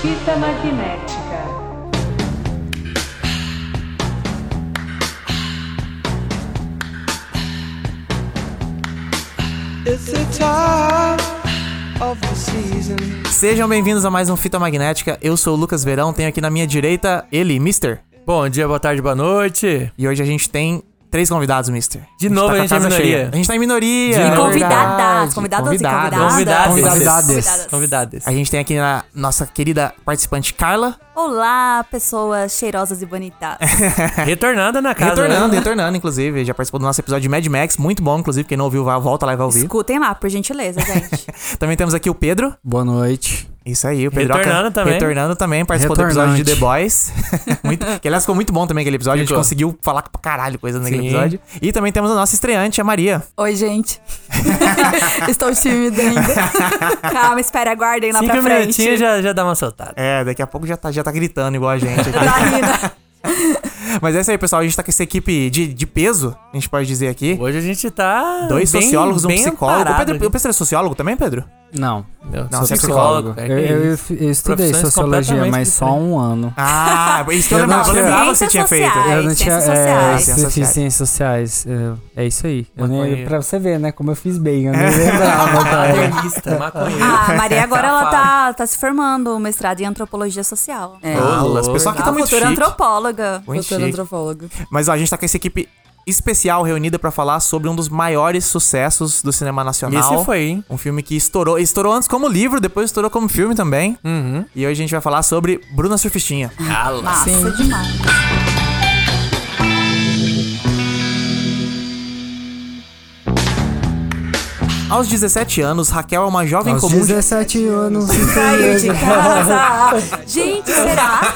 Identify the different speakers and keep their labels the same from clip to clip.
Speaker 1: Fita magnética.
Speaker 2: It's the time of the season.
Speaker 3: Sejam bem-vindos a mais um Fita Magnética. Eu sou o Lucas Verão, tenho aqui na minha direita ele, Mister.
Speaker 4: Bom dia, boa tarde, boa noite.
Speaker 3: E hoje a gente tem três convidados, Mister.
Speaker 4: De novo a
Speaker 3: com
Speaker 4: gente é
Speaker 3: casa
Speaker 4: minoria.
Speaker 3: cheia. A gente tá em minoria.
Speaker 4: De
Speaker 3: é
Speaker 4: novo.
Speaker 5: Convidadas,
Speaker 3: verdade.
Speaker 5: convidadas e convidados.
Speaker 4: Convidadas.
Speaker 3: Convidadas.
Speaker 4: Convidadas.
Speaker 3: A gente tem aqui a nossa querida participante Carla,
Speaker 5: Olá, pessoas cheirosas e bonitas.
Speaker 3: É.
Speaker 4: Retornada na casa.
Speaker 3: retornando,
Speaker 4: né?
Speaker 3: retornando, inclusive. Já participou do nosso episódio de Mad Max, muito bom, inclusive. Quem não ouviu, vai, volta lá e vai ouvir.
Speaker 5: Escutem lá, por gentileza, gente.
Speaker 3: Também temos aqui o Pedro.
Speaker 6: Boa noite.
Speaker 3: Isso aí, o Pedro.
Speaker 4: Retornando também.
Speaker 3: Retornando também, participou do
Speaker 6: Retornante.
Speaker 3: episódio de The Boys. muito, que aliás ficou muito bom também aquele episódio, a gente
Speaker 4: Ficou.
Speaker 3: conseguiu falar pra caralho coisa naquele
Speaker 4: Sim.
Speaker 3: episódio. E também temos a nossa estreante, a Maria.
Speaker 5: Oi, gente. Estou tímida ainda. Calma, espera, aguardem lá pra
Speaker 4: Cinco
Speaker 5: frente.
Speaker 4: minutinhos já, já dá uma soltada.
Speaker 3: É, daqui a pouco já tá, já tá gritando igual a gente aqui.
Speaker 5: Tá rindo.
Speaker 3: Mas é isso aí, pessoal. A gente tá com essa equipe de, de peso, a gente pode dizer aqui.
Speaker 4: Hoje a gente tá.
Speaker 3: É. Dois
Speaker 4: bem-
Speaker 3: sociólogos, um
Speaker 4: bem
Speaker 3: psicólogo. O
Speaker 4: amparado,
Speaker 3: Pedro, o Pedro é sociólogo também, Pedro?
Speaker 6: Não,
Speaker 4: gente.
Speaker 3: Não,
Speaker 6: É
Speaker 3: sou
Speaker 4: psicólogo. É
Speaker 6: eu, eu- eu estudei
Speaker 4: Profissões
Speaker 6: sociologia,
Speaker 4: completamente
Speaker 6: mas só um ano.
Speaker 3: Ah, isso que eu
Speaker 6: Eu não
Speaker 3: lembrava, eu
Speaker 6: tinha-
Speaker 3: lembrava que você tinha
Speaker 5: Ciências
Speaker 3: feito.
Speaker 5: sociais.
Speaker 7: É,
Speaker 6: eu não tinha
Speaker 5: ciências sociais.
Speaker 6: é,
Speaker 3: Ciências
Speaker 6: eu fiz ciências sociais. É, é isso aí. Eu nem-
Speaker 3: Maconheiro.
Speaker 6: pra você ver, né? Como eu fiz bem. Eu nem lembrava, cara.
Speaker 4: Modernista, maconheiro.
Speaker 5: Ah, a Maria agora ela tá, tá se formando um mestrado em antropologia social. É.
Speaker 3: Aulas. O pessoal aqui tá
Speaker 5: a
Speaker 3: muito
Speaker 5: futura
Speaker 3: chique.
Speaker 5: antropóloga.
Speaker 3: Muito
Speaker 5: futura
Speaker 3: chique.
Speaker 5: antropóloga.
Speaker 3: Mas ó, a gente tá com essa equipe especial reunida pra falar sobre um dos maiores sucessos do cinema
Speaker 4: E
Speaker 3: nacional.
Speaker 4: esse foi, hein?
Speaker 3: Um filme que estourou. Estourou antes como livro, depois estourou como filme também.
Speaker 4: Uhum.
Speaker 3: E hoje a gente vai falar sobre Bruna Surfistinha.
Speaker 5: Massa demais.
Speaker 3: Aos 17 anos, Raquel é uma jovem
Speaker 6: Aos
Speaker 3: comum de
Speaker 6: 17 anos.
Speaker 5: Saiu Tá de casa. Gente, será?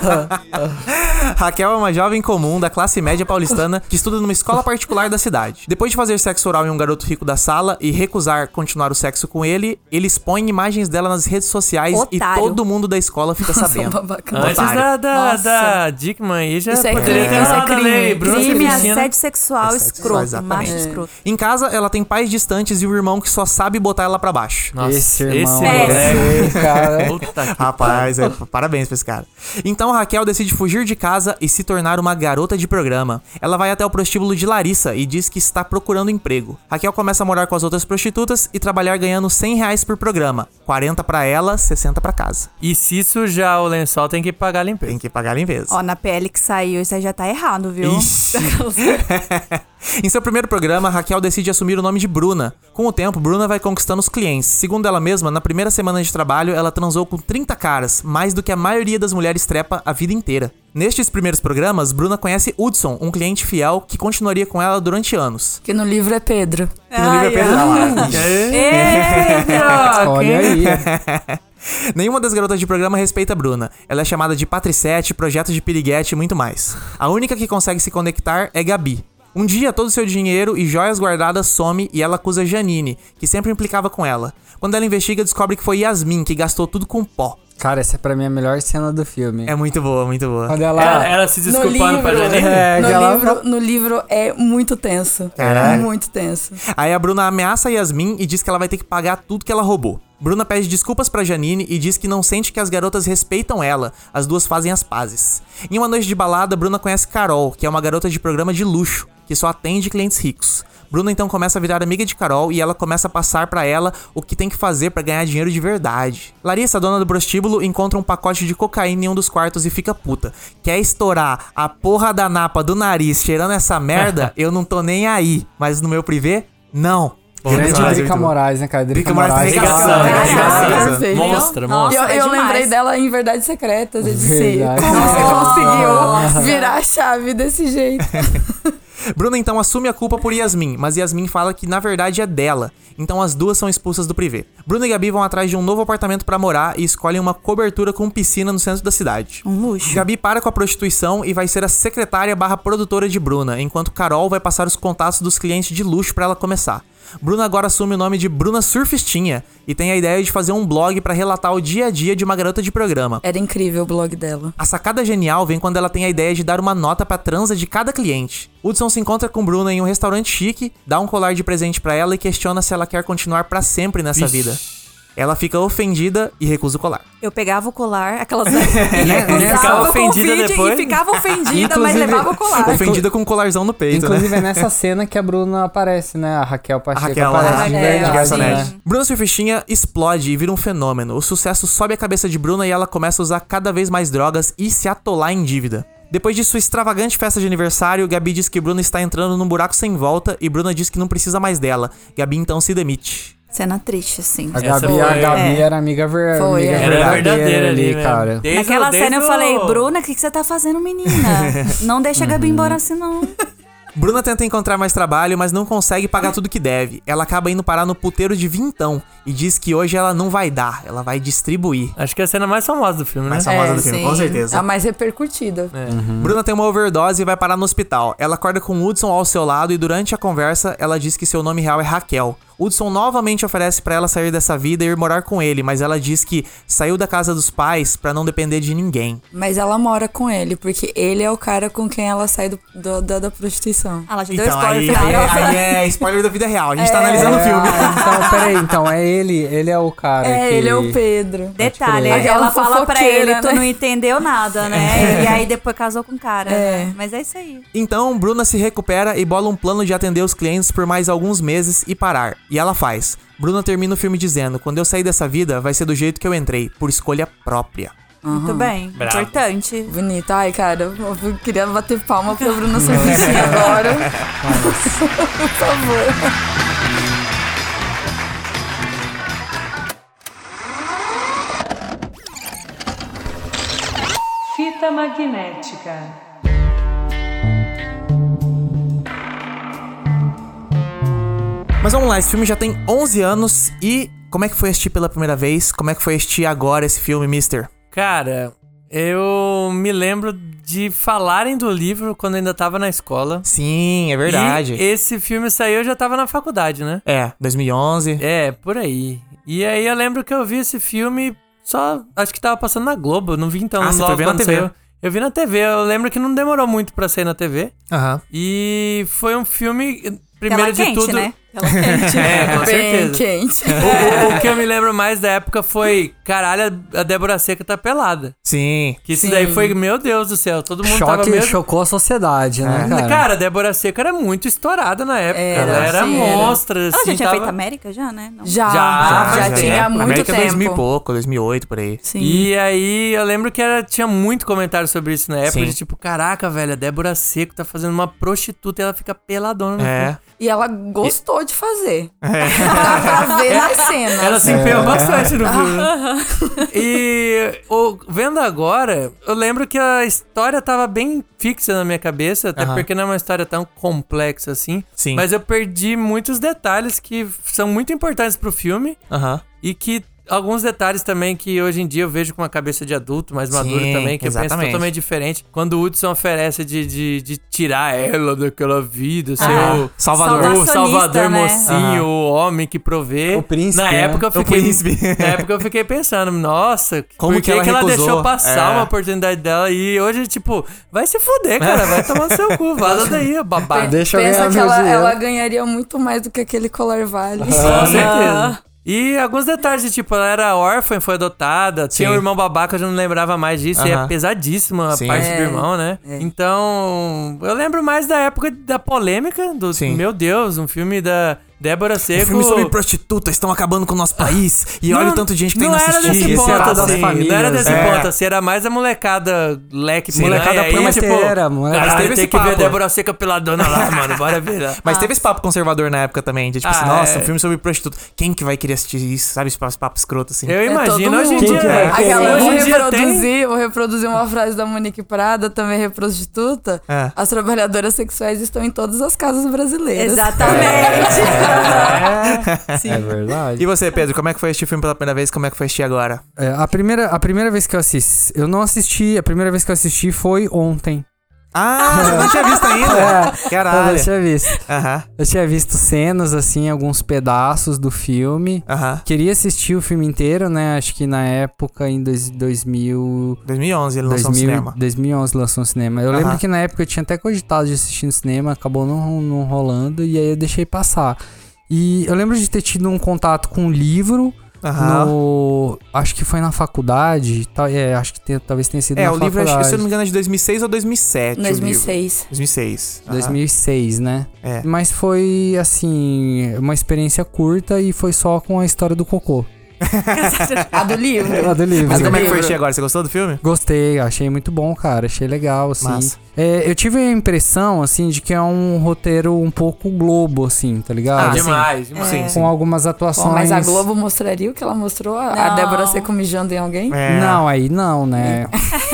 Speaker 3: Raquel é uma jovem comum da classe média paulistana que estuda numa escola particular da cidade. Depois de fazer sexo oral em um garoto rico da sala e recusar continuar o sexo com ele, ele expõe imagens dela nas redes sociais
Speaker 5: Otário.
Speaker 3: e todo mundo da escola fica sabendo.
Speaker 4: Antes
Speaker 3: Otário.
Speaker 4: da, da,
Speaker 5: Nossa.
Speaker 4: da Dickman aí já
Speaker 5: Isso é
Speaker 4: poderia
Speaker 5: crime,
Speaker 4: ter
Speaker 5: isso é
Speaker 4: rolado né? a lei.
Speaker 5: crime.
Speaker 4: Bruno
Speaker 5: Crime,
Speaker 4: Celestino.
Speaker 5: assédio sexual, escroto,
Speaker 3: Exatamente.
Speaker 7: É.
Speaker 5: macho escroto.
Speaker 3: Em casa, ela tem pais distantes e um irmão que só sabe botar ela pra baixo.
Speaker 4: Nossa,
Speaker 6: Esse irmão,
Speaker 4: moleque.
Speaker 6: esse cara.
Speaker 4: Puta que
Speaker 3: Rapaz, é, parabéns pra esse cara. Então Raquel decide fugir de casa e se tornar uma garota de programa. Ela vai até o prostíbulo de Larissa e diz que está procurando emprego. Raquel começa a morar com as outras prostitutas e trabalhar ganhando 100 reais por programa. 40 pra ela, 60 pra casa.
Speaker 4: E se sujar o lençol, tem que pagar a limpeza.
Speaker 3: Tem que pagar em vez.
Speaker 5: Ó, na pele que saiu, isso aí já tá errado, viu? Tá
Speaker 3: Ixi. em seu primeiro programa, Raquel decide assumir o nome de Bruna. Com o tempo, Bruna vai conquistando os clientes. Segundo ela mesma, na primeira semana de trabalho, ela transou com 30 caras, mais do que a maioria das mulheres trepa a vida inteira. Nestes primeiros programas, Bruna conhece Hudson, um cliente fiel que continuaria com ela durante anos.
Speaker 7: Que no livro é Pedro.
Speaker 3: Que no livro é Pedro Dalai.
Speaker 6: Olha aí.
Speaker 3: Nenhuma das garotas de programa respeita a Bruna. Ela é chamada de Patricete, Projeto de Piriguete e muito mais. A única que consegue se conectar é Gabi. Um dia, todo seu dinheiro e joias guardadas some e ela acusa Janine, que sempre implicava com ela. Quando ela investiga, descobre que foi Yasmin, que gastou tudo com pó.
Speaker 6: Cara, essa pra mim é a melhor cena do filme.
Speaker 3: É muito boa, muito boa.
Speaker 6: Olha lá.
Speaker 4: Ela, ela se
Speaker 7: No
Speaker 4: desculpando pra
Speaker 7: livro.
Speaker 4: Janine?
Speaker 6: É,
Speaker 7: é no,
Speaker 6: que ela-
Speaker 7: livro, no livro é muito tenso.
Speaker 3: Caralho.
Speaker 7: Muito tenso.
Speaker 3: Aí a Bruna ameaça Yasmin e diz que ela vai ter que pagar tudo que ela roubou. Bruna pede desculpas pra Janine e diz que não sente que as garotas respeitam ela. As duas fazem as pazes. Em uma noite de balada, Bruna conhece Carol, que é uma garota de programa de luxo, que só atende clientes ricos. Bruna então começa a virar amiga de Carol e ela começa a passar pra ela o que tem que fazer pra ganhar dinheiro de verdade. Larissa, dona do prostíbulo, encontra um pacote de cocaína em um dos quartos e fica puta. Quer estourar a porra da napa do nariz cheirando essa merda? eu não tô nem aí. Mas no meu privê, não.
Speaker 6: Grande
Speaker 3: Frase
Speaker 6: Drica
Speaker 3: muito boa.
Speaker 6: Moraes, né, cara? Drica
Speaker 3: Drica Moraes
Speaker 6: Moraes.
Speaker 3: tá
Speaker 6: cara.
Speaker 3: arregaçando,
Speaker 4: Arregaçando,
Speaker 3: arregaçando.
Speaker 4: arregaçando.
Speaker 7: Perfeito.
Speaker 4: Monstra,
Speaker 5: Nossa. é
Speaker 4: monstra.
Speaker 7: Eu, eu
Speaker 5: demais.
Speaker 7: lembrei dela em Verdades Secretas. Eu disse,
Speaker 6: Verdade.
Speaker 7: como
Speaker 5: Nossa.
Speaker 7: você conseguiu virar a chave desse jeito?
Speaker 3: Bruna então assume a culpa por Yasmin, mas Yasmin fala que na verdade é dela. Então as duas são expulsas do privê. Bruna e Gabi vão atrás de um novo apartamento pra morar e escolhem uma cobertura com piscina no centro da cidade.
Speaker 5: Um luxo.
Speaker 3: Gabi para com a prostituição e vai ser a secretária barra produtora de Bruna, enquanto Carol vai passar os contatos dos clientes de luxo pra ela começar. Bruna agora assume o nome de Bruna Surfistinha e tem a ideia de fazer um blog pra relatar o dia a dia de uma garota de programa.
Speaker 7: Era incrível o blog dela.
Speaker 3: A sacada genial vem quando ela tem a ideia de dar uma nota pra transa de cada cliente. Hudson se encontra com Bruna em um restaurante chique, dá um colar de presente pra ela e questiona se ela quer continuar pra sempre nessa
Speaker 4: Vixe.
Speaker 3: vida. Ela fica ofendida e recusa o colar.
Speaker 5: Eu pegava o colar, aquelas. e
Speaker 4: ficava
Speaker 5: ficava
Speaker 4: ofendida
Speaker 5: ofendida
Speaker 4: depois?
Speaker 5: E ficava ofendida, mas
Speaker 6: Inclusive-
Speaker 5: levava o colar.
Speaker 3: Ofendida com um colarzão no peito, né?
Speaker 6: Inclusive é nessa cena que a Bruna aparece, né? A Raquel é.
Speaker 3: A
Speaker 6: Pacheco
Speaker 3: Raquel,
Speaker 6: aparece de
Speaker 5: Raquel,
Speaker 3: né?
Speaker 6: verdade,
Speaker 3: de garçonete.
Speaker 6: né?
Speaker 3: Bruna Surfistinha explode e vira um fenômeno. O sucesso sobe a cabeça de Bruna e ela começa a usar cada vez mais drogas e se atolar em dívida. Depois de sua extravagante festa de aniversário, Gabi diz que Bruna está entrando num buraco sem volta e Bruna diz que não precisa mais dela. Gabi então se demite.
Speaker 5: Cena triste, assim.
Speaker 6: A
Speaker 4: Essa
Speaker 6: Gabi, a
Speaker 4: foi-
Speaker 6: Gabi
Speaker 5: é.
Speaker 6: era amiga, ver...
Speaker 7: Foi,
Speaker 6: amiga
Speaker 7: é.
Speaker 4: Era
Speaker 6: verdadeira,
Speaker 4: verdadeira
Speaker 6: ali,
Speaker 4: ali, né?
Speaker 6: cara.
Speaker 4: Desde o-
Speaker 5: Naquela cena eu
Speaker 4: desde o-
Speaker 5: falei, Bruna, o que, que você tá fazendo, menina? Não deixa a Gabi embora
Speaker 4: Uhum.
Speaker 5: assim, não.
Speaker 3: Bruna tenta encontrar mais trabalho, mas não consegue pagar tudo que deve. Ela acaba indo parar no puteiro de vintão e diz que hoje ela não vai dar, ela vai distribuir.
Speaker 4: Acho que é a cena mais famosa do filme, né?
Speaker 3: Mais famosa
Speaker 7: É,
Speaker 3: do filme,
Speaker 7: sim.
Speaker 3: com certeza.
Speaker 7: A mais repercutida.
Speaker 4: É.
Speaker 3: Bruna tem uma overdose e vai parar no hospital. Ela acorda com Hudson ao seu lado e durante a conversa ela diz que seu nome real é Raquel. Hudson novamente oferece pra ela sair dessa vida e ir morar com ele, mas ela diz que saiu da casa dos pais pra não depender de ninguém.
Speaker 7: Mas ela mora com ele, porque ele é o cara com quem ela sai do- do- da, da prostituição.
Speaker 5: Ah, ela já
Speaker 4: Então,
Speaker 5: deu spoiler
Speaker 3: Então, aí,
Speaker 5: final. É.
Speaker 3: aí é spoiler da vida real. A gente tá analisando o filme.
Speaker 6: Ah, então, peraí, então é ele, ele é o cara
Speaker 7: É,
Speaker 6: que...
Speaker 7: ele é o Pedro.
Speaker 4: é tipo
Speaker 5: Detalhe, é
Speaker 6: Pode
Speaker 7: crer.
Speaker 5: ela
Speaker 7: Aquela
Speaker 5: fala pra
Speaker 7: fofoqueira,
Speaker 5: ele, tu
Speaker 7: né?
Speaker 5: não entendeu nada, né? E aí depois casou com o cara.
Speaker 7: É.
Speaker 5: né? Mas é isso aí.
Speaker 3: Então, Bruna se recupera e bola um plano de atender os clientes por mais alguns meses e parar. E ela faz. Bruna termina o filme dizendo: Quando eu sair dessa vida, vai ser do jeito que eu entrei, por escolha própria.
Speaker 5: Muito bem.
Speaker 4: Bravo.
Speaker 5: Importante.
Speaker 7: Bonito. Ai, cara, eu queria bater palma pra
Speaker 4: é.
Speaker 7: Bruna Surfistinha agora. Por favor.
Speaker 1: Fita magnética.
Speaker 3: Mas vamos lá, esse filme já tem 11 anos e. Como é que foi assistir pela primeira vez? Como é que foi assistir agora esse filme, Mister?
Speaker 4: Cara, eu me lembro de falarem do livro quando eu ainda tava na escola.
Speaker 3: Sim, é
Speaker 4: E esse filme saiu, eu já tava na faculdade, né?
Speaker 3: É, 2011.
Speaker 4: É, por aí. E aí eu lembro que eu vi esse filme só. Acho que tava passando na Globo, eu não vi então
Speaker 3: Ah, você foi
Speaker 4: logo
Speaker 3: ver na
Speaker 4: quando
Speaker 3: TV.
Speaker 4: saiu. Eu vi na TV, eu lembro que não demorou muito pra sair na TV.
Speaker 3: Aham.
Speaker 4: E foi um filme, primeiro
Speaker 5: Tela
Speaker 4: de
Speaker 5: quente,
Speaker 4: tudo.
Speaker 5: né? Tela quente.
Speaker 4: É, com
Speaker 7: Bem
Speaker 4: certeza.
Speaker 7: quente.
Speaker 4: O, o- o que eu me lembro mais da época foi, caralho, a Débora Seca tá pelada.
Speaker 3: Sim.
Speaker 4: Que isso
Speaker 7: Sim.
Speaker 4: daí foi, meu Deus do céu, todo mundo tava
Speaker 6: Choque,
Speaker 4: meio...
Speaker 6: Chocou a sociedade, né, cara?
Speaker 4: É. Cara, a Débora Seca era muito estourada na época.
Speaker 7: Era,
Speaker 4: ela era
Speaker 7: sim, era.
Speaker 4: monstra, assim.
Speaker 5: Ela já tinha
Speaker 4: tava...
Speaker 5: feito América já, né? Não.
Speaker 7: Já,
Speaker 4: Já,
Speaker 7: Ah, já,
Speaker 4: já,
Speaker 7: tinha há muito
Speaker 3: Tá, América
Speaker 7: tempo.
Speaker 3: 2000 e pouco, 2008, por aí.
Speaker 7: Sim.
Speaker 4: E aí, eu lembro que era, tinha muito comentário sobre isso na época,
Speaker 3: Sim.
Speaker 4: de tipo, caraca, velho, a Débora Seco tá fazendo uma prostituta e ela fica peladona. no filme."
Speaker 3: É.
Speaker 7: E ela gostou de fazer.
Speaker 4: É.
Speaker 7: Dá pra ver nas cenas.
Speaker 4: Ela se
Speaker 3: É.
Speaker 4: empenhou bastante no filme. e o- vendo agora, eu lembro que a história tava bem fixa na minha cabeça, até
Speaker 3: Aham.
Speaker 4: porque não é uma história tão complexa assim.
Speaker 3: Sim.
Speaker 4: Mas eu perdi muitos detalhes que são muito importantes pro filme
Speaker 3: Aham.
Speaker 4: e que alguns detalhes também que hoje em dia eu vejo com uma cabeça de adulto, mais maduro
Speaker 3: Sim,
Speaker 4: também, que eu
Speaker 3: exatamente.
Speaker 4: penso totalmente diferente. Quando o Hudson oferece de, de, de tirar ela daquela vida, ser
Speaker 3: Ah,
Speaker 4: o
Speaker 3: Salvador.
Speaker 4: o Salvador
Speaker 5: Salvacionista, né?
Speaker 4: mocinho, o homem que provê.
Speaker 6: O príncipe,
Speaker 4: Na
Speaker 6: né?
Speaker 4: época eu
Speaker 3: O
Speaker 4: fiquei,
Speaker 3: príncipe.
Speaker 4: na época eu fiquei pensando, nossa,
Speaker 3: Como
Speaker 4: por
Speaker 3: que ela recusou?
Speaker 4: deixou passar
Speaker 3: É.
Speaker 4: uma oportunidade dela e hoje tipo, vai se fuder, cara, vai tomar no seu cu, vaza daí, babado.
Speaker 6: Deixa eu
Speaker 7: Pensa
Speaker 6: ganhar
Speaker 7: que
Speaker 6: meu
Speaker 7: ela,
Speaker 6: dinheiro.
Speaker 7: ela ganharia muito mais do que aquele colar vale.
Speaker 4: Com
Speaker 7: Ah.
Speaker 4: certeza. E alguns detalhes, de, tipo, ela era órfã, foi adotada, tinha
Speaker 3: Sim.
Speaker 4: um irmão babaca, eu já não lembrava mais disso, e é
Speaker 3: Aham.
Speaker 4: pesadíssima a
Speaker 3: Sim.
Speaker 4: parte do
Speaker 7: É,
Speaker 4: irmão, né? Então, eu lembro mais da época da polêmica, do
Speaker 3: Sim.
Speaker 4: meu Deus, um filme da Débora Seco.
Speaker 3: Um filme sobre prostitutas estão acabando com o nosso país. E olha o tanto de gente que é
Speaker 4: não
Speaker 3: tem
Speaker 4: era
Speaker 3: assistindo.
Speaker 4: desse
Speaker 6: esse
Speaker 4: ponto,
Speaker 6: era das
Speaker 4: assim, não era
Speaker 6: famílias,
Speaker 4: desse
Speaker 3: né?
Speaker 4: ponto, assim, era mais a molecada leque,
Speaker 3: Sim,
Speaker 4: molecada
Speaker 3: né? É,
Speaker 4: punk,
Speaker 6: mas
Speaker 4: tipo,
Speaker 6: era, moleque.
Speaker 4: caralho,
Speaker 3: Mas teve
Speaker 4: tem
Speaker 3: esse
Speaker 4: que ver a
Speaker 3: papo.
Speaker 4: Débora Seca peladona lá, mano, bora ver lá.
Speaker 3: Mas teve esse papo conservador na época também, de tipo assim,
Speaker 4: Ah,
Speaker 3: nossa,
Speaker 4: é.
Speaker 3: um filme sobre prostituta. Quem que vai querer assistir isso? Sabe, esse papo esse papo escroto assim?
Speaker 4: Eu
Speaker 7: É todo
Speaker 4: imagino hoje em
Speaker 7: mundo.
Speaker 4: dia, né?
Speaker 6: Quem que vai querer?
Speaker 7: Aquela,
Speaker 4: hoje
Speaker 7: vou
Speaker 4: em dia tem...
Speaker 7: reproduzir, vou reproduzir uma frase da Monique Prada, também reprostituta.
Speaker 3: É.
Speaker 7: As trabalhadoras sexuais estão em todas as casas brasileiras.
Speaker 5: Exatamente.
Speaker 7: assim,
Speaker 6: É verdade.
Speaker 3: E você, Pedro, como é que foi assistir o filme pela primeira vez? Como é que foi assistir agora?
Speaker 6: É, a, primeira, a primeira vez que eu assisti, eu não assisti, a primeira vez que eu assisti foi ontem.
Speaker 3: Ah, você não tinha visto ainda?
Speaker 6: É, Pô, eu
Speaker 3: Caralho.
Speaker 6: tinha visto.
Speaker 3: Aham,
Speaker 6: Eu tinha visto cenas, assim, alguns pedaços do filme.
Speaker 3: aham.
Speaker 6: Queria assistir o filme inteiro, né? Acho que na época, em dois- 2000.
Speaker 3: 2011 ele lançou no
Speaker 6: 2000
Speaker 3: um cinema.
Speaker 6: 2011 lançou no cinema. Eu
Speaker 3: Aham.
Speaker 6: lembro que na época eu tinha até cogitado de assistir no cinema, acabou não, não rolando, e aí eu deixei passar. E eu lembro de ter tido um contato com um livro
Speaker 3: Aham.
Speaker 6: no. Acho que foi na faculdade. Tal, é, acho que te- talvez tenha sido
Speaker 3: É,
Speaker 6: na
Speaker 3: o livro, acho-
Speaker 6: faculdade.
Speaker 3: se eu não me engano, é de 2006 ou 2007. o livro.
Speaker 7: 2006.
Speaker 3: 2006. aham.
Speaker 6: 2006, né?
Speaker 3: É.
Speaker 6: Mas foi, assim, uma experiência curta e foi só com a história do cocô.
Speaker 7: A do livro.
Speaker 6: Ela Ah, do livro.
Speaker 3: Mas como é que
Speaker 7: Livro.
Speaker 3: foi ti agora? Você gostou do filme?
Speaker 6: Gostei, achei muito bom, cara. Achei legal, assim.
Speaker 3: Massa.
Speaker 6: É, eu tive a impressão, assim, de que é um roteiro um pouco globo, assim, tá ligado?
Speaker 3: Ah,
Speaker 6: Assim,
Speaker 4: demais, demais.
Speaker 3: Sim,
Speaker 6: com algumas atuações.
Speaker 4: tá
Speaker 7: Bom, mas a Globo mostraria o que ela mostrou? A- A
Speaker 5: Não.
Speaker 7: Débora Seco mijando em alguém?
Speaker 3: É.
Speaker 6: Não, aí não, né?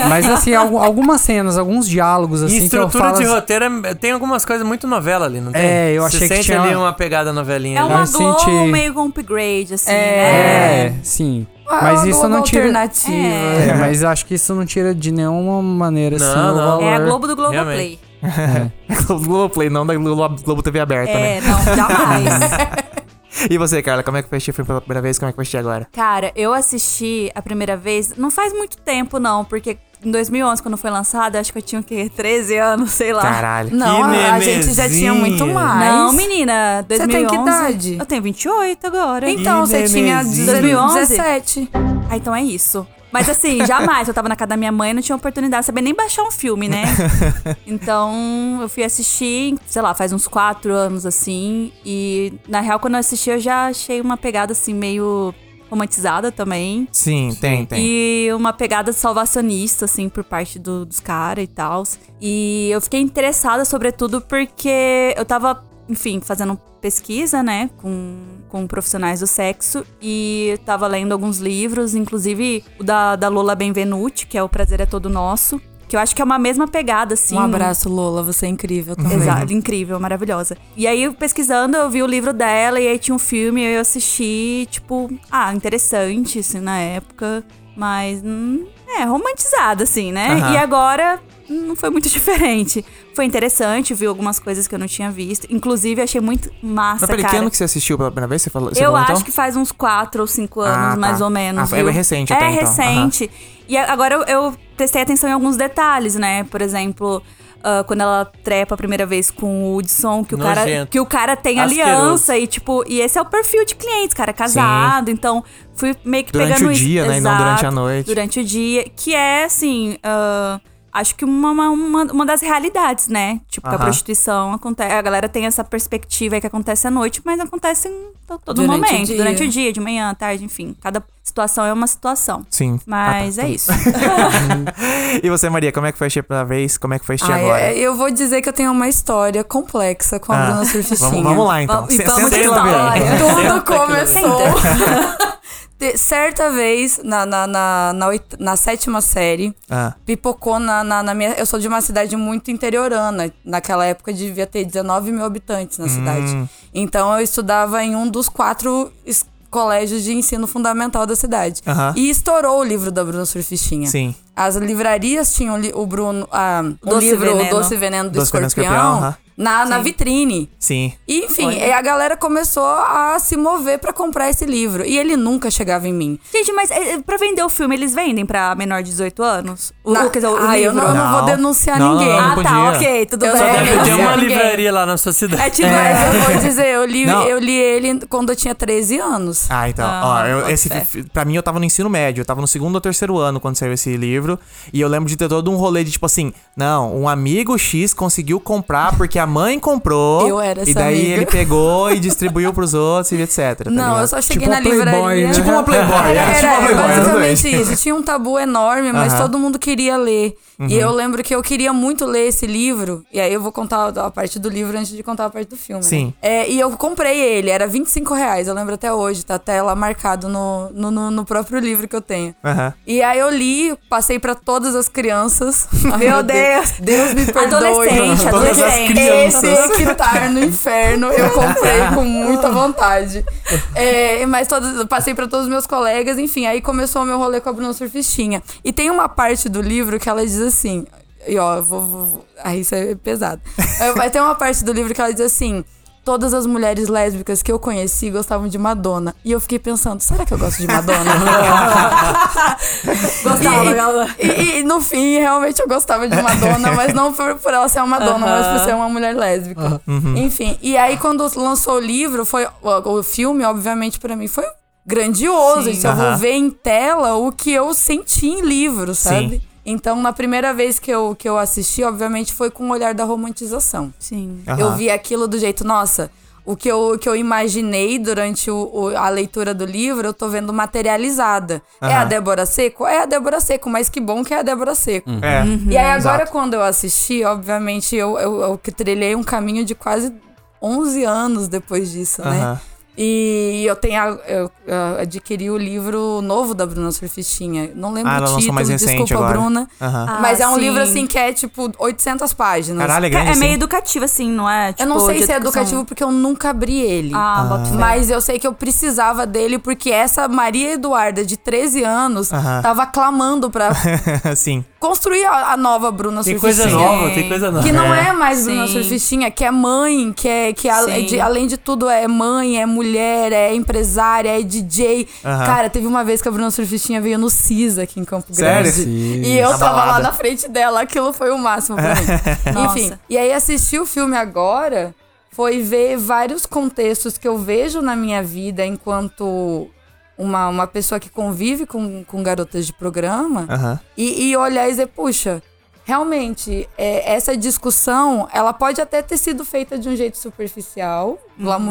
Speaker 6: mas assim, algu- algumas cenas, alguns diálogos,
Speaker 4: E
Speaker 6: assim, que eu
Speaker 4: estrutura
Speaker 6: falo...
Speaker 4: de
Speaker 6: assim-
Speaker 4: roteiro é- tem algumas coisas muito novela ali, não tem?
Speaker 6: É, eu achei
Speaker 4: Você
Speaker 6: que
Speaker 4: sente
Speaker 6: tinha
Speaker 4: ali
Speaker 6: uma-
Speaker 4: uma pegada novelinha.
Speaker 5: É
Speaker 4: ali.
Speaker 6: Eu
Speaker 5: uma Globo
Speaker 6: senti-
Speaker 5: meio com upgrade, assim, né?
Speaker 6: É, sim. Mas
Speaker 7: a
Speaker 6: isso eu
Speaker 7: Globo
Speaker 6: não tira...
Speaker 7: alternativa.
Speaker 5: É.
Speaker 6: É, mas acho que isso não tira de nenhuma maneira assim.
Speaker 3: Ah,
Speaker 4: Não,
Speaker 6: o
Speaker 4: não.
Speaker 6: valor.
Speaker 5: É a Globo do Globoplay.
Speaker 3: Globoplay, não da Globo, Globo TV aberta, né?
Speaker 5: É, não, jamais.
Speaker 3: E você, Carla, como é que foi assistir o filme pela primeira vez? Como é que foi assistir agora?
Speaker 5: Cara, eu assisti a primeira vez, não faz muito tempo não, porque em 2011, quando foi lançado, acho que eu tinha o quê? 13 anos, sei lá.
Speaker 3: Caralho.
Speaker 7: Ah, Não,
Speaker 4: Que
Speaker 7: a- a gente já tinha muito
Speaker 4: nenenzinha.
Speaker 7: mais.
Speaker 5: Não, menina, 2011.
Speaker 7: tem que idade?
Speaker 5: Eu tenho 28 agora.
Speaker 7: Então,
Speaker 4: Que
Speaker 7: você tinha
Speaker 4: nenenzinha.
Speaker 7: 2017.
Speaker 5: Ah, então é isso. Mas assim, jamais. Eu tava na casa da minha mãe, não tinha oportunidade de saber nem baixar um filme, né? Então, eu fui assistir, sei lá, faz uns quatro anos, assim. E, na real, quando eu assisti, eu já achei uma pegada, assim, meio romantizada também.
Speaker 3: Sim, tem, tem.
Speaker 5: E uma pegada salvacionista, assim, por parte do- dos caras e tal. E eu fiquei interessada, sobretudo, porque eu tava, enfim, fazendo pesquisa, né, com, com profissionais do sexo. E eu tava lendo alguns livros, inclusive o da, da Lola Benvenuti, que é O Prazer é Todo Nosso. Que eu acho que é uma mesma pegada, assim.
Speaker 7: Um abraço, Lola. Você é incrível também.
Speaker 5: Exato, incrível, maravilhosa. E aí, pesquisando, eu vi o livro dela e aí tinha um filme e eu assisti, tipo, ah, interessante, assim, na época, mas hum, é, romantizado, assim, né?
Speaker 3: Aham.
Speaker 5: E agora hum, não foi muito diferente. Foi interessante, vi algumas coisas que eu não tinha visto. Inclusive, achei muito massa,
Speaker 3: Mas peraí, que
Speaker 5: cara.
Speaker 3: ano que você assistiu pela primeira vez? Você falou, você
Speaker 5: Eu
Speaker 3: falou,
Speaker 5: acho
Speaker 3: então?
Speaker 5: que faz uns 4 ou 5 anos,
Speaker 3: Ah, tá.
Speaker 5: mais ou menos.
Speaker 3: Ah, é
Speaker 5: viu?
Speaker 3: recente
Speaker 5: É
Speaker 3: até, então.
Speaker 5: recente. E a- agora eu, eu prestei atenção em alguns detalhes, né? Por exemplo, ah, quando ela trepa a primeira vez com o Hudson, que o, cara,
Speaker 4: Nojento.
Speaker 5: que o cara tem
Speaker 4: Asqueroso.
Speaker 5: aliança e, tipo, e esse é o perfil de clientes, cara, casado. Então, fui meio que
Speaker 3: Durante
Speaker 5: pegando
Speaker 3: o
Speaker 5: isso-
Speaker 3: dia, né, e não durante a noite.
Speaker 5: Durante o dia. Que é, assim. ah, Acho que uma, uma, uma, uma das realidades, né? Tipo, que a
Speaker 3: Aham.
Speaker 5: prostituição acontece. A galera tem essa perspectiva aí que acontece à noite, mas acontece em to- todo
Speaker 7: Durante o
Speaker 5: momento.
Speaker 7: dia.
Speaker 5: Durante o dia, de manhã, à tarde, enfim. Cada situação é uma situação.
Speaker 3: Sim. Ah, tá.
Speaker 5: Mas é isso.
Speaker 3: E você, Maria, como é que foi assistir a primeira vez? Como é que foi assistir
Speaker 7: Ah,
Speaker 3: agora?
Speaker 7: é, eu vou dizer que eu tenho uma história complexa com a
Speaker 3: Ah,
Speaker 7: Bruna Surficinha.
Speaker 3: Vamos, vamos lá, então.
Speaker 5: Vamos-
Speaker 3: Se-
Speaker 5: vamos
Speaker 3: senta aí,
Speaker 5: que
Speaker 3: lá,
Speaker 5: tá.
Speaker 3: Bia.
Speaker 5: Olha.
Speaker 7: Tudo começou. De- certa vez, na, na, na, na oit- na sétima série,
Speaker 3: Ah,
Speaker 7: pipocou na, na, na minha. Eu sou de uma cidade muito interiorana. Naquela época devia ter 19 mil habitantes na
Speaker 3: Hum.
Speaker 7: cidade. Então eu estudava em um dos quatro es- colégios de ensino fundamental da cidade.
Speaker 3: Aham.
Speaker 7: E estourou o livro da Bruna Surfistinha.
Speaker 3: sim.
Speaker 7: As livrarias tinham li- o Bruno, ah, o
Speaker 5: Doce
Speaker 7: livro
Speaker 5: Veneno.
Speaker 7: Doce Veneno do
Speaker 3: Doce Veneno do
Speaker 7: Escorpião,
Speaker 3: Escorpião, aham.
Speaker 7: na, na vitrine.
Speaker 3: Sim.
Speaker 7: E, enfim, e a galera começou a se mover pra comprar esse livro. E ele nunca chegava em mim.
Speaker 5: Gente, mas eh, pra vender o filme, eles vendem pra menor de 18 anos? O,
Speaker 7: Na-
Speaker 5: quer dizer, o
Speaker 7: Ah, eu
Speaker 5: livro?
Speaker 7: não, eu não vou
Speaker 3: Não.
Speaker 7: denunciar
Speaker 3: Não, não,
Speaker 7: ninguém.
Speaker 3: não,
Speaker 5: ah, tá,
Speaker 3: podia.
Speaker 5: ok, tudo
Speaker 7: Eu só
Speaker 5: bem.
Speaker 7: deve
Speaker 4: Deve ter uma
Speaker 7: Ninguém.
Speaker 4: livraria lá na sua cidade.
Speaker 5: É tipo,
Speaker 7: Mas eu vou dizer, eu li,
Speaker 3: Não.
Speaker 7: eu li ele quando eu tinha 13 anos.
Speaker 3: Ah, então. ó, eu, esse, pra mim, eu tava no ensino médio. Eu tava no segundo ou terceiro ano quando saiu esse livro. E eu lembro de ter todo um rolê de tipo assim: não, um amigo X conseguiu comprar porque a mãe comprou.
Speaker 7: Eu era
Speaker 3: E
Speaker 7: essa
Speaker 3: daí
Speaker 7: amiga.
Speaker 3: ele pegou e distribuiu pros outros e etc. tá
Speaker 7: Não, eu
Speaker 3: ligado?
Speaker 7: só cheguei
Speaker 6: Tipo
Speaker 7: na
Speaker 6: uma Playboy,
Speaker 7: livraria.
Speaker 6: né?
Speaker 3: Tipo uma Playboy.
Speaker 7: Era,
Speaker 3: é, tipo uma
Speaker 7: era
Speaker 3: Playboy,
Speaker 7: basicamente
Speaker 3: exatamente.
Speaker 7: isso. Tinha um tabu enorme, mas
Speaker 3: Aham. Uhum.
Speaker 7: todo mundo queria ler. E eu lembro que eu queria muito ler esse livro. E aí eu vou contar a parte do livro antes de contar a parte do filme. né?
Speaker 3: Sim.
Speaker 7: É, e eu comprei ele, era 25 reais, eu lembro até hoje, tá até lá marcado no, no, no- no próprio livro que eu tenho.
Speaker 3: Aham.
Speaker 7: E aí eu li, passei pra todas as crianças. Ai,
Speaker 5: Meu Deus.
Speaker 7: Deus me perdoe.
Speaker 5: Adolescente,
Speaker 3: Todas as
Speaker 5: adolescente.
Speaker 3: crianças.
Speaker 7: Esse que tá no inferno, eu comprei com muita vontade. É, mas todas, eu passei pra todos os meus colegas, enfim, aí começou o meu rolê com a Bruna Surfistinha. E tem uma parte do livro que ela diz assim. E ó, eu vou, vou- vou- Aí isso é pesado. É, Vai ter uma parte do livro que ela diz assim: Todas as mulheres lésbicas que eu conheci gostavam de Madonna. E eu fiquei pensando, será que eu gosto de Madonna?
Speaker 5: Gostava,
Speaker 7: E-
Speaker 5: galera.
Speaker 7: E, e no fim, realmente eu gostava de Madonna, mas não por, por ela ser uma Madonna, mas por ser uma mulher lésbica.
Speaker 3: Uhum.
Speaker 7: Enfim, e aí quando lançou o livro, foi o, o filme, obviamente, pra mim foi grandioso.
Speaker 5: Sim.
Speaker 7: Isso eu vou
Speaker 3: Aham.
Speaker 7: ver em tela o que eu senti em livro, sabe?
Speaker 3: Sim.
Speaker 7: Então, na primeira vez que eu, que eu assisti, obviamente, foi com o olhar da romantização.
Speaker 5: Sim.
Speaker 3: Aham.
Speaker 7: Eu vi aquilo do jeito, nossa, o que eu, o que eu imaginei durante o- o- a leitura do livro, eu tô vendo materializada. É
Speaker 3: Aham.
Speaker 7: a Débora Seco? É a Débora Seco, mas que bom que é a Débora Seco.
Speaker 3: É.
Speaker 7: E aí agora
Speaker 3: Exato.
Speaker 7: quando eu assisti, obviamente eu, eu, eu que trilhei um caminho de quase 11 anos depois disso, né?
Speaker 3: Aham.
Speaker 7: E eu tenho a- eu, eu adquiri o livro novo da Bruna Surfistinha. Não lembro
Speaker 3: Ah, ela
Speaker 7: o
Speaker 3: lançou
Speaker 7: título,
Speaker 3: mais recente
Speaker 7: desculpa,
Speaker 3: agora.
Speaker 7: Bruna.
Speaker 3: Aham.
Speaker 5: Ah,
Speaker 7: Mas é um
Speaker 5: sim.
Speaker 7: livro assim que é tipo 800 páginas.
Speaker 3: Caralho, é grande
Speaker 5: É
Speaker 3: assim.
Speaker 5: meio educativo, assim, não é?
Speaker 7: Eu não
Speaker 5: Tipo,
Speaker 7: sei
Speaker 5: de
Speaker 7: se é
Speaker 5: educação.
Speaker 7: educativo porque eu nunca abri ele.
Speaker 5: Ah, bota fé.
Speaker 7: Mas eu sei que eu precisava dele porque essa Maria Eduarda de 13 anos
Speaker 3: Aham.
Speaker 7: tava clamando pra
Speaker 3: Sim.
Speaker 7: construir a, a nova Bruna
Speaker 4: Tem
Speaker 7: Surfistinha.
Speaker 4: coisa nova, tem coisa nova.
Speaker 7: Que não é mais
Speaker 5: Sim.
Speaker 7: Bruna Surfistinha, que é mãe, que é que a-
Speaker 5: Sim.
Speaker 7: de- além de tudo é mãe, é mulher, é empresária, é DJ.
Speaker 3: Aham.
Speaker 7: Cara, teve uma vez que a Bruna Surfistinha veio no CISA aqui em Campo
Speaker 3: Sério?
Speaker 7: Grande. E eu
Speaker 3: Na
Speaker 7: tava lá
Speaker 3: balada.
Speaker 7: na frente dela, aquilo foi o máximo pra mim.
Speaker 5: Nossa.
Speaker 7: Enfim, e aí assistir o filme agora foi ver vários contextos que eu vejo na minha vida enquanto uma, uma pessoa que convive com, com garotas de programa
Speaker 3: Aham.
Speaker 7: e, e olhar e dizer, puxa, realmente, é, essa discussão, ela pode até ter sido feita de um jeito superficial,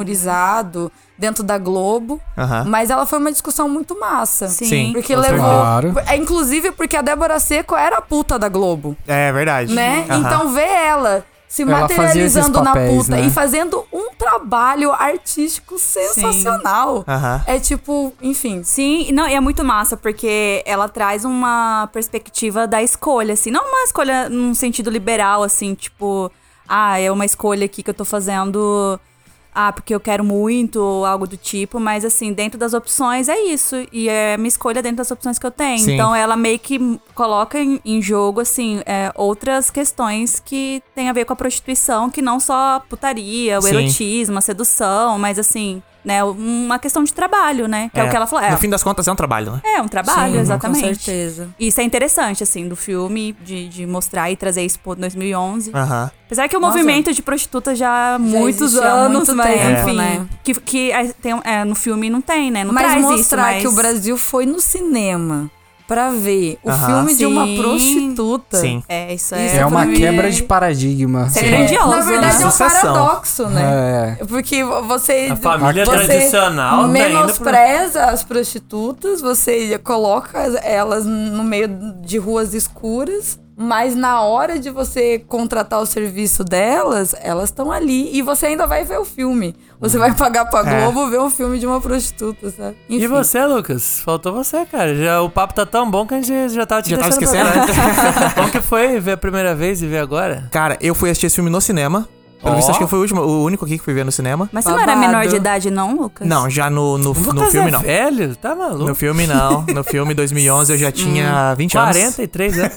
Speaker 7: glamourizado, dentro da Globo,
Speaker 3: Aham.
Speaker 7: mas ela foi uma discussão muito massa.
Speaker 5: Sim.
Speaker 3: Sim.
Speaker 7: Porque
Speaker 6: Com
Speaker 7: levou.
Speaker 6: certeza. Claro.
Speaker 7: é, Inclusive porque a Débora Seco era a puta da Globo,
Speaker 3: É verdade.
Speaker 7: né?
Speaker 3: Aham.
Speaker 7: Então ver ela se
Speaker 6: Ela fazia
Speaker 7: materializando
Speaker 6: esses
Speaker 7: na
Speaker 6: papéis,
Speaker 7: puta
Speaker 6: né?
Speaker 7: e fazendo um trabalho artístico sensacional.
Speaker 3: Aham.
Speaker 7: É tipo, enfim.
Speaker 5: Sim, não, e é muito massa, porque ela traz uma perspectiva da escolha, assim. Não uma escolha num sentido liberal, assim, tipo, ah, é uma escolha aqui que eu tô fazendo, ah, porque eu quero muito, ou algo do tipo, mas assim, dentro das opções é isso. E é minha escolha dentro das opções que eu tenho.
Speaker 3: Sim.
Speaker 5: Então ela meio que coloca em, em jogo, assim, é, outras questões que tem a ver com a prostituição, que não só a putaria, o
Speaker 3: Sim.
Speaker 5: erotismo, a sedução, mas assim. Né, uma questão de trabalho, né? Que é, o que ela falou. É,
Speaker 3: No fim das contas é um trabalho, né?
Speaker 5: é, um trabalho,
Speaker 7: Sim,
Speaker 5: exatamente.
Speaker 7: Com certeza.
Speaker 5: Isso é interessante, assim, do filme, de, de mostrar e trazer isso pro 2011.
Speaker 3: Aham.
Speaker 5: Apesar que o
Speaker 7: Ah. Nossa.
Speaker 5: movimento de prostituta já há muitos
Speaker 7: existe há
Speaker 5: anos,
Speaker 7: muito
Speaker 5: mas
Speaker 7: tempo,
Speaker 5: enfim.
Speaker 7: né?
Speaker 5: Que, que é, tem, é, no filme não tem, né? Não
Speaker 7: mas
Speaker 5: traz isso,
Speaker 7: mostrar
Speaker 5: mas-
Speaker 7: que o Brasil foi no cinema pra ver o
Speaker 3: Aham.
Speaker 7: filme de uma
Speaker 5: Sim.
Speaker 7: prostituta.
Speaker 3: Sim.
Speaker 5: É, isso
Speaker 7: Isso
Speaker 5: é.
Speaker 6: É uma
Speaker 7: pra mim
Speaker 6: quebra
Speaker 7: é-
Speaker 6: de paradigma.
Speaker 5: Isso é
Speaker 6: assim.
Speaker 5: grandioso, né?
Speaker 7: Na verdade é um
Speaker 3: Sucessão.
Speaker 7: paradoxo, né?
Speaker 6: É.
Speaker 7: Porque você.
Speaker 4: A família
Speaker 7: você
Speaker 4: tradicional tá indo pra-
Speaker 7: menospreza as prostitutas, você coloca elas no meio de ruas escuras, mas na hora de você contratar o serviço delas, elas estão ali. E você ainda vai ver o filme.
Speaker 4: Uhum.
Speaker 7: Você vai pagar pra
Speaker 3: É.
Speaker 7: Globo ver um filme de uma prostituta, sabe?
Speaker 4: E
Speaker 7: Enfim.
Speaker 4: você, Lucas? Faltou você, cara. Já, o papo tá tão bom que a gente já né? tá te
Speaker 3: Já tava
Speaker 4: deixando pra trás. Como que foi ver a primeira vez e ver agora?
Speaker 3: Cara, eu fui assistir esse filme no cinema. Pelo
Speaker 4: Ó.
Speaker 3: visto, acho que eu fui o, último, o único aqui que fui ver no cinema.
Speaker 5: Mas você não era
Speaker 7: Babado.
Speaker 5: menor de idade, não, Lucas?
Speaker 3: Não, já no, no,
Speaker 4: O
Speaker 3: no
Speaker 4: Lucas
Speaker 3: filme
Speaker 4: é
Speaker 3: não.
Speaker 4: velho? Tá maluco?
Speaker 3: No filme não. No filme 2011 eu
Speaker 7: Hum,
Speaker 3: já tinha 20 anos.
Speaker 4: 43 anos.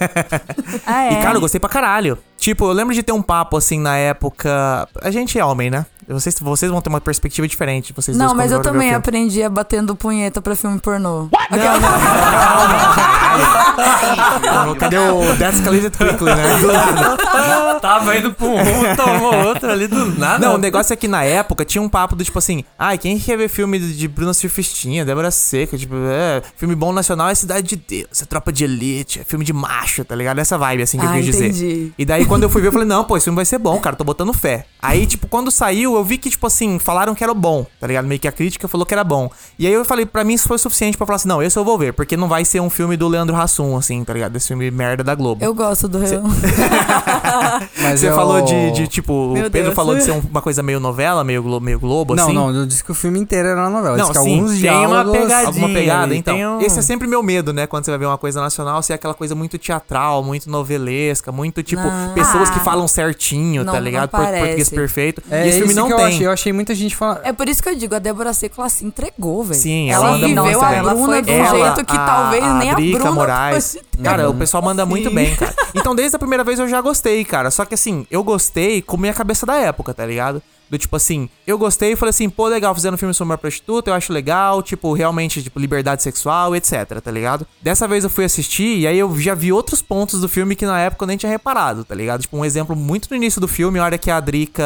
Speaker 5: Ah, é.
Speaker 3: E, cara, eu gostei pra caralho. Tipo, eu lembro de ter um papo assim na época. A gente é homem, né? Vocês, vocês vão ter uma perspectiva diferente. Vocês
Speaker 7: Não,
Speaker 3: dois
Speaker 7: mas eu
Speaker 3: quando forem
Speaker 7: também
Speaker 3: ver o filme.
Speaker 7: aprendi a batendo punheta pra filme pornô.
Speaker 3: Cadê o That's Escalated Quickly, né? Do nada.
Speaker 4: Tava indo pra um rumo, tomou outro ali do nada.
Speaker 3: Não, o negócio é que na época tinha um papo do tipo assim: ai, quem quer ver filme de Bruna Surfistinha, Débora Seca, tipo, é, filme bom nacional é Cidade de Deus, é Tropa de Elite, é filme de macho, tá ligado? Essa vibe assim que eu
Speaker 7: Ah,
Speaker 3: quis dizer.
Speaker 7: entendi.
Speaker 3: E daí quando eu fui ver, eu falei: não, pô, esse filme vai ser bom, cara, tô botando fé. Aí, tipo, quando saiu, eu vi que, tipo assim, falaram que era bom, tá ligado? Meio que a crítica falou que era bom. E aí eu falei: pra mim isso foi o suficiente pra falar assim: não, esse eu vou ver, porque não vai ser um filme do Leandro Hassum, assim, tá ligado? Esse filme merda da Globo.
Speaker 7: Eu gosto do Renan.
Speaker 6: Mas
Speaker 3: Você
Speaker 6: eu-
Speaker 3: falou de, de, tipo,
Speaker 5: Meu
Speaker 3: o Pedro
Speaker 5: Deus.
Speaker 3: falou de ser um- uma coisa meio novela, meio Globo, meio globo
Speaker 6: Não,
Speaker 3: assim.
Speaker 6: não, eu disse que o filme inteiro era uma novela.
Speaker 3: Não,
Speaker 6: disse que
Speaker 3: sim,
Speaker 6: alguns
Speaker 4: tem uma
Speaker 6: diálogos...
Speaker 4: pegadinha.
Speaker 3: Alguma pegada,
Speaker 4: Ele tem
Speaker 3: então.
Speaker 4: um-
Speaker 3: Esse é sempre meu medo, né? Quando você vai ver uma coisa nacional, se é aquela coisa muito teatral, muito novelesca, muito, tipo, pessoas que falam certinho,
Speaker 7: Não,
Speaker 3: tá
Speaker 7: Ah. não
Speaker 3: ligado? Por- Português
Speaker 7: parece.
Speaker 3: perfeito.
Speaker 6: É
Speaker 3: e esse filme
Speaker 6: isso
Speaker 3: não
Speaker 6: que eu
Speaker 3: tem.
Speaker 6: achei. Eu achei muita gente falando.
Speaker 7: É por isso que eu digo, a Débora Seco, ela se entregou, velho.
Speaker 3: Sim,
Speaker 7: ela,
Speaker 3: ela
Speaker 7: viveu
Speaker 3: nossa,
Speaker 7: a
Speaker 3: ela
Speaker 7: Bruna
Speaker 5: foi
Speaker 7: de um
Speaker 5: ela,
Speaker 7: jeito que talvez nem a
Speaker 3: Drica
Speaker 7: Bruna
Speaker 3: Moraes.
Speaker 7: fosse.
Speaker 3: Cara, o pessoal manda muito bem, cara. Então, desde a primeira vez eu já gostei, cara. Só que assim, eu gostei com minha cabeça da época, tá ligado? Do tipo assim, eu gostei e falei assim, pô, legal, fazendo filme sobre uma prostituta, eu acho legal, tipo, realmente, tipo, liberdade sexual, etc, tá ligado? Dessa vez eu fui assistir e aí eu já vi outros pontos do filme que na época eu nem tinha reparado, tá ligado? Tipo, um exemplo muito no início do filme, a hora que a Drica.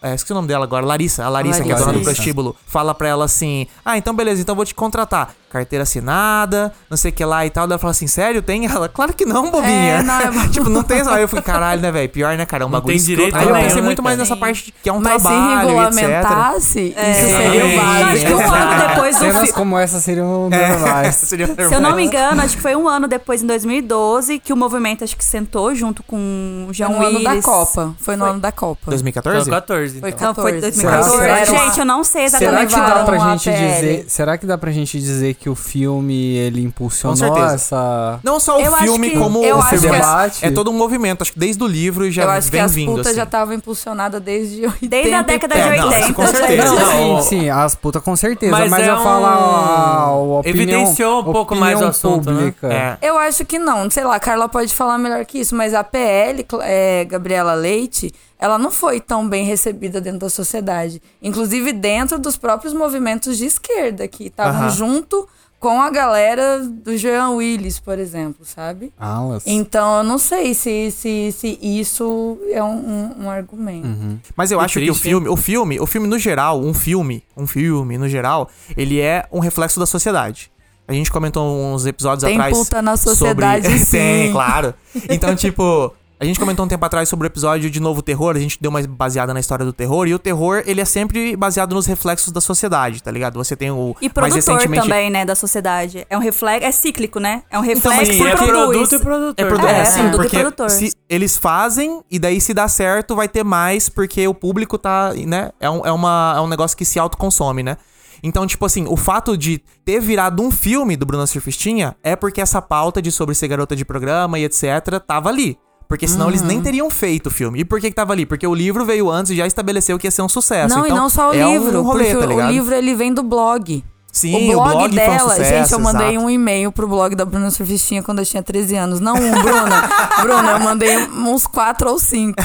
Speaker 3: É, esqueci o nome dela agora, Larissa, a Larissa, que é a dona do
Speaker 6: Larissa.
Speaker 3: prostíbulo prostíbulo fala pra ela assim: Ah, então beleza, então eu vou te contratar. Carteira assinada, não sei o que lá e tal. Daí Ela fala assim: Sério, tem? Ela, claro que não, bobinha.
Speaker 7: É, não, é-
Speaker 3: tipo, não tem essa. Aí eu falei: Caralho, né, velho? Pior, né, cara? É um bagulho
Speaker 4: tem
Speaker 3: escroto.
Speaker 4: direito
Speaker 3: Aí eu
Speaker 4: nenhum,
Speaker 3: pensei
Speaker 4: né,
Speaker 3: muito mais
Speaker 4: cara?
Speaker 3: nessa parte que é um
Speaker 7: Mas se
Speaker 3: trabalho, e etc.
Speaker 7: regulamentasse, isso
Speaker 5: É.
Speaker 7: seria
Speaker 5: Sim.
Speaker 7: o
Speaker 5: Acho que
Speaker 7: básico.
Speaker 5: um ano depois do
Speaker 6: Cenas
Speaker 5: filme.
Speaker 6: como essa seriam normais.
Speaker 3: Seria
Speaker 5: Se eu não me
Speaker 3: verdade.
Speaker 5: engano, acho que foi um ano depois, em 2012, que o movimento acho que sentou junto com o
Speaker 7: É
Speaker 5: João
Speaker 7: no ano da
Speaker 5: Willis.
Speaker 7: Copa. Foi no ano da Copa.
Speaker 3: 2014?
Speaker 4: 14, então.
Speaker 7: Foi
Speaker 5: Não, foi
Speaker 7: 14.
Speaker 5: 2014.
Speaker 6: Será-
Speaker 7: será-
Speaker 5: Gente, eu não sei
Speaker 6: Será
Speaker 5: exatamente
Speaker 6: que
Speaker 5: o
Speaker 6: dá
Speaker 5: ano.
Speaker 6: pra
Speaker 7: Levaram a
Speaker 6: gente
Speaker 7: PL.
Speaker 6: dizer? Será que dá pra gente dizer que o filme ele impulsionou
Speaker 3: certeza.
Speaker 6: essa?
Speaker 3: Não só o
Speaker 5: Eu acho
Speaker 3: filme,
Speaker 5: que-
Speaker 3: como
Speaker 5: eu
Speaker 3: o
Speaker 5: acho
Speaker 6: Esse
Speaker 5: que as-
Speaker 6: debate.
Speaker 3: É todo um movimento, acho que desde o livro já
Speaker 7: Eu acho que
Speaker 3: vem
Speaker 7: as
Speaker 3: vindo.
Speaker 7: putas
Speaker 3: assim.
Speaker 7: já estavam impulsionadas desde 80
Speaker 5: Desde a década de
Speaker 3: É, não,
Speaker 5: 80.
Speaker 3: com certeza.
Speaker 6: Não,
Speaker 4: Não,
Speaker 6: sim, sim, as putas com certeza. Mas,
Speaker 4: mas é
Speaker 6: eu
Speaker 4: um-
Speaker 6: falo a, a opinião,
Speaker 4: Evidenciou um pouco mais o
Speaker 6: opinião
Speaker 4: assunto, né?
Speaker 6: pública.
Speaker 3: É.
Speaker 7: Eu acho que não. Sei lá, a Carla pode falar melhor que isso, mas a PL, Cla- é, Gabriela Leite, ela não foi tão bem recebida dentro da sociedade. Inclusive dentro dos próprios movimentos de esquerda, que estavam
Speaker 3: Aham.
Speaker 7: junto com a galera do Jean Willis, por exemplo, sabe?
Speaker 6: Alas.
Speaker 7: Então eu não sei se, se, se isso é um, um- um argumento.
Speaker 3: Uhum. Mas eu acho que o
Speaker 4: triste, hein?
Speaker 3: filme, o filme, o filme no geral, um filme, um filme no geral, ele é um reflexo da sociedade. A gente comentou uns episódios
Speaker 7: Tem
Speaker 3: atrás
Speaker 7: puta na
Speaker 3: sobre-
Speaker 7: sociedade,
Speaker 3: Tem,
Speaker 7: sim.
Speaker 3: claro. Então, tipo, a gente comentou um tempo atrás sobre o episódio de Novo Terror, a gente deu uma baseada na história do terror, e o terror, ele é sempre baseado nos reflexos da sociedade, tá ligado? Você tem o
Speaker 5: E
Speaker 3: mais
Speaker 5: produtor
Speaker 3: recentemente
Speaker 5: também, né, da sociedade. É um reflexo, é cíclico, né? É um reflexo
Speaker 4: Sim,
Speaker 5: que
Speaker 4: é
Speaker 5: produz.
Speaker 4: produto e produtor. né?
Speaker 3: É, produ-
Speaker 5: É,
Speaker 3: é,
Speaker 5: é
Speaker 3: sim,
Speaker 5: produto e
Speaker 3: porque
Speaker 5: produtor.
Speaker 3: se eles fazem e daí se dá certo, vai ter mais, porque o público tá, né? É um, é uma, é um negócio que se autoconsome, né? Então, tipo assim, o fato de ter virado um filme do Bruno Surfistinha é porque essa pauta de sobre ser garota de programa e etc tava ali. Porque senão eles
Speaker 7: Uhum.
Speaker 3: nem teriam feito o filme. E por que, que tava ali? Porque o livro veio antes e já estabeleceu que ia ser um sucesso.
Speaker 7: Não,
Speaker 3: Então,
Speaker 7: e não só o
Speaker 3: é um
Speaker 7: livro,
Speaker 3: rolê,
Speaker 7: porque
Speaker 3: tá
Speaker 7: o
Speaker 3: ligado?
Speaker 7: livro ele vem do blog.
Speaker 3: Sim,
Speaker 7: o blog, dela,
Speaker 3: foi um sucesso,
Speaker 7: gente, eu mandei
Speaker 3: exato.
Speaker 7: um e-mail pro blog da Bruna Surfistinha quando eu tinha 13 anos. Não um, Bruna. Bruna, eu mandei uns 4 ou 5.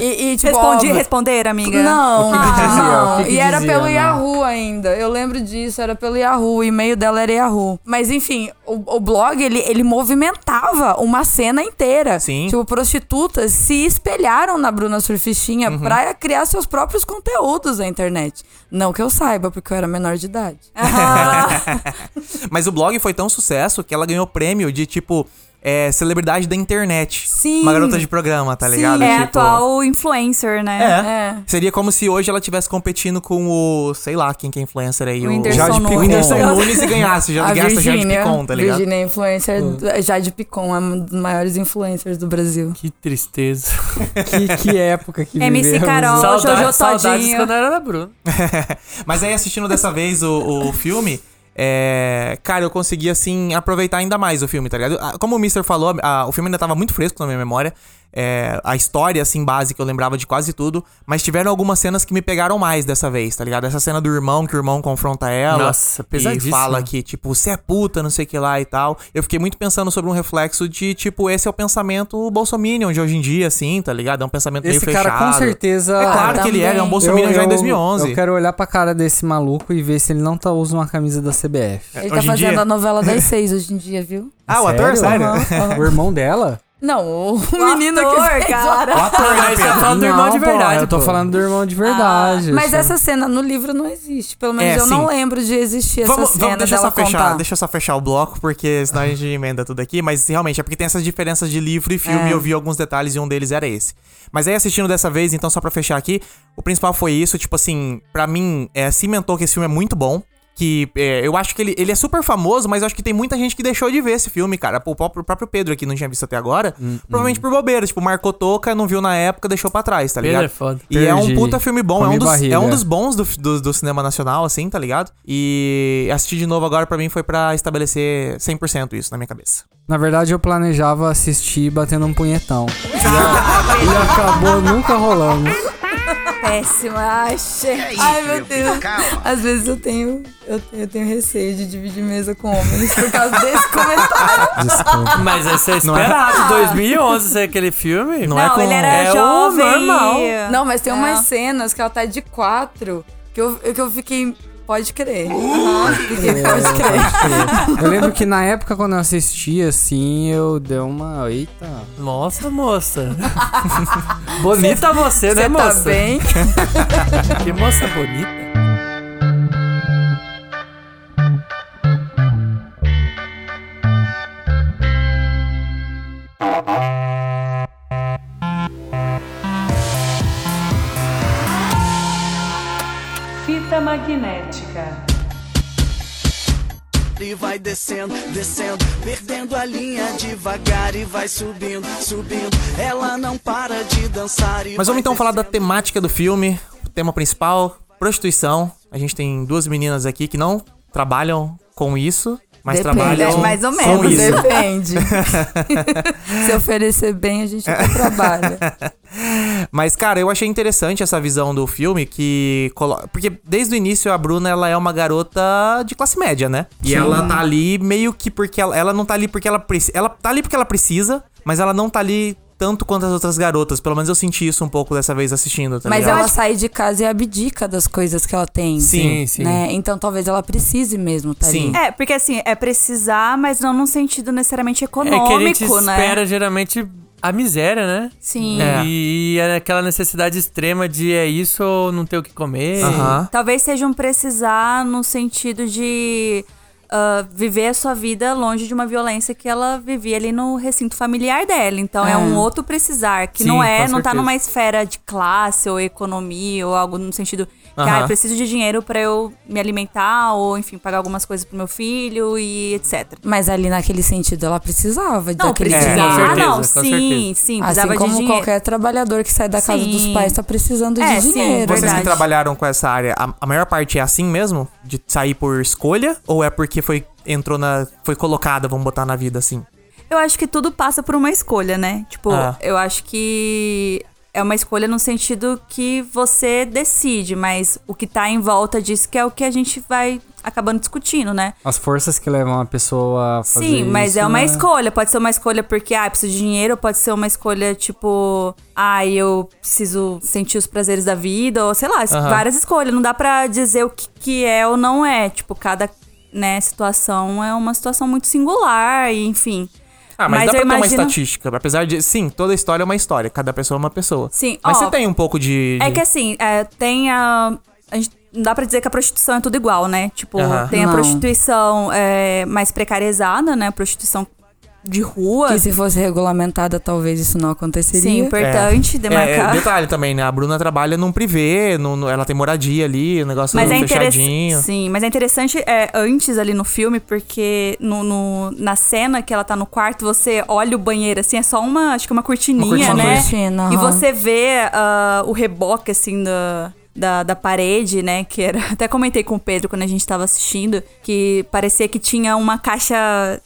Speaker 7: E, e, tipo,
Speaker 5: Respondi,
Speaker 7: óbvio-
Speaker 5: responder, amiga.
Speaker 7: Não,
Speaker 6: que que dizia?
Speaker 7: não.
Speaker 6: O que que
Speaker 7: e era
Speaker 6: dizia,
Speaker 7: pelo
Speaker 6: né?
Speaker 7: Yahoo ainda. Eu lembro disso, era pelo Yahoo. O e-mail dela era Yahoo. Mas enfim, o, o blog, ele, ele movimentava uma cena inteira.
Speaker 3: Sim.
Speaker 7: Tipo, prostitutas se espelharam na Bruna Surfistinha pra criar seus próprios conteúdos na internet. Não que eu saiba, porque eu era menor de idade.
Speaker 3: Mas o blog foi tão sucesso que ela ganhou prêmio de tipo. é, celebridade da internet.
Speaker 7: Sim.
Speaker 3: Uma garota de programa, tá ligado?
Speaker 5: É
Speaker 3: tipo,
Speaker 5: atual influencer, né?
Speaker 3: É.
Speaker 7: É.
Speaker 3: Seria como se hoje ela estivesse competindo com o. sei lá quem que é influencer aí.
Speaker 5: O
Speaker 3: O,
Speaker 5: Whindersson
Speaker 3: Jade
Speaker 5: Nunes.
Speaker 3: Picon. O Whindersson
Speaker 5: Eu-
Speaker 3: Nunes e ganhasse. Já
Speaker 7: A
Speaker 3: ganhasse a Jade
Speaker 7: Virgínia,
Speaker 3: Picon, tá ligado?
Speaker 7: Virgínia é influencer, do- Jade Picon é uma das maiores influencers do Brasil.
Speaker 4: Que tristeza.
Speaker 6: que, que época que
Speaker 5: MC
Speaker 6: vivemos,
Speaker 5: Carol. Ó,
Speaker 6: né?
Speaker 4: Saudade-
Speaker 5: Jojo
Speaker 4: saudades
Speaker 5: Todinho.
Speaker 4: quando era da Bruna.
Speaker 3: Mas aí assistindo dessa vez o, o filme. é, cara, eu consegui, assim, aproveitar ainda mais o filme, tá ligado? Ah, Como o Mister falou, ah, o filme ainda tava muito fresco na minha memória. é, a história, assim, básica, eu lembrava de quase tudo. Mas tiveram algumas cenas que me pegaram mais dessa vez, tá ligado? Essa cena do irmão, que o irmão confronta ela.
Speaker 4: Nossa,
Speaker 3: E
Speaker 4: pesadíssimo.
Speaker 3: fala que, tipo, você é puta, não sei o que lá e tal. Eu fiquei muito pensando sobre um reflexo de, tipo, esse é o pensamento bolsominion de hoje em dia, assim, tá ligado? É um pensamento meio
Speaker 6: Esse
Speaker 3: fechado.
Speaker 6: cara com certeza.
Speaker 3: É claro
Speaker 7: Ah,
Speaker 3: que ele é, ele é um
Speaker 7: também.
Speaker 3: bolsominion
Speaker 6: eu-
Speaker 3: já
Speaker 6: eu-
Speaker 3: em 2011.
Speaker 6: Eu quero olhar pra cara desse maluco e ver se ele não tá usando uma camisa da
Speaker 4: É,
Speaker 6: CBF.
Speaker 7: Ele
Speaker 3: Hoje
Speaker 7: tá
Speaker 3: em
Speaker 7: fazendo
Speaker 3: dia?
Speaker 7: a novela das seis hoje em dia, viu?
Speaker 3: É. Ah, o ator, sério?
Speaker 6: Aham, aham. O irmão dela?
Speaker 7: Não, o,
Speaker 5: O
Speaker 7: um menino
Speaker 5: É um ator,
Speaker 7: que fez
Speaker 5: cara.
Speaker 3: O ator, né,
Speaker 4: Mas você
Speaker 3: Pedro?
Speaker 4: fala do irmão
Speaker 6: Não,
Speaker 4: de
Speaker 6: pô,
Speaker 4: verdade.
Speaker 6: Eu tô
Speaker 4: pô.
Speaker 6: falando do irmão de
Speaker 7: Ah,
Speaker 6: verdade.
Speaker 7: mas
Speaker 6: só.
Speaker 7: essa cena no livro não existe. Pelo menos
Speaker 3: É,
Speaker 7: eu não
Speaker 3: sim.
Speaker 7: lembro de existir essa
Speaker 3: Vamos,
Speaker 7: cena
Speaker 3: vamos deixa eu
Speaker 7: dela
Speaker 3: só fechar,
Speaker 7: contar.
Speaker 3: deixa eu só fechar o bloco, porque senão a gente emenda tudo aqui, mas realmente é porque tem essas diferenças de livro e filme,
Speaker 7: É.
Speaker 3: eu vi alguns detalhes e um deles era esse. Mas aí assistindo dessa vez, então só pra fechar aqui, o principal foi isso, tipo assim, pra mim, é, cimentou que esse filme é muito bom. Que é, eu acho que ele, ele é super famoso, mas eu acho que tem muita gente que deixou de ver esse filme, cara. O próprio, o próprio Pedro aqui não tinha visto até agora.
Speaker 4: Hum,
Speaker 3: provavelmente por bobeira. Tipo, marcou toca, não viu na época, deixou pra trás, tá
Speaker 4: Pedro
Speaker 3: ligado?
Speaker 4: é foda.
Speaker 3: E é um
Speaker 6: Perdi.
Speaker 3: puta filme bom, é
Speaker 6: Comi
Speaker 3: um, dos, é
Speaker 6: barriga.
Speaker 3: um dos bons do, do, do cinema nacional, assim, tá ligado? E assistir de novo agora pra mim foi pra estabelecer 100% isso na minha cabeça.
Speaker 6: Na verdade, eu planejava assistir batendo um punhetão. e acabou nunca rolando.
Speaker 5: Péssima, achei.
Speaker 7: Ai, meu Deus. Às vezes eu tenho, eu, eu tenho receio de dividir mesa com homens por causa desse comentário.
Speaker 6: Desculpa.
Speaker 4: Mas esse é esperado. 2011 esse é aquele filme.
Speaker 3: Não é com-
Speaker 5: ele era
Speaker 4: é o
Speaker 5: jovem.
Speaker 4: normal.
Speaker 5: Não,
Speaker 7: Não, mas tem
Speaker 5: É.
Speaker 7: umas cenas que ela tá de quatro que eu, que eu fiquei. Pode crer.
Speaker 5: Uhum.
Speaker 7: Aham, fiquei,
Speaker 3: Uhum.
Speaker 7: pode crer.
Speaker 6: Eu lembro que na época quando eu assisti, assim, eu dei uma. Eita.
Speaker 4: Nossa, moça. bonita você, né,
Speaker 7: Você tá
Speaker 4: moça?
Speaker 7: bem?
Speaker 4: Que moça bonita.
Speaker 1: fita magnética,
Speaker 8: E vai descendo, descendo, perdendo a linha devagar e vai subindo, subindo. Ela não para de dançar e
Speaker 3: Mas vamos
Speaker 8: vai
Speaker 3: então falar da
Speaker 8: descendo.
Speaker 3: temática do filme, o tema principal, prostituição. A gente tem duas meninas aqui que não trabalham com isso, mas
Speaker 5: Depende, é
Speaker 3: trabalham
Speaker 5: mais ou
Speaker 3: com
Speaker 5: menos,
Speaker 3: isso.
Speaker 7: Depende. Se oferecer bem, a gente até trabalha.
Speaker 3: Mas, cara, eu achei interessante essa visão do filme que. colo- Porque desde o início a Bruna ela é uma garota de classe média, né? E ela tá ali meio que porque ela, ela não tá ali porque ela precisa. Ela tá ali porque ela precisa, mas ela não tá ali tanto quanto as outras garotas. Pelo menos eu senti isso um pouco dessa vez assistindo, tá
Speaker 7: Mas
Speaker 3: ligado?
Speaker 7: ela sai de casa e abdica das coisas que ela tem.
Speaker 3: Sim,
Speaker 4: sim.
Speaker 7: Né? Então talvez ela precise mesmo, tá
Speaker 3: Sim.
Speaker 7: ali.
Speaker 5: É, porque assim, é precisar, mas não num sentido necessariamente
Speaker 4: É
Speaker 5: econômico,
Speaker 4: que a gente
Speaker 5: né?
Speaker 4: espera geralmente a miséria, né?
Speaker 5: Sim.
Speaker 3: É.
Speaker 4: E é aquela necessidade extrema de é isso ou não ter o que comer.
Speaker 3: Aham.
Speaker 5: Talvez seja um precisar no sentido de ah, viver a sua vida longe de uma violência que ela vivia ali no recinto familiar dela. Então é,
Speaker 7: É.
Speaker 5: um outro precisar, que
Speaker 4: Sim,
Speaker 5: não é,
Speaker 4: com
Speaker 5: não tá
Speaker 4: certeza.
Speaker 5: numa esfera de classe ou economia ou algo no sentido que, ah,
Speaker 3: Aham.
Speaker 5: eu preciso de dinheiro pra eu me alimentar ou, enfim, pagar algumas coisas pro meu filho e etc.
Speaker 7: Mas ali naquele sentido ela precisava
Speaker 5: Não,
Speaker 7: daquele
Speaker 5: precisar,
Speaker 4: com
Speaker 5: ah,
Speaker 3: É,
Speaker 7: dinheiro.
Speaker 4: certeza,
Speaker 5: não,
Speaker 4: com
Speaker 5: sim,
Speaker 4: certeza.
Speaker 5: sim, precisava
Speaker 7: Assim como
Speaker 5: de dinheiro.
Speaker 7: qualquer trabalhador que sai da casa
Speaker 5: Sim.
Speaker 7: dos pais tá precisando
Speaker 5: É,
Speaker 7: de
Speaker 5: sim,
Speaker 7: dinheiro. né?
Speaker 3: Vocês que
Speaker 5: verdade.
Speaker 3: trabalharam com essa área, a, a maior parte é assim mesmo? De sair por escolha? Ou é porque foi. entrou na. foi colocada, vamos botar na vida assim?
Speaker 5: Eu acho que tudo passa por uma escolha, né? Tipo,
Speaker 3: Ah.
Speaker 5: eu acho que é uma escolha no sentido que você decide, mas o que tá em volta disso que é o que a gente vai acabando discutindo, né?
Speaker 6: As forças que levam a pessoa a fazer
Speaker 5: Sim, mas
Speaker 6: isso,
Speaker 5: é uma
Speaker 6: né?
Speaker 5: escolha. Pode ser uma escolha porque, ah, eu preciso de dinheiro, pode ser uma escolha tipo, ah, eu preciso sentir os prazeres da vida, ou sei lá, várias escolhas. Não dá pra dizer o que, que é ou não é. Tipo, cada né, situação é uma situação muito singular, e enfim.
Speaker 3: Ah, mas, dá
Speaker 5: eu
Speaker 3: pra ter uma
Speaker 5: imagino-
Speaker 3: estatística. Apesar de. Sim, toda história é uma história. Cada pessoa é uma pessoa.
Speaker 5: Sim,
Speaker 3: Mas
Speaker 5: ó,
Speaker 3: você tem um pouco de.
Speaker 5: É que assim, é, tem a. a gente- não dá pra dizer que a prostituição é tudo igual, né? Tipo,
Speaker 3: Aham.
Speaker 5: tem a
Speaker 7: Não.
Speaker 5: prostituição é, mais precarizada, né? Prostituição de rua.
Speaker 7: Que se fosse regulamentada, talvez isso não aconteceria.
Speaker 5: Sim, importante
Speaker 3: É,
Speaker 5: demarcar.
Speaker 3: detalhe também, né? A Bruna trabalha num privê, num- num- ela tem moradia ali, o negócio
Speaker 5: mas é
Speaker 3: fechadinho.
Speaker 5: interessante. Sim, mas é interessante é, antes ali no filme, porque no, no- na cena que ela tá no quarto, você olha o banheiro, assim, é só uma, acho que uma cortininha,
Speaker 7: cortina.
Speaker 5: né?
Speaker 7: Uma cortina,
Speaker 5: E
Speaker 7: aham.
Speaker 5: você vê ah, o reboque, assim, da, da, da parede, né? Que era. Até comentei com o Pedro quando a gente tava assistindo, que parecia que tinha uma caixa,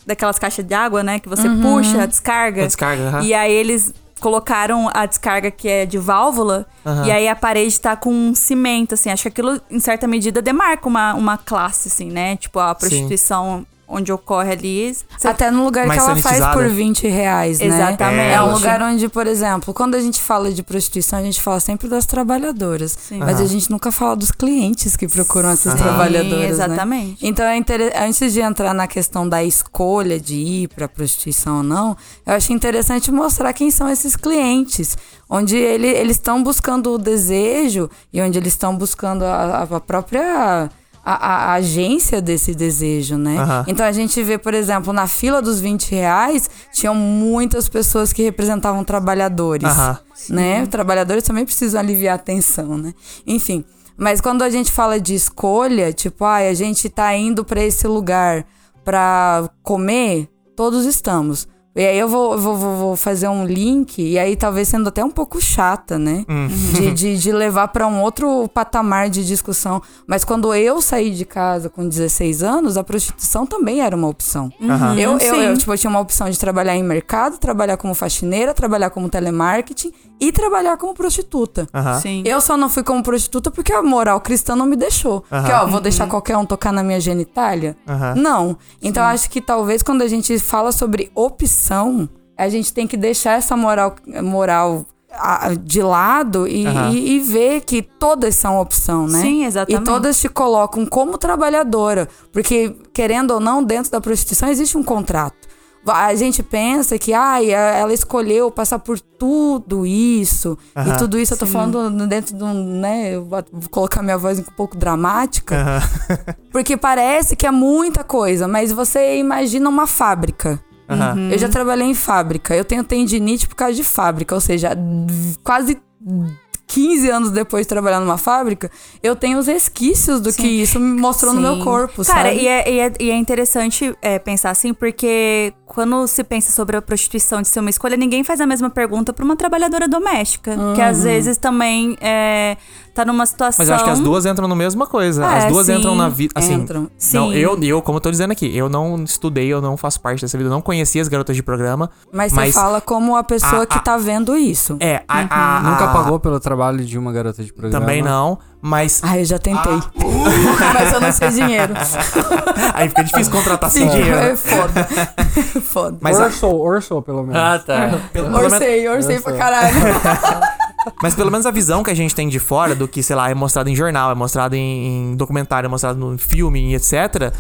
Speaker 5: daquelas caixas de água, né? Que você
Speaker 7: Uhum.
Speaker 5: puxa, descarga.
Speaker 3: A descarga, aham.
Speaker 5: E aí eles colocaram a descarga que é de válvula
Speaker 3: Aham.
Speaker 5: e aí a parede tá com um cimento, assim. Acho que aquilo, em certa medida, demarca uma, uma classe, assim, né? Tipo, a prostituição onde ocorre ali. Você-
Speaker 7: Até no lugar que
Speaker 3: Mais
Speaker 7: ela faz
Speaker 3: sanitizada.
Speaker 7: por 20 reais, né?
Speaker 5: Exatamente.
Speaker 7: É um lugar onde, por exemplo, quando a gente fala de prostituição, a gente fala sempre das trabalhadoras. Mas a gente nunca fala dos clientes que procuram essas
Speaker 5: Sim,
Speaker 7: trabalhadoras. né?
Speaker 5: exatamente.
Speaker 7: Então, é inter- antes de entrar na questão da escolha de ir para prostituição ou não, eu acho interessante mostrar quem são esses clientes. Onde ele- eles estão buscando o desejo e onde eles estão buscando a, a- a própria. a- a- a agência desse desejo, né?
Speaker 3: Aham.
Speaker 7: Então a gente vê, por exemplo, na fila dos 20 reais, tinham muitas pessoas que representavam trabalhadores.
Speaker 3: Aham.
Speaker 7: Né? Trabalhadores também precisam aliviar a tensão, né? Enfim. Mas quando a gente fala de escolha, tipo, ai, a gente tá indo pra esse lugar pra comer, todos estamos. E aí eu vou, vou, vou- vou fazer um link, e aí talvez sendo até um pouco chata, né? De, de, de levar pra um outro patamar de discussão. Mas quando eu saí de casa com 16 anos, a prostituição também era uma opção.
Speaker 3: Aham.
Speaker 7: Eu, eu,
Speaker 5: Sim.
Speaker 7: eu, tipo, eu tinha uma opção de trabalhar em mercado, trabalhar como faxineira, trabalhar como telemarketing e trabalhar como prostituta.
Speaker 3: Aham.
Speaker 5: Sim.
Speaker 7: Eu só não fui como prostituta porque a moral cristã não me deixou. Que, ó, vou deixar qualquer um tocar na minha genitália?
Speaker 3: Aham.
Speaker 7: Não. Então eu acho que talvez quando a gente fala sobre opção, a gente tem que deixar essa moral, moral ah, de lado e,
Speaker 3: Aham.
Speaker 7: e- e ver que todas são opção, né?
Speaker 5: Sim, exatamente.
Speaker 7: E todas te colocam como trabalhadora. Porque, querendo ou não, dentro da prostituição existe um contrato. Va- A gente pensa que, ai, a- ela escolheu passar por tudo isso.
Speaker 3: Aham.
Speaker 7: E tudo isso eu tô falando no- dentro de um, né? eu Vou vou colocar minha voz um pouco dramática.
Speaker 3: É.
Speaker 7: Porque parece que é muita coisa, mas você imagina uma fábrica.
Speaker 3: Aham.
Speaker 5: Uhum,
Speaker 7: Eu já trabalhei em fábrica. Eu tenho tendinite por causa de fábrica, ou seja, quase 15 anos depois de trabalhar numa fábrica, eu tenho os resquícios do que isso me mostrou no
Speaker 5: Sim.
Speaker 7: meu corpo,
Speaker 5: Cara,
Speaker 7: Tipo, sabe?
Speaker 5: E, é, e é- e é interessante é, pensar assim, porque quando se pensa sobre a prostituição de ser uma escolha, ninguém faz a mesma pergunta pra uma trabalhadora doméstica, que
Speaker 7: Uhum.
Speaker 5: às vezes também é, tá numa situação...
Speaker 3: Mas eu acho que as duas entram na mesma coisa.
Speaker 5: É,
Speaker 3: as duas
Speaker 5: sim.
Speaker 3: entram na vida. Assim,
Speaker 7: Entram.
Speaker 3: Não,
Speaker 5: Sim.
Speaker 3: eu, eu, como eu tô dizendo aqui, eu não estudei, eu não faço parte dessa vida, eu não conheci as garotas de programa.
Speaker 7: Mas você
Speaker 3: mas-
Speaker 7: fala como a pessoa
Speaker 3: a-
Speaker 7: que tá vendo isso.
Speaker 3: É, a,
Speaker 5: Uhum.
Speaker 3: a- a-
Speaker 6: Nunca pagou pelo trabalho de uma garota de programa.
Speaker 3: Também
Speaker 4: né?
Speaker 3: não, mas.
Speaker 7: Ah, eu já tentei.
Speaker 3: uh.
Speaker 7: mas eu não sei dinheiro.
Speaker 3: Aí fica difícil contratar sem
Speaker 7: é
Speaker 3: dinheiro. né?
Speaker 7: foda. foda.
Speaker 3: Mas, a-
Speaker 6: Orso, Orso, pelo menos.
Speaker 4: Ah,
Speaker 5: Uhum.
Speaker 4: tá.
Speaker 3: pelo, pelo menos,
Speaker 7: Orcei, orcei pra caralho.
Speaker 3: mas pelo menos a visão que a gente tem de fora do que, sei lá, é mostrado em jornal, é mostrado em, em documentário, é mostrado no filme, e etc.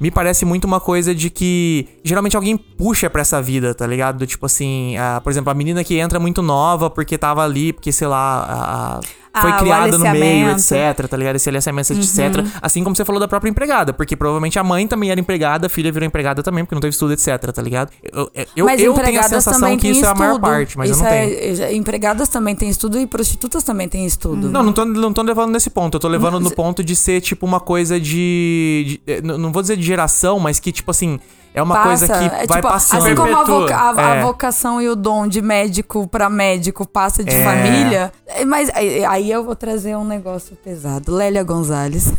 Speaker 3: Me parece muito uma coisa de que geralmente alguém puxa pra essa vida, tá ligado? Do Tipo assim, ah, por exemplo, a menina que entra muito nova porque tava ali, porque, sei lá, a- a- foi
Speaker 5: Ah, o
Speaker 3: criada no meio,
Speaker 5: aliciamento.
Speaker 3: etc. etc, tá ligado? Esse aliançamento, etc.
Speaker 7: Uhum.
Speaker 3: Assim como você falou da própria empregada, porque provavelmente a mãe também era empregada, a filha virou empregada também, porque não teve estudo, etc, tá ligado? Eu, eu,
Speaker 7: mas
Speaker 3: eu tenho a
Speaker 7: empregadas
Speaker 3: sensação
Speaker 7: também
Speaker 3: que
Speaker 7: têm
Speaker 3: isso é a maior
Speaker 7: estudo.
Speaker 3: parte, mas
Speaker 7: Isso
Speaker 3: eu não
Speaker 7: é-
Speaker 3: tenho.
Speaker 7: é- Empregadas também tem estudo e prostitutas também tem estudo.
Speaker 3: Não, não tô, não tô levando nesse ponto. Eu tô levando no ponto de ser, tipo, uma coisa de. de- eh, n- não vou dizer de geração, mas que, tipo assim, é uma coisa que
Speaker 7: é
Speaker 3: vai
Speaker 7: tipo,
Speaker 3: passando.
Speaker 7: Assim como a,
Speaker 4: Perpetua.
Speaker 7: voca- a- a
Speaker 3: É.
Speaker 7: vocação e o dom de médico pra médico passa de
Speaker 3: É.
Speaker 7: família. É, Mas aí aí eu vou trazer um negócio pesado. Lélia Gonzalez. Né?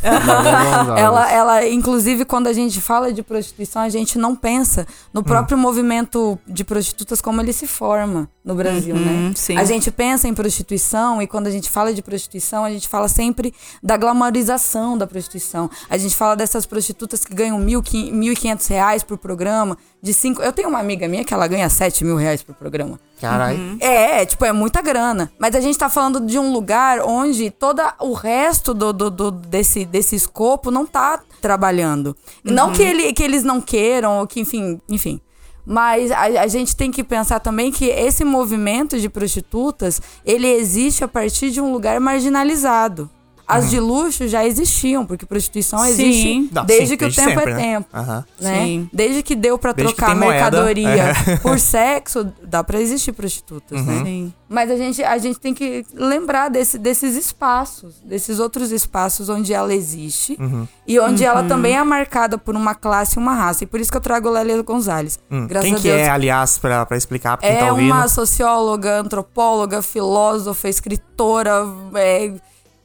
Speaker 7: Ela, ela, inclusive, quando a gente fala de prostituição, a gente não pensa
Speaker 5: Hum.
Speaker 7: no próprio movimento de prostitutas como ele se forma no Brasil,
Speaker 5: Uhum,
Speaker 7: né?
Speaker 5: sim.
Speaker 7: A gente pensa em prostituição e quando a gente fala de prostituição, a gente fala sempre da glamorização da prostituição. A gente fala dessas prostitutas que ganham mil, quin- mil e quinhentos reais por programa, de cinco... Eu tenho uma amiga minha que ela ganha sete mil reais por programa.
Speaker 3: Caralho.
Speaker 7: É, é, tipo, é muita grana. Mas a gente tá falando de um lugar onde todo o resto do, do- do- desse, desse escopo não tá trabalhando. Não
Speaker 3: Uhum.
Speaker 7: que, ele, que eles não queiram, ou que, enfim, enfim. Mas a, a gente tem que pensar também que esse movimento de prostitutas, ele existe a partir de um lugar marginalizado. As de luxo já existiam, porque prostituição
Speaker 5: Sim.
Speaker 7: existe
Speaker 3: Não,
Speaker 7: desde
Speaker 3: Uhum. sim,
Speaker 7: que o tempo
Speaker 3: sempre,
Speaker 7: é
Speaker 3: né?
Speaker 7: tempo
Speaker 3: Aham.
Speaker 7: né?
Speaker 5: Sim.
Speaker 7: Desde que deu pra
Speaker 3: Desde que
Speaker 7: trocar
Speaker 3: tem moeda, É.
Speaker 7: mercadoria por sexo, dá pra existir prostitutas,
Speaker 3: Uhum.
Speaker 7: né?
Speaker 5: Sim.
Speaker 7: Mas a gente, a gente tem que lembrar desse- desses espaços, desses outros espaços onde ela existe
Speaker 3: Uhum.
Speaker 7: e onde ela também é marcada por uma classe e uma raça. E por isso que eu trago Lélia Gonzalez.
Speaker 3: Hum,
Speaker 7: Graças
Speaker 3: Quem
Speaker 7: a
Speaker 3: que
Speaker 7: Deus.
Speaker 3: é, aliás, pra, pra explicar pra quem
Speaker 7: É
Speaker 3: tá ouvindo?
Speaker 7: uma socióloga, antropóloga, filósofa, escritora, é,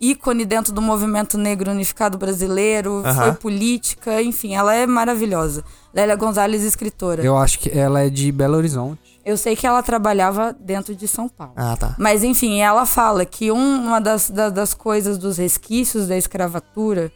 Speaker 7: ícone dentro do movimento negro unificado brasileiro,
Speaker 3: Aham.
Speaker 7: foi política, enfim, ela é maravilhosa. Lélia Gonzalez, escritora. Eu,
Speaker 6: Eu acho que ela é de Belo Horizonte.
Speaker 7: sei que ela trabalhava dentro de São Paulo.
Speaker 3: Ah, tá.
Speaker 7: Mas enfim, ela fala que um- uma das, da- das coisas dos resquícios da escravatura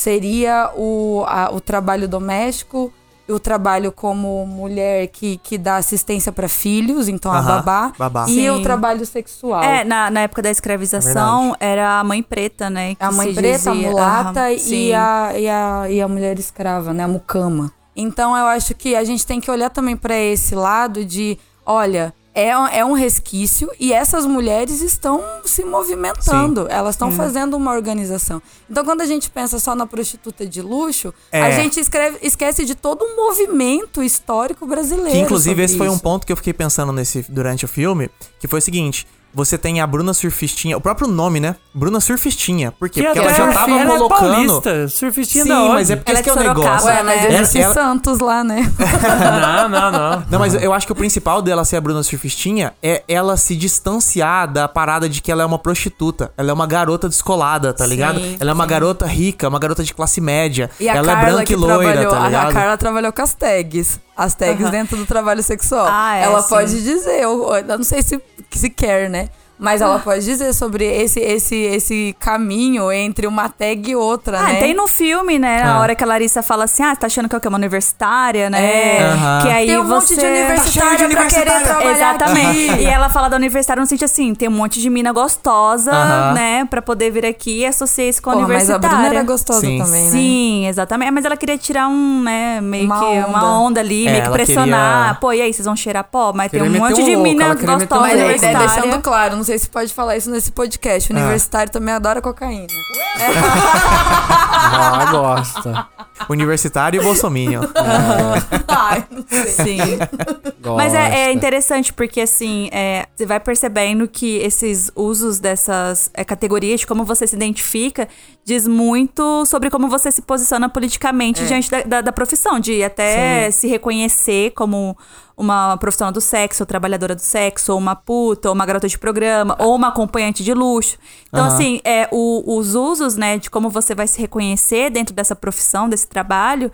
Speaker 7: seria o, a- o trabalho doméstico, o trabalho como mulher que, que dá assistência para filhos, então a
Speaker 3: Aham,
Speaker 7: babá,
Speaker 3: babá.
Speaker 7: e
Speaker 5: Sim.
Speaker 7: o trabalho sexual.
Speaker 5: É, na, na época da escravização, era a mãe preta, né? que
Speaker 7: É a mãe
Speaker 5: se
Speaker 7: preta, a
Speaker 5: dizia.
Speaker 7: mulata
Speaker 5: Aham,
Speaker 7: e,
Speaker 5: sim.
Speaker 7: a, e, a, e a mulher escrava, né? A mucama. Então eu acho que a gente tem que olhar também para esse lado de, olha, é, um- é um resquício e essas mulheres estão se movimentando, elas
Speaker 3: Uhum.
Speaker 7: estão fazendo uma organização. Então quando a gente pensa só na prostituta de luxo, a
Speaker 3: É.
Speaker 7: gente escreve- esquece de todo um movimento histórico brasileiro.
Speaker 3: Que inclusive
Speaker 7: sobre
Speaker 3: esse foi um
Speaker 7: isso.
Speaker 3: ponto que eu fiquei pensando nesse durante o filme, que foi o seguinte. Você tem a Bruna Surfistinha, o próprio nome, né? Bruna Surfistinha. Por quê? Porque ela já tava
Speaker 4: ela é
Speaker 3: colocando.
Speaker 4: paulista, surfistinha
Speaker 3: Sim,
Speaker 4: da onde?
Speaker 3: mas é porque
Speaker 5: Ela
Speaker 3: esse que é
Speaker 5: é
Speaker 3: o
Speaker 5: de Sorocaba,
Speaker 3: negócio.
Speaker 7: Ué, mas
Speaker 5: né?
Speaker 3: Ela-
Speaker 7: existe
Speaker 3: ela-
Speaker 7: é Santos lá, né?
Speaker 4: Não, não, não.
Speaker 3: Não, mas eu acho que o principal dela ser a Bruna Surfistinha é ela se distanciar da parada de que ela é uma prostituta. Ela é uma garota descolada, tá ligado? Ela é uma garota rica, uma garota de classe média.
Speaker 7: E a
Speaker 3: ela
Speaker 7: Carla
Speaker 3: é branca
Speaker 7: que
Speaker 3: e loira,
Speaker 7: trabalhou,
Speaker 3: tá
Speaker 7: a- a,
Speaker 3: ligado?
Speaker 7: Carla trabalhou com as tags. As tags dentro do trabalho sexual.
Speaker 5: Ah, é,
Speaker 7: Ela
Speaker 5: sim.
Speaker 7: pode dizer, eu, eu não sei se, se quer, né? Mas
Speaker 5: Ah.
Speaker 7: ela pode dizer sobre esse, esse, esse caminho entre uma tag e outra,
Speaker 5: Ah,
Speaker 7: né?
Speaker 5: tem no filme, né? A
Speaker 3: Ah.
Speaker 5: hora que a Larissa fala assim: Ah, tá achando que eu que é uma universitária, né?
Speaker 3: É. Aham.
Speaker 5: Que aí
Speaker 7: Tem um
Speaker 5: você... um
Speaker 7: monte de universitária
Speaker 3: Tá cheio de
Speaker 7: pra querer
Speaker 3: universitária.
Speaker 7: trabalhar.
Speaker 5: Exatamente.
Speaker 7: aqui.
Speaker 5: E ela fala da universitária no sentido assim: tem um monte de mina gostosa,
Speaker 3: Aham.
Speaker 5: né? Pra poder vir aqui e associar isso com a
Speaker 7: Porra, mas a
Speaker 5: universitária.
Speaker 7: Bruna era gostosa
Speaker 3: Sim.
Speaker 7: também, né?
Speaker 5: Sim, exatamente. Mas ela queria tirar um, né, meio
Speaker 7: Uma
Speaker 5: que uma
Speaker 7: onda.
Speaker 5: onda ali,
Speaker 3: É,
Speaker 5: meio que
Speaker 3: ela queria-
Speaker 5: pressionar. Pô, e aí, vocês vão cheirar pó? Mas tem
Speaker 6: Queria
Speaker 5: um
Speaker 6: meter
Speaker 5: monte
Speaker 6: um
Speaker 5: de
Speaker 6: louco,
Speaker 5: mina
Speaker 6: ela queria meter um
Speaker 5: gostosa
Speaker 7: Mas a ideia é
Speaker 5: universitária.
Speaker 7: deixando claro, não sei se pode falar isso nesse
Speaker 3: Ah.
Speaker 7: podcast. Universitário também adora cocaína.
Speaker 6: Ah, gosta.
Speaker 3: Universitário e Bolsominion.
Speaker 7: Ai, não sei.
Speaker 5: Sim.
Speaker 6: gosta.
Speaker 5: Mas é, é interessante porque, assim, é, você vai percebendo que esses usos dessas é, categorias, de como você se identifica, diz muito sobre como você se posiciona politicamente diante da, da- da profissão, de até se reconhecer como uma profissional do sexo, ou trabalhadora do sexo, ou uma puta, ou uma garota de programa, ou uma acompanhante de luxo. Então, assim, é, o- os usos, né, de como você vai se reconhecer dentro dessa profissão, desse trabalho.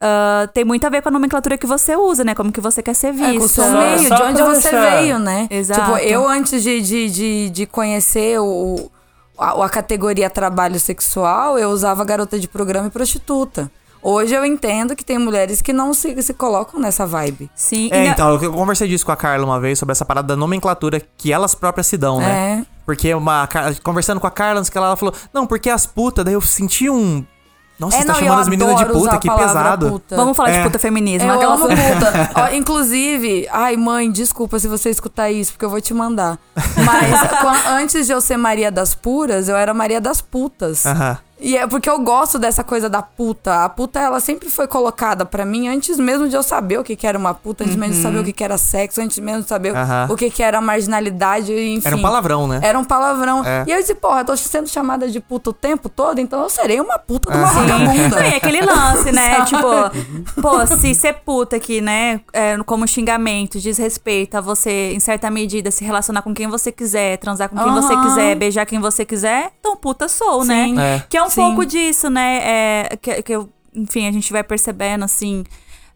Speaker 5: ah, tem muito a ver com a nomenclatura que você usa, né? Como que você quer ser
Speaker 7: É,
Speaker 5: visto.
Speaker 7: com o seu
Speaker 5: né?
Speaker 7: meio, de
Speaker 4: Só
Speaker 7: onde
Speaker 4: pra
Speaker 7: você
Speaker 4: deixar.
Speaker 7: veio, né?
Speaker 5: Exato.
Speaker 7: Tipo, eu antes de, de, de, de conhecer o, a, a categoria trabalho sexual, eu usava garota de programa e prostituta. Hoje eu entendo que tem mulheres que não se, se colocam nessa vibe.
Speaker 5: Sim.
Speaker 3: É,
Speaker 5: e na-
Speaker 3: então, eu conversei disso com a Carla uma vez sobre essa parada da nomenclatura que elas próprias se dão, né?
Speaker 7: É.
Speaker 3: Porque uma. Car- Conversando com a Carla, não sei o que lá, ela falou, não, porque as putas, daí eu senti um. Nossa, você tá
Speaker 7: É, não, eu
Speaker 3: chamando as meninas de
Speaker 7: adoro usar
Speaker 3: puta,
Speaker 7: a
Speaker 3: que
Speaker 7: palavra
Speaker 3: pesado.
Speaker 7: puta.
Speaker 5: Vamos falar
Speaker 3: É.
Speaker 5: de puta feminismo.
Speaker 7: Eu
Speaker 5: aquelas-
Speaker 7: amo puta. Ó, inclusive, ai mãe, desculpa se você escutar isso, porque eu vou te mandar. Mas quan- antes de eu ser Maria das Puras, eu era Maria das Putas.
Speaker 3: Aham.
Speaker 7: E é porque eu gosto dessa coisa da puta. A puta, ela sempre foi colocada pra mim antes mesmo de eu saber o que, que era uma puta, antes mesmo de saber o que, que era sexo, antes mesmo de saber
Speaker 3: Uhum. Aham.
Speaker 7: o que, que era marginalidade, enfim.
Speaker 3: Era um palavrão, né?
Speaker 7: Era um palavrão.
Speaker 3: É.
Speaker 7: E eu disse, porra, eu tô sendo chamada de puta o tempo todo, então eu serei uma puta
Speaker 3: Ah,
Speaker 7: de uma
Speaker 5: Não,
Speaker 7: vagabunda.
Speaker 5: e aquele lance, né? tipo, pô, se ser puta aqui, né? é, como xingamento, desrespeito a você, em certa medida, se relacionar com quem você quiser, transar com quem você
Speaker 7: Aham.
Speaker 5: quiser, beijar quem você quiser, então puta sou,
Speaker 7: Sim.
Speaker 5: né?
Speaker 3: É.
Speaker 5: Que é um
Speaker 7: Sim.
Speaker 5: pouco disso, né? É, que, que eu, enfim, a gente vai percebendo, assim.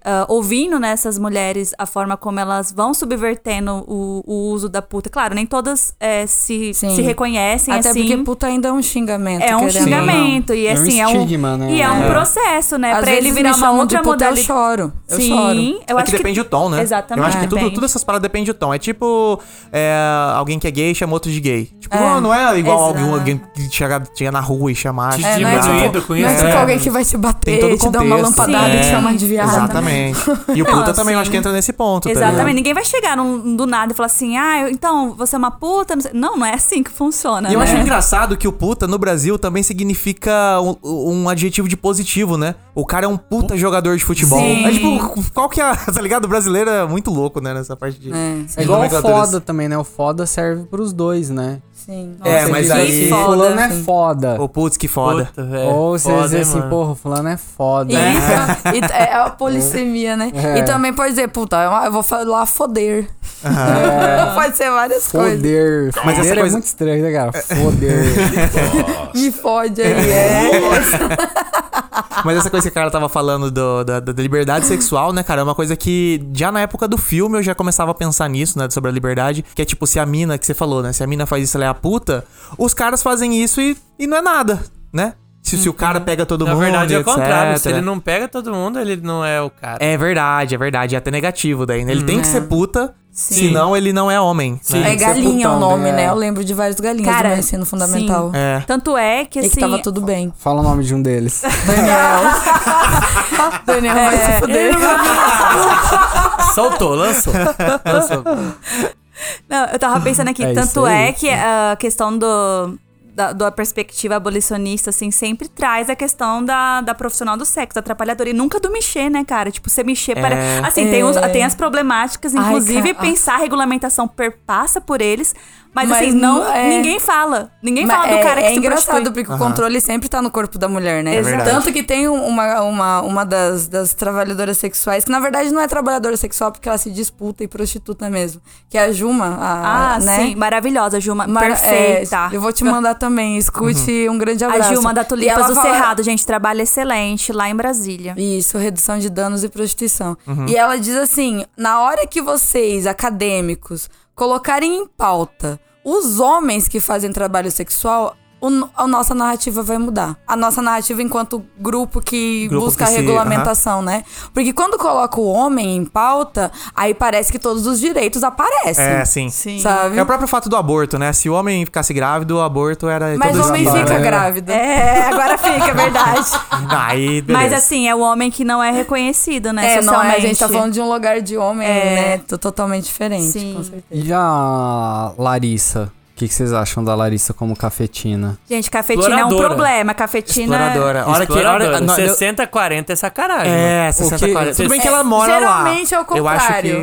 Speaker 5: ah, ouvindo nessas mulheres a forma como elas vão subvertendo o, o uso da puta. Claro, nem todas é, se,
Speaker 7: Sim.
Speaker 5: se reconhecem
Speaker 7: Até
Speaker 5: assim.
Speaker 7: porque puta ainda é um xingamento.
Speaker 5: É um
Speaker 7: querendo ou não.
Speaker 5: xingamento. E
Speaker 6: É um
Speaker 5: assim,
Speaker 6: estigma, né?
Speaker 5: E é um
Speaker 6: É.
Speaker 5: processo, né?
Speaker 7: Às
Speaker 5: pra
Speaker 7: vezes
Speaker 5: ele
Speaker 7: me
Speaker 5: virar uma
Speaker 7: chamam de
Speaker 5: outra
Speaker 7: puta,
Speaker 5: modalidade.
Speaker 7: Eu choro. Eu choro.
Speaker 5: Sim, eu
Speaker 3: é
Speaker 5: acho
Speaker 3: que depende do tom, né?
Speaker 5: Exatamente.
Speaker 3: Eu acho que tudo,
Speaker 5: depende.
Speaker 3: todas essas paradas depende do tom. É tipo é, alguém que é gay chama outro de gay. Tipo,
Speaker 7: É.
Speaker 3: não, não é igual
Speaker 5: Exato.
Speaker 3: alguém, alguém que chegar chega na rua e chamar.
Speaker 4: Te
Speaker 3: assim,
Speaker 7: não é
Speaker 3: né?
Speaker 4: diminuindo com
Speaker 7: Não é
Speaker 4: isso.
Speaker 7: tipo
Speaker 4: né?
Speaker 7: alguém que vai te
Speaker 3: Tem
Speaker 7: bater,
Speaker 3: todo o
Speaker 7: te dar uma
Speaker 3: contexto,
Speaker 7: lampadada e
Speaker 3: né?
Speaker 7: te chamar de viado.
Speaker 3: Exatamente. E o
Speaker 5: Não,
Speaker 3: puta também eu acho
Speaker 5: assim,
Speaker 3: que entra nesse ponto, tá ligado?
Speaker 5: Exatamente. Ninguém vai chegar num- do nada e falar assim, ah, eu- então você é uma puta. Não, sei. não, não é assim que funciona.
Speaker 3: E eu
Speaker 5: né?
Speaker 3: acho engraçado que o puta no Brasil também significa um, um adjetivo de positivo, né? O cara é um puta jogador de futebol.
Speaker 5: Sim.
Speaker 3: É tipo, qual que é. a- Tá ligado? O brasileiro é muito louco, né? Nessa parte de.
Speaker 6: É
Speaker 3: de
Speaker 6: igual o
Speaker 3: nomenclaturas.
Speaker 6: foda também, né? O foda serve pros dois, né?
Speaker 7: Sim.
Speaker 5: Então,
Speaker 3: É,
Speaker 6: Você
Speaker 3: mas
Speaker 6: diz
Speaker 3: aí-
Speaker 6: assim,
Speaker 5: Foda,
Speaker 6: fulano é
Speaker 5: sim.
Speaker 6: foda.
Speaker 3: Ô, putz, que foda.
Speaker 4: Puta, velho.
Speaker 6: Ou
Speaker 4: é
Speaker 6: você
Speaker 4: Foda,
Speaker 6: diz
Speaker 4: hein,
Speaker 6: assim,
Speaker 4: mano?
Speaker 6: porra, fulano é foda.
Speaker 7: Isso. E t- é a polissemia, né?
Speaker 6: É.
Speaker 7: E também pode dizer, puta, eu- eu vou falar foder. pode ser várias coisas.
Speaker 6: Foder.
Speaker 3: Mas essa
Speaker 6: Foder é
Speaker 3: coisa-
Speaker 6: muito estranho, né, cara? Foder.
Speaker 7: Me fode aí. É.
Speaker 3: Mas essa coisa que a cara tava falando do- da, da liberdade sexual, né, cara? É uma coisa que já na época do filme eu já começava a pensar nisso, né? Sobre a liberdade. Que é tipo, se a mina que você falou, né? Se a mina faz isso, ela é a puta. Os caras fazem isso e, e não é nada, né? Se, se o cara pega todo
Speaker 4: Na
Speaker 3: mundo.
Speaker 4: verdade, é o
Speaker 3: etc.
Speaker 4: contrário. Se ele não pega todo mundo, ele não é o cara.
Speaker 3: É verdade, é verdade. É até negativo daí, né? Ele tem que
Speaker 4: Uhum.
Speaker 3: ser puta,
Speaker 5: Sim.
Speaker 3: senão ele não é homem.
Speaker 6: Sim.
Speaker 7: É
Speaker 6: Tem que ser
Speaker 7: galinha
Speaker 6: putão,
Speaker 7: o nome,
Speaker 6: né?
Speaker 7: né? Eu lembro de vários galinhas
Speaker 5: Cara,
Speaker 7: do meu ensino fundamental.
Speaker 3: É.
Speaker 5: Tanto é que,
Speaker 7: E
Speaker 5: assim...
Speaker 7: que tava tudo bem.
Speaker 6: Fala o nome de um deles.
Speaker 7: Daniel. Daniel vai se fuder.
Speaker 4: Soltou, lançou. lançou.
Speaker 5: Não, eu tava pensando aqui,
Speaker 6: É isso
Speaker 5: tanto
Speaker 6: aí.
Speaker 5: é que a questão do. Da, da perspectiva abolicionista, assim, sempre traz a questão da, da profissional do sexo, da atrapalhadora. E nunca do mexer, né, cara? Tipo, você mexer para. Assim, tem, os-
Speaker 7: É.
Speaker 5: tem as problemáticas,
Speaker 7: Ai,
Speaker 5: inclusive
Speaker 7: cara, ah.
Speaker 5: pensar a regulamentação perpassa por eles, mas,
Speaker 7: Mas
Speaker 5: assim, não.
Speaker 7: não- é.
Speaker 5: Ninguém fala. Ninguém
Speaker 7: Mas
Speaker 5: fala do
Speaker 7: é-
Speaker 5: cara que
Speaker 7: é
Speaker 5: se
Speaker 7: engraçado
Speaker 5: prostitui.
Speaker 7: porque o controle sempre tá no corpo da mulher, né?
Speaker 5: É verdade.
Speaker 7: Tanto que tem um- uma, uma, uma das, das trabalhadoras sexuais, que na verdade não é trabalhadora sexual porque ela se disputa e prostituta mesmo, que é a Juma, a,
Speaker 5: Ah,
Speaker 7: né?
Speaker 5: sim. Maravilhosa, Gilma.
Speaker 7: Mara-
Speaker 5: Perfeita.
Speaker 7: é, eu vou te mandar também, escute
Speaker 5: Uhum.
Speaker 7: um grande
Speaker 5: a
Speaker 7: abraço.
Speaker 5: Gilma da
Speaker 7: E ela
Speaker 5: Tulipas do
Speaker 7: fala-
Speaker 5: Cerrado, gente. Trabalho excelente lá em Brasília.
Speaker 7: Isso, redução de danos e prostituição.
Speaker 3: Uhum.
Speaker 7: E ela diz assim: na hora que vocês, acadêmicos, colocarem em pauta os homens que fazem trabalho sexual, o no- a nossa narrativa vai mudar. A nossa narrativa enquanto grupo que
Speaker 3: Grupo
Speaker 7: busca
Speaker 3: que
Speaker 7: a
Speaker 3: se-
Speaker 7: regulamentação, né? Porque quando coloca o homem em pauta, aí parece que todos os direitos aparecem.
Speaker 3: É, sim.
Speaker 5: Sim.
Speaker 7: Sabe?
Speaker 3: É o próprio fato do aborto, né? Se o homem ficasse grávido, o aborto era.
Speaker 7: Mas
Speaker 3: todo
Speaker 7: o homem
Speaker 3: escambau,
Speaker 7: fica
Speaker 3: né?
Speaker 7: grávido.
Speaker 5: É, agora fica, é verdade.
Speaker 3: Aí, beleza.
Speaker 5: Mas assim, é o homem que não é reconhecido, né?
Speaker 7: É, não, mas a
Speaker 5: socialmente. É.
Speaker 7: gente tá falando de um lugar de homem, né? Tô totalmente diferente,
Speaker 5: Sim.
Speaker 7: com certeza.
Speaker 6: E a Larissa? O que, que vocês acham da Larissa como cafetina?
Speaker 5: Gente, cafetina é um
Speaker 4: Exploradora.
Speaker 5: problema.
Speaker 7: né?
Speaker 5: Cafetina.
Speaker 3: Exploradora. Hora que, hora,
Speaker 4: Exploradora,
Speaker 3: não, eu-
Speaker 4: 60, 40 é sacanagem.
Speaker 3: É, 60,
Speaker 6: que-
Speaker 3: 40. Tudo bem
Speaker 4: É,
Speaker 3: que ela mora
Speaker 7: Geralmente
Speaker 3: lá.
Speaker 7: é o contrário.
Speaker 3: Eu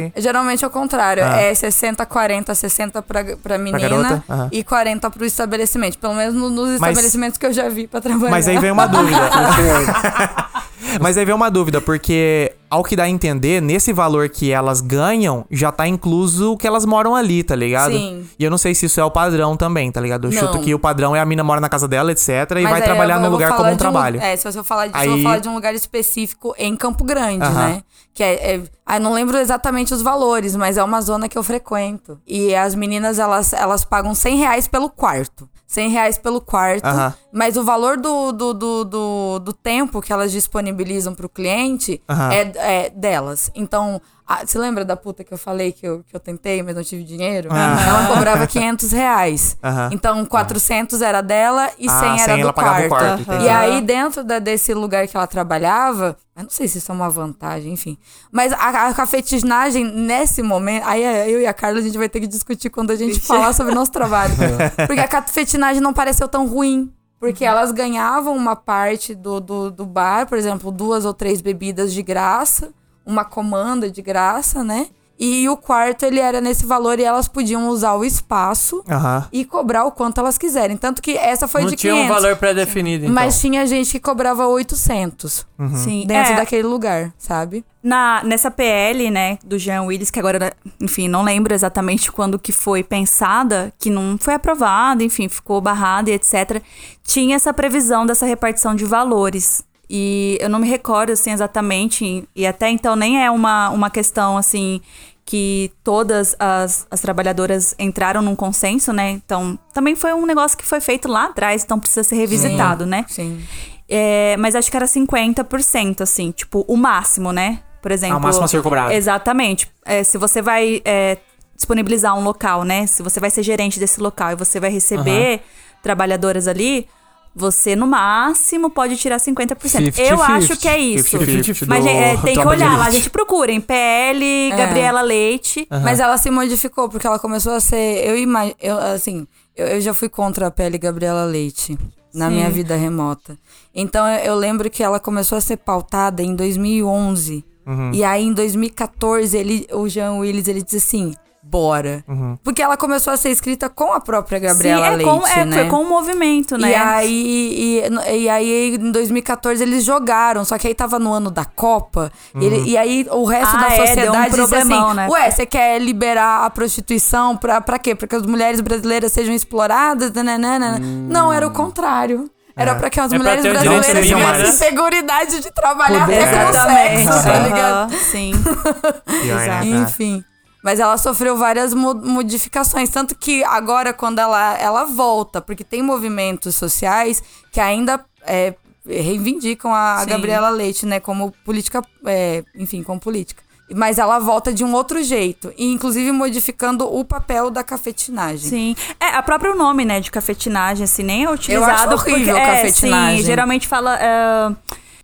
Speaker 3: acho que.
Speaker 7: Geralmente é o contrário.
Speaker 3: Ah.
Speaker 7: É 60, 40, 60 pra, pra menina
Speaker 3: garota? Aham.
Speaker 7: e 40 pro estabelecimento. Pelo menos no- nos
Speaker 3: Mas-
Speaker 7: estabelecimentos que eu já vi pra trabalhar.
Speaker 3: Mas aí vem uma dúvida.
Speaker 7: é.
Speaker 3: Mas aí vem uma dúvida, porque ao que dá a entender, nesse valor que elas ganham, já tá incluso o que elas moram ali, tá ligado?
Speaker 7: Sim.
Speaker 3: E eu não sei se isso é o padrão também, tá ligado? Eu chuto
Speaker 7: Não.
Speaker 3: que o padrão é a mina mora na casa dela, etc. E
Speaker 7: Mas
Speaker 3: vai
Speaker 7: aí
Speaker 3: trabalhar
Speaker 7: eu-
Speaker 3: num
Speaker 7: eu vou
Speaker 3: lugar
Speaker 7: falar
Speaker 3: como um
Speaker 7: de
Speaker 3: trabalho.
Speaker 7: É, se eu falar, de, se eu
Speaker 3: Aí-
Speaker 7: falar de um lugar específico em Campo Grande,
Speaker 3: Aham.
Speaker 7: né? Que é, é- ah, eu não lembro exatamente os valores, mas é uma zona que eu frequento. E as meninas, elas, elas pagam 100 reais pelo quarto. 100 reais pelo quarto.
Speaker 3: Aham.
Speaker 7: Mas o valor do, do, do, do, do tempo que elas disponibilizam pro cliente
Speaker 3: Aham.
Speaker 7: é, é delas. Então... ah, você lembra da puta que eu falei que eu, que eu tentei, mas não tive dinheiro?
Speaker 3: Ah.
Speaker 7: Ela cobrava 500 reais.
Speaker 3: Aham.
Speaker 7: Então, 400 era dela e
Speaker 3: Ah,
Speaker 7: 100 era
Speaker 3: 100
Speaker 7: do
Speaker 3: ela pagava o
Speaker 7: quarto.
Speaker 3: quarto, entendi.
Speaker 7: E aí, dentro da- desse lugar que ela trabalhava, eu não sei se isso é uma vantagem, enfim. Mas a, a cafetinagem, nesse momento, aí eu e a Carla, a gente vai ter que discutir quando a gente falar sobre o nosso trabalho.
Speaker 3: É.
Speaker 7: Porque a cafetinagem não pareceu tão ruim. Porque elas ganhavam uma parte do, do, do bar, por exemplo, duas ou três bebidas de graça, uma comanda de graça, né? E o quarto, ele era nesse valor e elas podiam usar o espaço
Speaker 3: Aham.
Speaker 7: e cobrar o quanto elas quiserem. Tanto que essa foi
Speaker 4: Não
Speaker 7: de
Speaker 4: tinha
Speaker 7: 500.
Speaker 4: um valor pré-definido, então.
Speaker 7: Mas tinha gente que cobrava 800
Speaker 5: Sim,
Speaker 7: Uhum. dentro
Speaker 5: é.
Speaker 7: daquele lugar, sabe?
Speaker 5: na, nessa PL, né, do Jean Willis, que agora, enfim, não lembro exatamente quando que foi pensada, que não foi aprovada, enfim, ficou barrada e etc. Tinha essa previsão dessa repartição de valores. E eu não me recordo, assim, exatamente, e até então nem é uma, uma questão, assim, que todas as, as trabalhadoras entraram num consenso, né? Então, também foi um negócio que foi feito lá atrás, então precisa ser revisitado, né?
Speaker 7: Sim.
Speaker 5: É, mas acho que era 50%, assim, tipo, o máximo, né? Por exemplo.
Speaker 3: Ah, o máximo a ser cobrado.
Speaker 5: Exatamente. É, se você vai é, disponibilizar um local, né? Se você vai ser gerente desse local e você vai receber trabalhadoras ali, você no máximo pode tirar 50%. Eu
Speaker 6: 50-50.
Speaker 5: acho que é isso.
Speaker 3: 50-50
Speaker 5: Mas
Speaker 3: do
Speaker 5: é, tem que
Speaker 3: trabalho
Speaker 5: olhar lá, a
Speaker 3: gerente.
Speaker 5: gente procura em PL,
Speaker 7: É.
Speaker 5: Gabriela Leite.
Speaker 7: Mas ela se modificou porque ela começou a ser. Eu imagino. Eu, assim, eu, eu já fui contra a pele Gabriela Leite na minha vida remota. Então eu, eu lembro que ela começou a ser pautada em 2011.
Speaker 4: Uhum.
Speaker 7: E aí em 2014 ele, o Jean Willis ele disse assim. Bora.
Speaker 4: Uhum.
Speaker 7: Porque ela começou a ser escrita com a própria Gabriela
Speaker 5: Sim, é
Speaker 7: Leite,
Speaker 5: com, é,
Speaker 7: né?
Speaker 5: foi com o movimento, né?
Speaker 7: E aí, e, e aí, em 2014, eles jogaram, só que aí tava no ano da Copa, ele-
Speaker 4: Uhum.
Speaker 7: e aí o resto
Speaker 5: Ah,
Speaker 7: da
Speaker 5: é, deu um
Speaker 7: sociedade disse
Speaker 5: problemão,
Speaker 7: assim:
Speaker 5: né?
Speaker 7: Ué, você quer liberar a prostituição pra, pra quê? Pra que as mulheres brasileiras sejam exploradas? né, Nananana. Não, era o contrário. Era pra que as
Speaker 4: Hum. É. pra
Speaker 7: mulheres
Speaker 4: ter o direito
Speaker 7: brasileiras
Speaker 3: de viver,
Speaker 7: tivessem
Speaker 4: né?
Speaker 7: seguridade de trabalhar
Speaker 5: é
Speaker 6: Poder.
Speaker 7: até com
Speaker 5: Exatamente.
Speaker 7: sexo, tá ligado?
Speaker 5: né? Aham, Sim.
Speaker 3: Pior, né, cara?
Speaker 7: Enfim. Mas ela sofreu várias mo- modificações. Tanto que agora, quando ela, ela volta, porque tem movimentos sociais que ainda é, reivindicam a, a
Speaker 5: Sim.
Speaker 7: Gabriela Leite, né? Como política. é, enfim, como política. Mas ela volta de um outro jeito. E inclusive modificando o papel da cafetinagem.
Speaker 5: Sim. É, a próprio nome, né, de cafetinagem, assim, nem é utilizado.
Speaker 7: acho horrível
Speaker 5: porque, É,
Speaker 7: cafetinagem.
Speaker 5: sim, geralmente fala. é,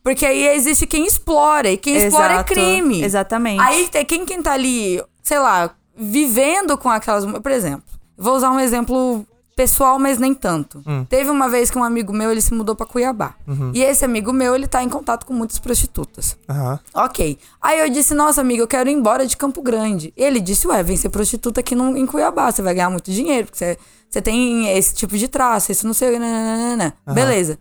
Speaker 7: Porque aí existe quem explora, e quem explora é
Speaker 5: exato,
Speaker 7: crime.
Speaker 5: Exatamente.
Speaker 7: Aí tem quem, quem tá ali, sei lá, vivendo com aquelas. mu- Por exemplo, vou usar um exemplo pessoal, mas nem tanto. Teve uma vez que um amigo meu, ele se mudou pra Cuiabá. E esse amigo meu, ele tá em contato com muitas prostitutas.
Speaker 3: Aham.
Speaker 7: Ok. Aí eu disse, nossa, amiga, eu quero ir embora de Campo Grande. Ele disse, ué, vem ser prostituta aqui no- em Cuiabá, você vai ganhar muito dinheiro, porque você, você tem esse tipo de traço, isso não sei, nananana. Beleza.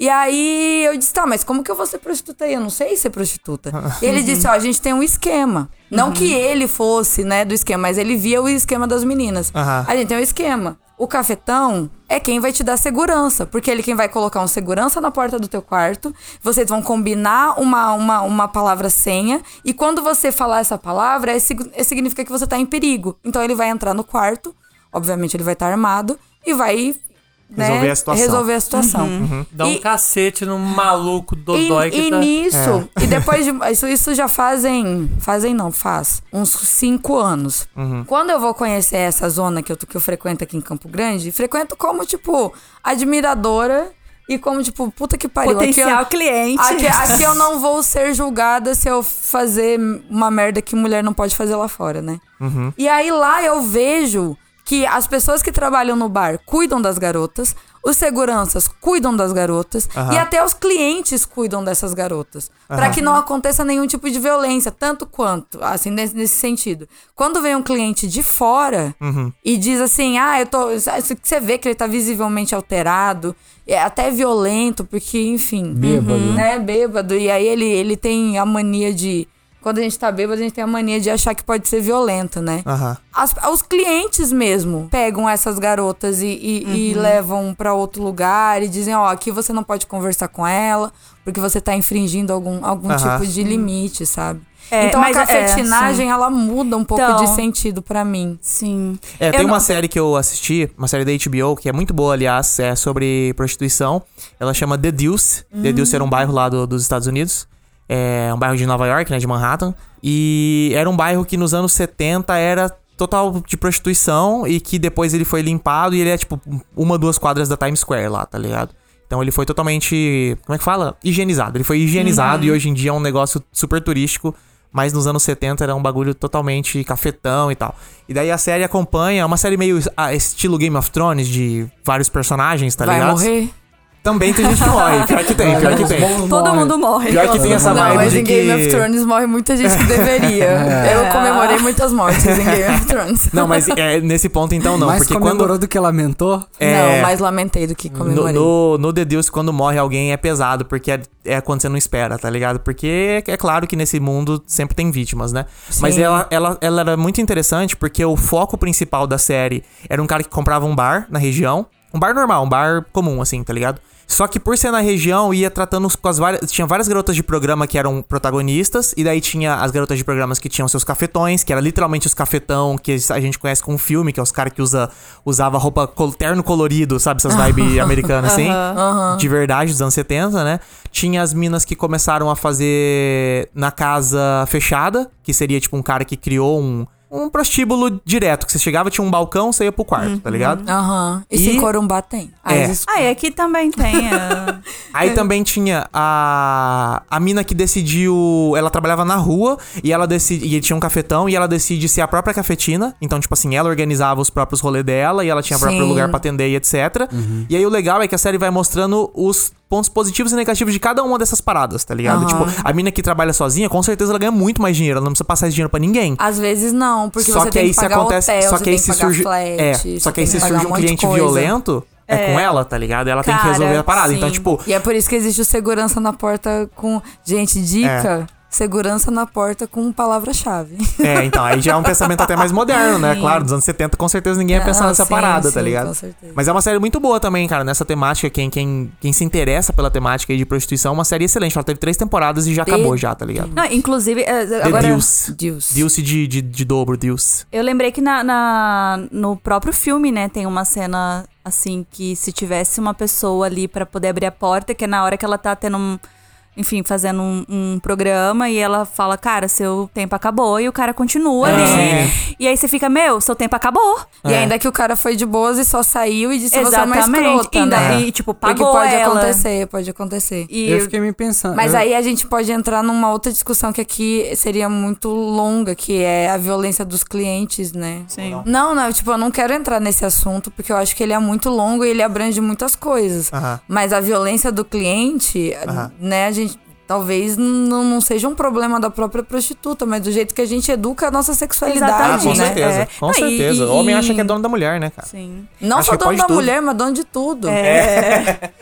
Speaker 7: E aí eu disse, tá, mas como que eu vou ser prostituta aí? Eu não sei ser prostituta. E ele disse, ó, a gente tem um esquema. Não que
Speaker 3: Uhum.
Speaker 7: ele fosse, né, do esquema, mas ele via o esquema das meninas.
Speaker 3: Aham.
Speaker 7: A gente tem um esquema. O cafetão é quem vai te dar segurança, porque ele quem vai colocar um segurança na porta do teu quarto. Vocês vão combinar uma, uma, uma palavra senha e quando você falar essa palavra, é sig- é significa que você tá em perigo. Então ele vai entrar no quarto, Obviamente ele vai estar armado e vai né,
Speaker 3: Resolver a situação. Uhum.
Speaker 7: resolver a situação.
Speaker 4: Dá um
Speaker 7: E-
Speaker 4: cacete no maluco
Speaker 7: E,
Speaker 4: dodói que
Speaker 7: e
Speaker 4: tá...
Speaker 7: nisso, e depois de. Isso, isso já fazem. Fazem não, faz. Uns cinco anos. Quando eu vou conhecer essa zona que eu, tô- que eu frequento aqui em Campo Grande, frequento como, tipo, admiradora e como, tipo, puta que pariu. aqui eu-
Speaker 5: Potencial cliente.
Speaker 7: Aqui, é, aqui eu não vou ser julgada se eu fazer uma merda que mulher não pode fazer lá fora, né? E aí lá eu vejo que as pessoas que trabalham no bar cuidam das garotas, os seguranças cuidam das garotas e até os clientes cuidam dessas garotas, Pra que não aconteça nenhum tipo de violência, tanto quanto, assim, nesse, nesse sentido. Quando vem um cliente de fora e diz assim: "Ah, eu tô, isso que você vê que ele tá visivelmente alterado, é até violento, porque enfim,
Speaker 6: Bêbado.
Speaker 7: né, bêbado. E aí ele, ele tem a mania de. Quando a gente tá bêbado, a gente tem a mania de achar que pode ser violento, né?
Speaker 3: Aham.
Speaker 7: As- os clientes mesmo pegam essas garotas e, e-
Speaker 3: Uhum.
Speaker 7: e levam pra outro lugar e dizem, ó, aqui você não pode conversar com ela, porque você tá infringindo algum, algum
Speaker 3: Aham.
Speaker 7: tipo de limite, sabe?
Speaker 5: É,
Speaker 7: então a
Speaker 5: mas é- é,
Speaker 7: cafetinagem, ela muda um pouco
Speaker 5: Então.
Speaker 7: de sentido pra mim.
Speaker 5: Sim.
Speaker 3: É,
Speaker 5: Eu
Speaker 3: tem
Speaker 5: não-
Speaker 3: uma série que eu assisti, uma série da HBO, que é muito boa, aliás, é sobre prostituição. Ela chama The Deuce.
Speaker 5: Hum.
Speaker 3: The Deuce era um bairro lá do- dos Estados Unidos. É um bairro de Nova York, né, de Manhattan. E era um bairro que nos anos 70 era total de prostituição e que depois ele foi limpado e ele é tipo uma, duas quadras da Times Square lá, tá ligado? Então ele foi totalmente, como é que fala? Higienizado. Ele foi higienizado
Speaker 7: Uhum.
Speaker 3: e hoje em dia é um negócio super turístico, mas nos anos 70 era um bagulho totalmente cafetão e tal. E daí a série acompanha, é uma série meio ah, estilo Game of Thrones, de vários personagens, tá
Speaker 7: Vai
Speaker 3: ligado?
Speaker 7: morrer?
Speaker 3: Também tem gente que morre, pior que tem, É, pior que tem.
Speaker 5: Todo mundo morre.
Speaker 3: Pior que tem essa
Speaker 7: Não,
Speaker 3: vibe
Speaker 7: mas
Speaker 3: de
Speaker 7: em
Speaker 3: que... É.
Speaker 7: Game of Thrones morre muita gente que deveria. Eu comemorei muitas mortes em Game of Thrones.
Speaker 3: Não, mas é, nesse ponto então não,
Speaker 6: Mais
Speaker 3: porque
Speaker 6: comemorou
Speaker 3: quando...
Speaker 6: do que lamentou?
Speaker 3: É,
Speaker 7: Não, mais lamentei do que
Speaker 3: No,
Speaker 7: comemorei.
Speaker 3: no, no The Deuce, quando morre alguém, é pesado, porque é, é quando você não espera, tá ligado? Porque é claro que nesse mundo sempre tem vítimas, né? Mas
Speaker 7: Sim.
Speaker 3: ela, ela, ela era muito interessante porque o foco principal da série era um cara que comprava um bar na região. Um bar normal, um bar comum, assim, tá ligado? Só que por ser na região, ia tratando com as várias. Tinha várias garotas de programa que eram protagonistas, e daí tinha as garotas de programas que tinham seus cafetões, que era literalmente os cafetão que a gente conhece com o filme, que é os caras que usa, usava roupa col- terno colorido, sabe? Essas vibes americanas, assim. De verdade, dos anos 70, né? Tinha as minas que começaram a fazer na casa fechada, que seria tipo um cara que criou um. Um prostíbulo direto, que você chegava, tinha um balcão, você ia pro quarto, tá ligado?
Speaker 7: Aham. Isso
Speaker 3: E-
Speaker 7: em Corumbá tem. Ah,
Speaker 3: É.
Speaker 7: isso-
Speaker 5: Ah, e aqui também tem. ah,
Speaker 7: É.
Speaker 3: Aí também tinha a a mina que decidiu, ela trabalhava na rua e ela decide, e tinha um cafetão e ela decide ser a própria cafetina. Então, tipo assim, ela organizava os próprios rolês dela e ela tinha o próprio
Speaker 7: Sim.
Speaker 3: lugar pra atender e etc. E aí o legal é que a série vai mostrando os pontos positivos e negativos de cada uma dessas paradas, tá ligado?
Speaker 7: Aham.
Speaker 3: Tipo, a mina que trabalha sozinha, com certeza ela ganha muito mais dinheiro, ela não precisa passar esse dinheiro pra ninguém.
Speaker 7: Às vezes não, porque
Speaker 3: só
Speaker 7: você
Speaker 3: que
Speaker 7: tem
Speaker 3: aí
Speaker 7: que
Speaker 3: se
Speaker 7: pagar
Speaker 3: acontece,
Speaker 7: hotel,
Speaker 3: só
Speaker 7: você
Speaker 3: que aí
Speaker 7: tem
Speaker 3: se
Speaker 7: pagar
Speaker 3: surge,
Speaker 7: flat,
Speaker 3: é,
Speaker 7: você
Speaker 3: só que
Speaker 7: tem
Speaker 3: aí se
Speaker 7: pagar
Speaker 3: surge um
Speaker 7: monte de
Speaker 3: cliente
Speaker 7: coisa.
Speaker 3: violento, é, com ela, tá ligado? Ela tem que
Speaker 5: Cara,
Speaker 3: resolver a parada. Então,
Speaker 5: sim.
Speaker 3: tipo,
Speaker 7: E é por isso que existe o segurança na porta com... Gente, dica... Segurança na porta com palavra-chave.
Speaker 3: É, então, aí já é um pensamento até mais moderno, né? Claro, dos anos 70, com certeza ninguém ia pensar
Speaker 7: Ah,
Speaker 3: nessa
Speaker 7: sim,
Speaker 3: parada,
Speaker 7: sim,
Speaker 3: tá ligado?
Speaker 7: com certeza.
Speaker 3: Mas é uma série muito boa também, cara, nessa temática. Quem, quem, quem se interessa pela temática aí de prostituição, é uma série excelente. Ela teve três temporadas e já acabou, já, tá ligado?
Speaker 5: Não, inclusive, eh,
Speaker 3: The
Speaker 5: agora.
Speaker 3: Deuce.
Speaker 7: Deus.
Speaker 3: Deuce de, de, de dobro, Deuce.
Speaker 5: Eu lembrei que na, na- no próprio filme, né, tem uma cena assim que se tivesse uma pessoa ali pra poder abrir a porta, que é na hora que ela tá tendo um. Enfim, fazendo um, um programa e ela fala, cara, seu tempo acabou, e o cara continua
Speaker 7: Ah, é.
Speaker 5: ali. E aí você fica, meu, seu tempo acabou.
Speaker 7: E
Speaker 3: É.
Speaker 7: ainda que o cara foi de boas e só saiu e disse É. você é uma
Speaker 5: Exatamente.
Speaker 7: escrota,
Speaker 5: e, ainda-
Speaker 7: né?
Speaker 5: e, tipo,
Speaker 7: Porque
Speaker 5: pagou
Speaker 7: pode
Speaker 5: ela.
Speaker 7: acontecer, pode acontecer.
Speaker 5: E
Speaker 6: Eu fiquei me pensando.
Speaker 7: Mas
Speaker 5: Uhum.
Speaker 6: eu-
Speaker 7: aí a gente pode entrar numa outra discussão que aqui seria muito longa, que é a violência dos clientes, né?
Speaker 5: Sim.
Speaker 7: Não, não, tipo, eu não quero entrar nesse assunto, porque eu acho que ele é muito longo e ele abrange muitas coisas.
Speaker 3: Aham.
Speaker 7: Mas a violência do cliente, né, a gente. Talvez não, não seja um problema da própria prostituta, mas do jeito que a gente educa a nossa
Speaker 3: Ah,
Speaker 7: sexualidade,
Speaker 3: com
Speaker 5: Exatamente.
Speaker 7: né?
Speaker 3: certeza.
Speaker 5: É.
Speaker 3: Com
Speaker 5: Não, e-
Speaker 3: certeza.
Speaker 5: e-
Speaker 3: o homem acha que é dono da mulher, né, cara?
Speaker 5: Sim.
Speaker 7: Não
Speaker 3: Acho
Speaker 7: só
Speaker 3: que
Speaker 7: dono
Speaker 3: pode
Speaker 7: da
Speaker 3: tudo.
Speaker 7: mulher, mas dono de tudo.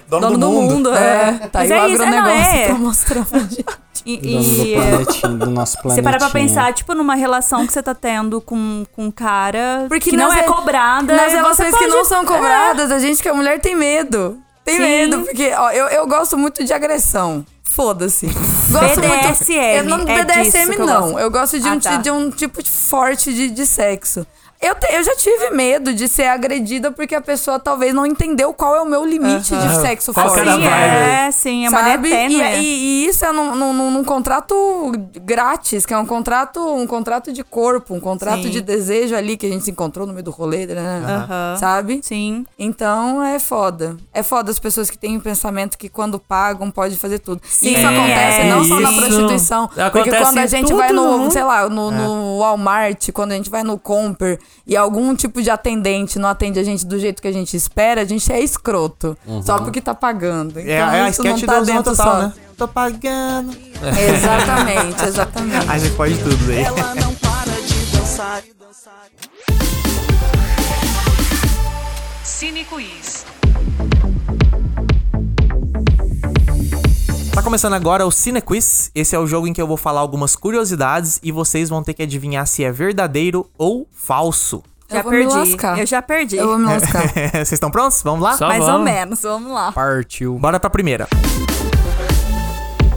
Speaker 3: Dono,
Speaker 7: Dono do mundo, é. Tá
Speaker 5: Mas
Speaker 7: aí
Speaker 5: é
Speaker 7: o
Speaker 5: isso, é, não,
Speaker 7: agronegócio
Speaker 5: é.
Speaker 7: pra mostrar pra gente.
Speaker 5: E,
Speaker 6: dono do
Speaker 5: e-
Speaker 6: planeta, do nosso planeta.
Speaker 5: você parar pra pensar, tipo, numa relação que você tá tendo com, com um cara
Speaker 7: Porque
Speaker 5: que não
Speaker 7: nas
Speaker 5: é
Speaker 7: re-
Speaker 5: cobrada.
Speaker 7: Nas
Speaker 5: você
Speaker 7: relações que
Speaker 5: pode- É.
Speaker 7: não são cobradas, a gente que é mulher tem medo. Tem
Speaker 5: Sim.
Speaker 7: medo, porque ó, eu, eu gosto muito de agressão. Foda-se. Gosto muito.
Speaker 5: BDSM,
Speaker 7: Eu não
Speaker 5: é disso
Speaker 7: BDSM,
Speaker 5: que eu
Speaker 7: não.
Speaker 5: gosto.
Speaker 7: Eu gosto de,
Speaker 5: Ah,
Speaker 7: um,
Speaker 5: tá.
Speaker 7: ti- de um tipo de forte de, de sexo. Eu, te- eu já tive medo de ser agredida porque a pessoa talvez não entendeu qual é o meu limite de sexo
Speaker 4: Qual que
Speaker 7: fora.
Speaker 4: era a
Speaker 5: Sim, é, sim, é uma
Speaker 7: Sabe?
Speaker 5: linha
Speaker 7: E,
Speaker 5: tênue.
Speaker 7: e- e isso é num, num- num- num contrato grátis, que é um contrato, um contrato de corpo, um contrato
Speaker 5: Sim.
Speaker 7: de desejo ali que a gente se encontrou no meio do rolê, né?
Speaker 5: Aham.
Speaker 7: sabe?
Speaker 5: Sim.
Speaker 7: Então é foda. É foda as pessoas que têm o pensamento que quando pagam pode fazer tudo.
Speaker 5: Sim,
Speaker 7: e isso acontece
Speaker 5: é.
Speaker 7: não só na
Speaker 4: Isso.
Speaker 7: prostituição. porque
Speaker 4: Acontece
Speaker 7: quando
Speaker 4: em
Speaker 7: a gente
Speaker 4: tudo,
Speaker 7: vai no,
Speaker 4: né?
Speaker 7: sei lá, no,
Speaker 3: É.
Speaker 7: no Walmart, quando a gente vai no Comper e algum tipo de atendente não atende a gente do jeito que a gente espera, a gente é escroto. Só porque tá pagando.
Speaker 3: Uhum. É,
Speaker 7: Então
Speaker 3: é a
Speaker 7: isso não
Speaker 3: sketch
Speaker 7: tá
Speaker 3: da Zona
Speaker 7: dentro
Speaker 3: Total,
Speaker 7: só.
Speaker 3: né? Tô pagando.
Speaker 7: Exatamente, exatamente.
Speaker 3: A gente pode tudo aí.
Speaker 8: Ela não para de dançar e dançar.
Speaker 1: Cine Quiz.
Speaker 3: Tá começando agora o Cine Quiz. Esse é o jogo em que eu vou falar algumas curiosidades e vocês vão ter que adivinhar se é verdadeiro ou falso.
Speaker 7: Eu
Speaker 5: Já
Speaker 7: vou me
Speaker 5: perdi.
Speaker 7: lascar.
Speaker 5: Eu já perdi.
Speaker 7: Eu vou me lascar.
Speaker 3: Vocês estão prontos? Vamos lá?
Speaker 4: Só
Speaker 5: Mais ou
Speaker 4: vamos.
Speaker 5: menos, vamos lá.
Speaker 6: Partiu.
Speaker 3: Bora pra primeira.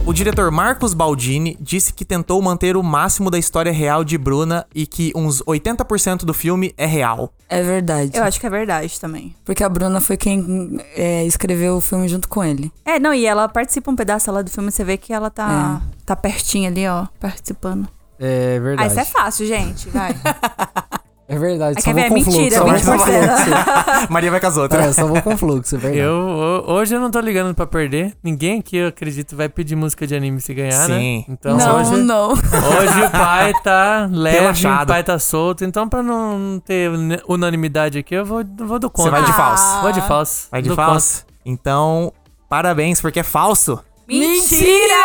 Speaker 3: O diretor Marcos Baldini disse que tentou manter o máximo da história real de Bruna e que uns 80% do filme é real.
Speaker 7: É verdade.
Speaker 5: Eu acho que é verdade também.
Speaker 7: Porque a Bruna foi quem é, escreveu o filme junto com ele.
Speaker 5: É, não, e ela participa um pedaço lá do filme, você vê que ela tá,
Speaker 7: É.
Speaker 5: tá pertinho ali, ó, participando.
Speaker 6: É
Speaker 5: Ah,
Speaker 6: verdade.
Speaker 5: isso é fácil, gente, vai.
Speaker 6: É verdade.
Speaker 5: Aí
Speaker 6: Só
Speaker 5: quer ver,
Speaker 6: vou
Speaker 5: é
Speaker 6: com fluxo.
Speaker 5: mentira, né?
Speaker 6: Só vou com
Speaker 5: 20%.
Speaker 6: fluxo.
Speaker 3: Maria vai com as outras.
Speaker 6: É, só vou com fluxo, é verdade.
Speaker 4: Eu, ho- hoje eu não tô ligando pra perder. Ninguém aqui, eu acredito, vai pedir música de anime se ganhar,
Speaker 3: Sim.
Speaker 4: né? Então
Speaker 7: não,
Speaker 4: hoje,
Speaker 7: não.
Speaker 4: hoje o pai tá leve,
Speaker 3: Relaxado.
Speaker 4: o pai tá solto. Então pra não ter uni- unanimidade aqui, eu vou, vou do contra.
Speaker 3: Você vai de falso.
Speaker 4: Vou de falso.
Speaker 3: Vai de
Speaker 4: Do
Speaker 3: falso. Então, parabéns, porque é falso.
Speaker 5: Mentira!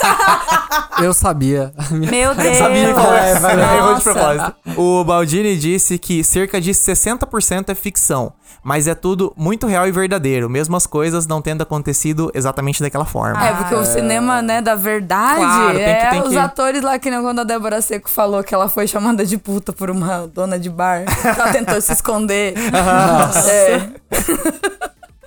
Speaker 6: Eu sabia.
Speaker 5: Meu Deus!
Speaker 3: Sabia qual é, vai, vai, errou de
Speaker 5: Nossa.
Speaker 3: propósito. O Baldini disse que cerca de 60% é ficção, mas é tudo muito real e verdadeiro, mesmo as coisas não tendo acontecido exatamente daquela forma.
Speaker 7: É, porque o cinema, né, da verdade,
Speaker 3: Ah, Claro, tem que-
Speaker 7: é
Speaker 3: tem
Speaker 7: os
Speaker 3: que-
Speaker 7: atores lá, que nem quando a Débora Seco falou que ela foi chamada de puta por uma dona de bar. Ela tentou se esconder. É.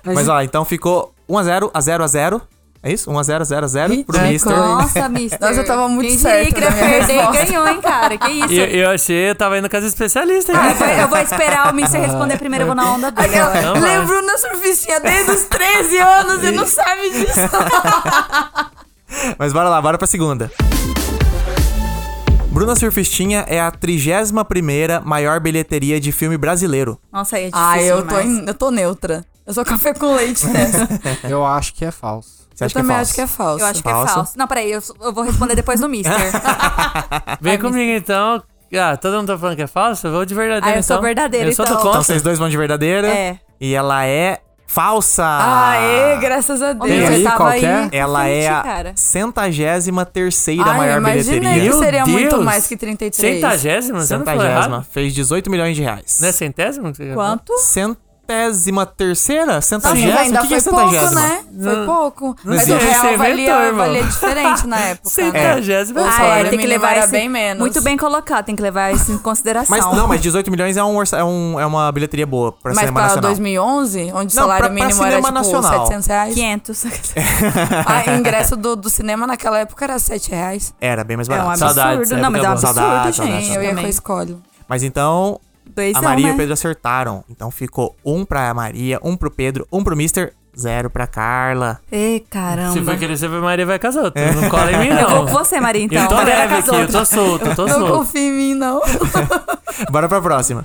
Speaker 3: Mas ó, então ficou 1x0, a 0 a 0 É isso? 1x0, 0x0 pro
Speaker 7: Ridículo.
Speaker 3: Mister.
Speaker 5: Nossa, mister.
Speaker 7: Nossa, eu tava muito
Speaker 5: Quem
Speaker 7: certa
Speaker 5: diria que ia
Speaker 7: na minha
Speaker 5: perder e
Speaker 7: resposta.
Speaker 5: ganhou, hein, cara? Que isso?
Speaker 4: E eu, eu achei, eu tava indo com as especialistas.
Speaker 5: Ah, eu,
Speaker 4: hein?
Speaker 5: vou, eu vou esperar o Mister responder primeiro, eu vou na onda dele.
Speaker 7: Aquela,
Speaker 4: Não, vai.
Speaker 7: lembrou na surficinha desde os 13 anos e não sabe disso.
Speaker 3: Mas bora lá, bora pra segunda. Bruna Surfistinha é a 31ª maior bilheteria de filme brasileiro.
Speaker 5: Nossa, aí é difícil
Speaker 7: Ah, eu tô,
Speaker 5: demais.
Speaker 7: em- eu tô neutra. Eu sou café com leite nessa.
Speaker 6: Eu acho que é falso.
Speaker 3: Você
Speaker 7: eu
Speaker 3: acha que é
Speaker 7: também
Speaker 3: falso?
Speaker 7: acho que é falso.
Speaker 5: Eu acho que
Speaker 3: Falso.
Speaker 5: é falso. Não, peraí, eu, eu vou responder depois no Mister. Tá
Speaker 4: Vem comigo então. Ah, todo mundo tá falando que é falso? Eu vou de verdadeiro.
Speaker 5: Ah, eu sou
Speaker 4: então.
Speaker 5: verdadeiro,
Speaker 4: Eu sou do
Speaker 5: então.
Speaker 3: Então
Speaker 4: contra.
Speaker 3: vocês dois vão de verdadeira.
Speaker 5: É.
Speaker 3: E ela é falsa.
Speaker 7: Aê, graças a
Speaker 5: Ô, meu,
Speaker 7: Deus.
Speaker 5: você
Speaker 6: aí, qual
Speaker 5: tava aí.
Speaker 6: que é?
Speaker 3: Ela é
Speaker 5: cara.
Speaker 3: a centagésima terceira
Speaker 7: Ai,
Speaker 3: maior
Speaker 7: eu imaginei
Speaker 3: bilheteria. tá
Speaker 7: que
Speaker 4: Meu
Speaker 7: seria muito
Speaker 4: Deus.
Speaker 7: mais que 33.
Speaker 4: Centagésima? Você não falou
Speaker 3: Centagésima.
Speaker 4: errado?
Speaker 3: Fez 18 milhões de reais.
Speaker 4: Não é centésima que você falou?
Speaker 5: Quanto?
Speaker 3: Né, Centésima terceira?
Speaker 7: Nossa,
Speaker 3: Centagésima?
Speaker 7: mas ainda
Speaker 3: o que que é
Speaker 7: foi pouco,
Speaker 3: centagésima?
Speaker 7: né? Foi pouco. Mas o
Speaker 4: existe. Você
Speaker 7: real
Speaker 4: inventou,
Speaker 7: valia,
Speaker 4: irmão.
Speaker 7: valia diferente na época.
Speaker 3: É,
Speaker 7: né?
Speaker 4: Centagésima.
Speaker 7: O
Speaker 5: Ah,
Speaker 7: salário
Speaker 5: é, tem que
Speaker 7: mínimo
Speaker 5: levar
Speaker 7: era
Speaker 5: isso-
Speaker 7: bem menos.
Speaker 5: Muito bem colocado, tem que levar isso em consideração.
Speaker 3: Mas não, mas 18 milhões é, um orça- é, um- é uma bilheteria boa pra
Speaker 7: Mas
Speaker 3: cinema
Speaker 7: pra
Speaker 3: nacional.
Speaker 7: 2011, onde o
Speaker 3: Não,
Speaker 7: salário
Speaker 3: pra- pra
Speaker 7: mínimo era
Speaker 3: cinema
Speaker 7: tipo
Speaker 3: nacional. é?
Speaker 7: 700 reais,
Speaker 5: 500.
Speaker 7: a ingresso do, do cinema naquela época era 7 reais.
Speaker 3: Era bem mais
Speaker 5: É um
Speaker 3: barato.
Speaker 5: absurdo.
Speaker 4: Saudades,
Speaker 5: não, mas é um
Speaker 4: época
Speaker 5: absurdo,
Speaker 3: boa. Saudades,
Speaker 5: gente.
Speaker 3: saudades.
Speaker 7: Eu ia com a
Speaker 5: também.
Speaker 7: escolha.
Speaker 3: Mas então,
Speaker 5: Dois
Speaker 3: a
Speaker 5: não,
Speaker 3: Maria e
Speaker 5: né?
Speaker 3: o Pedro acertaram. Então ficou um pra Maria, um pro Pedro, um pro Mister, zero pra Carla.
Speaker 5: Ei,
Speaker 4: Se
Speaker 5: caramba.
Speaker 4: for querer ser Maria, vai com as outras. Não cola em mim,
Speaker 5: Eu vou
Speaker 4: não.
Speaker 5: com você, Maria, então.
Speaker 4: eu tô
Speaker 5: Vai
Speaker 3: né,
Speaker 5: dar
Speaker 4: leve
Speaker 5: com as
Speaker 4: aqui, eu tô
Speaker 5: outras.
Speaker 4: solto, eu tô
Speaker 7: Não
Speaker 4: solto.
Speaker 7: confia em mim, não.
Speaker 3: Bora pra próxima.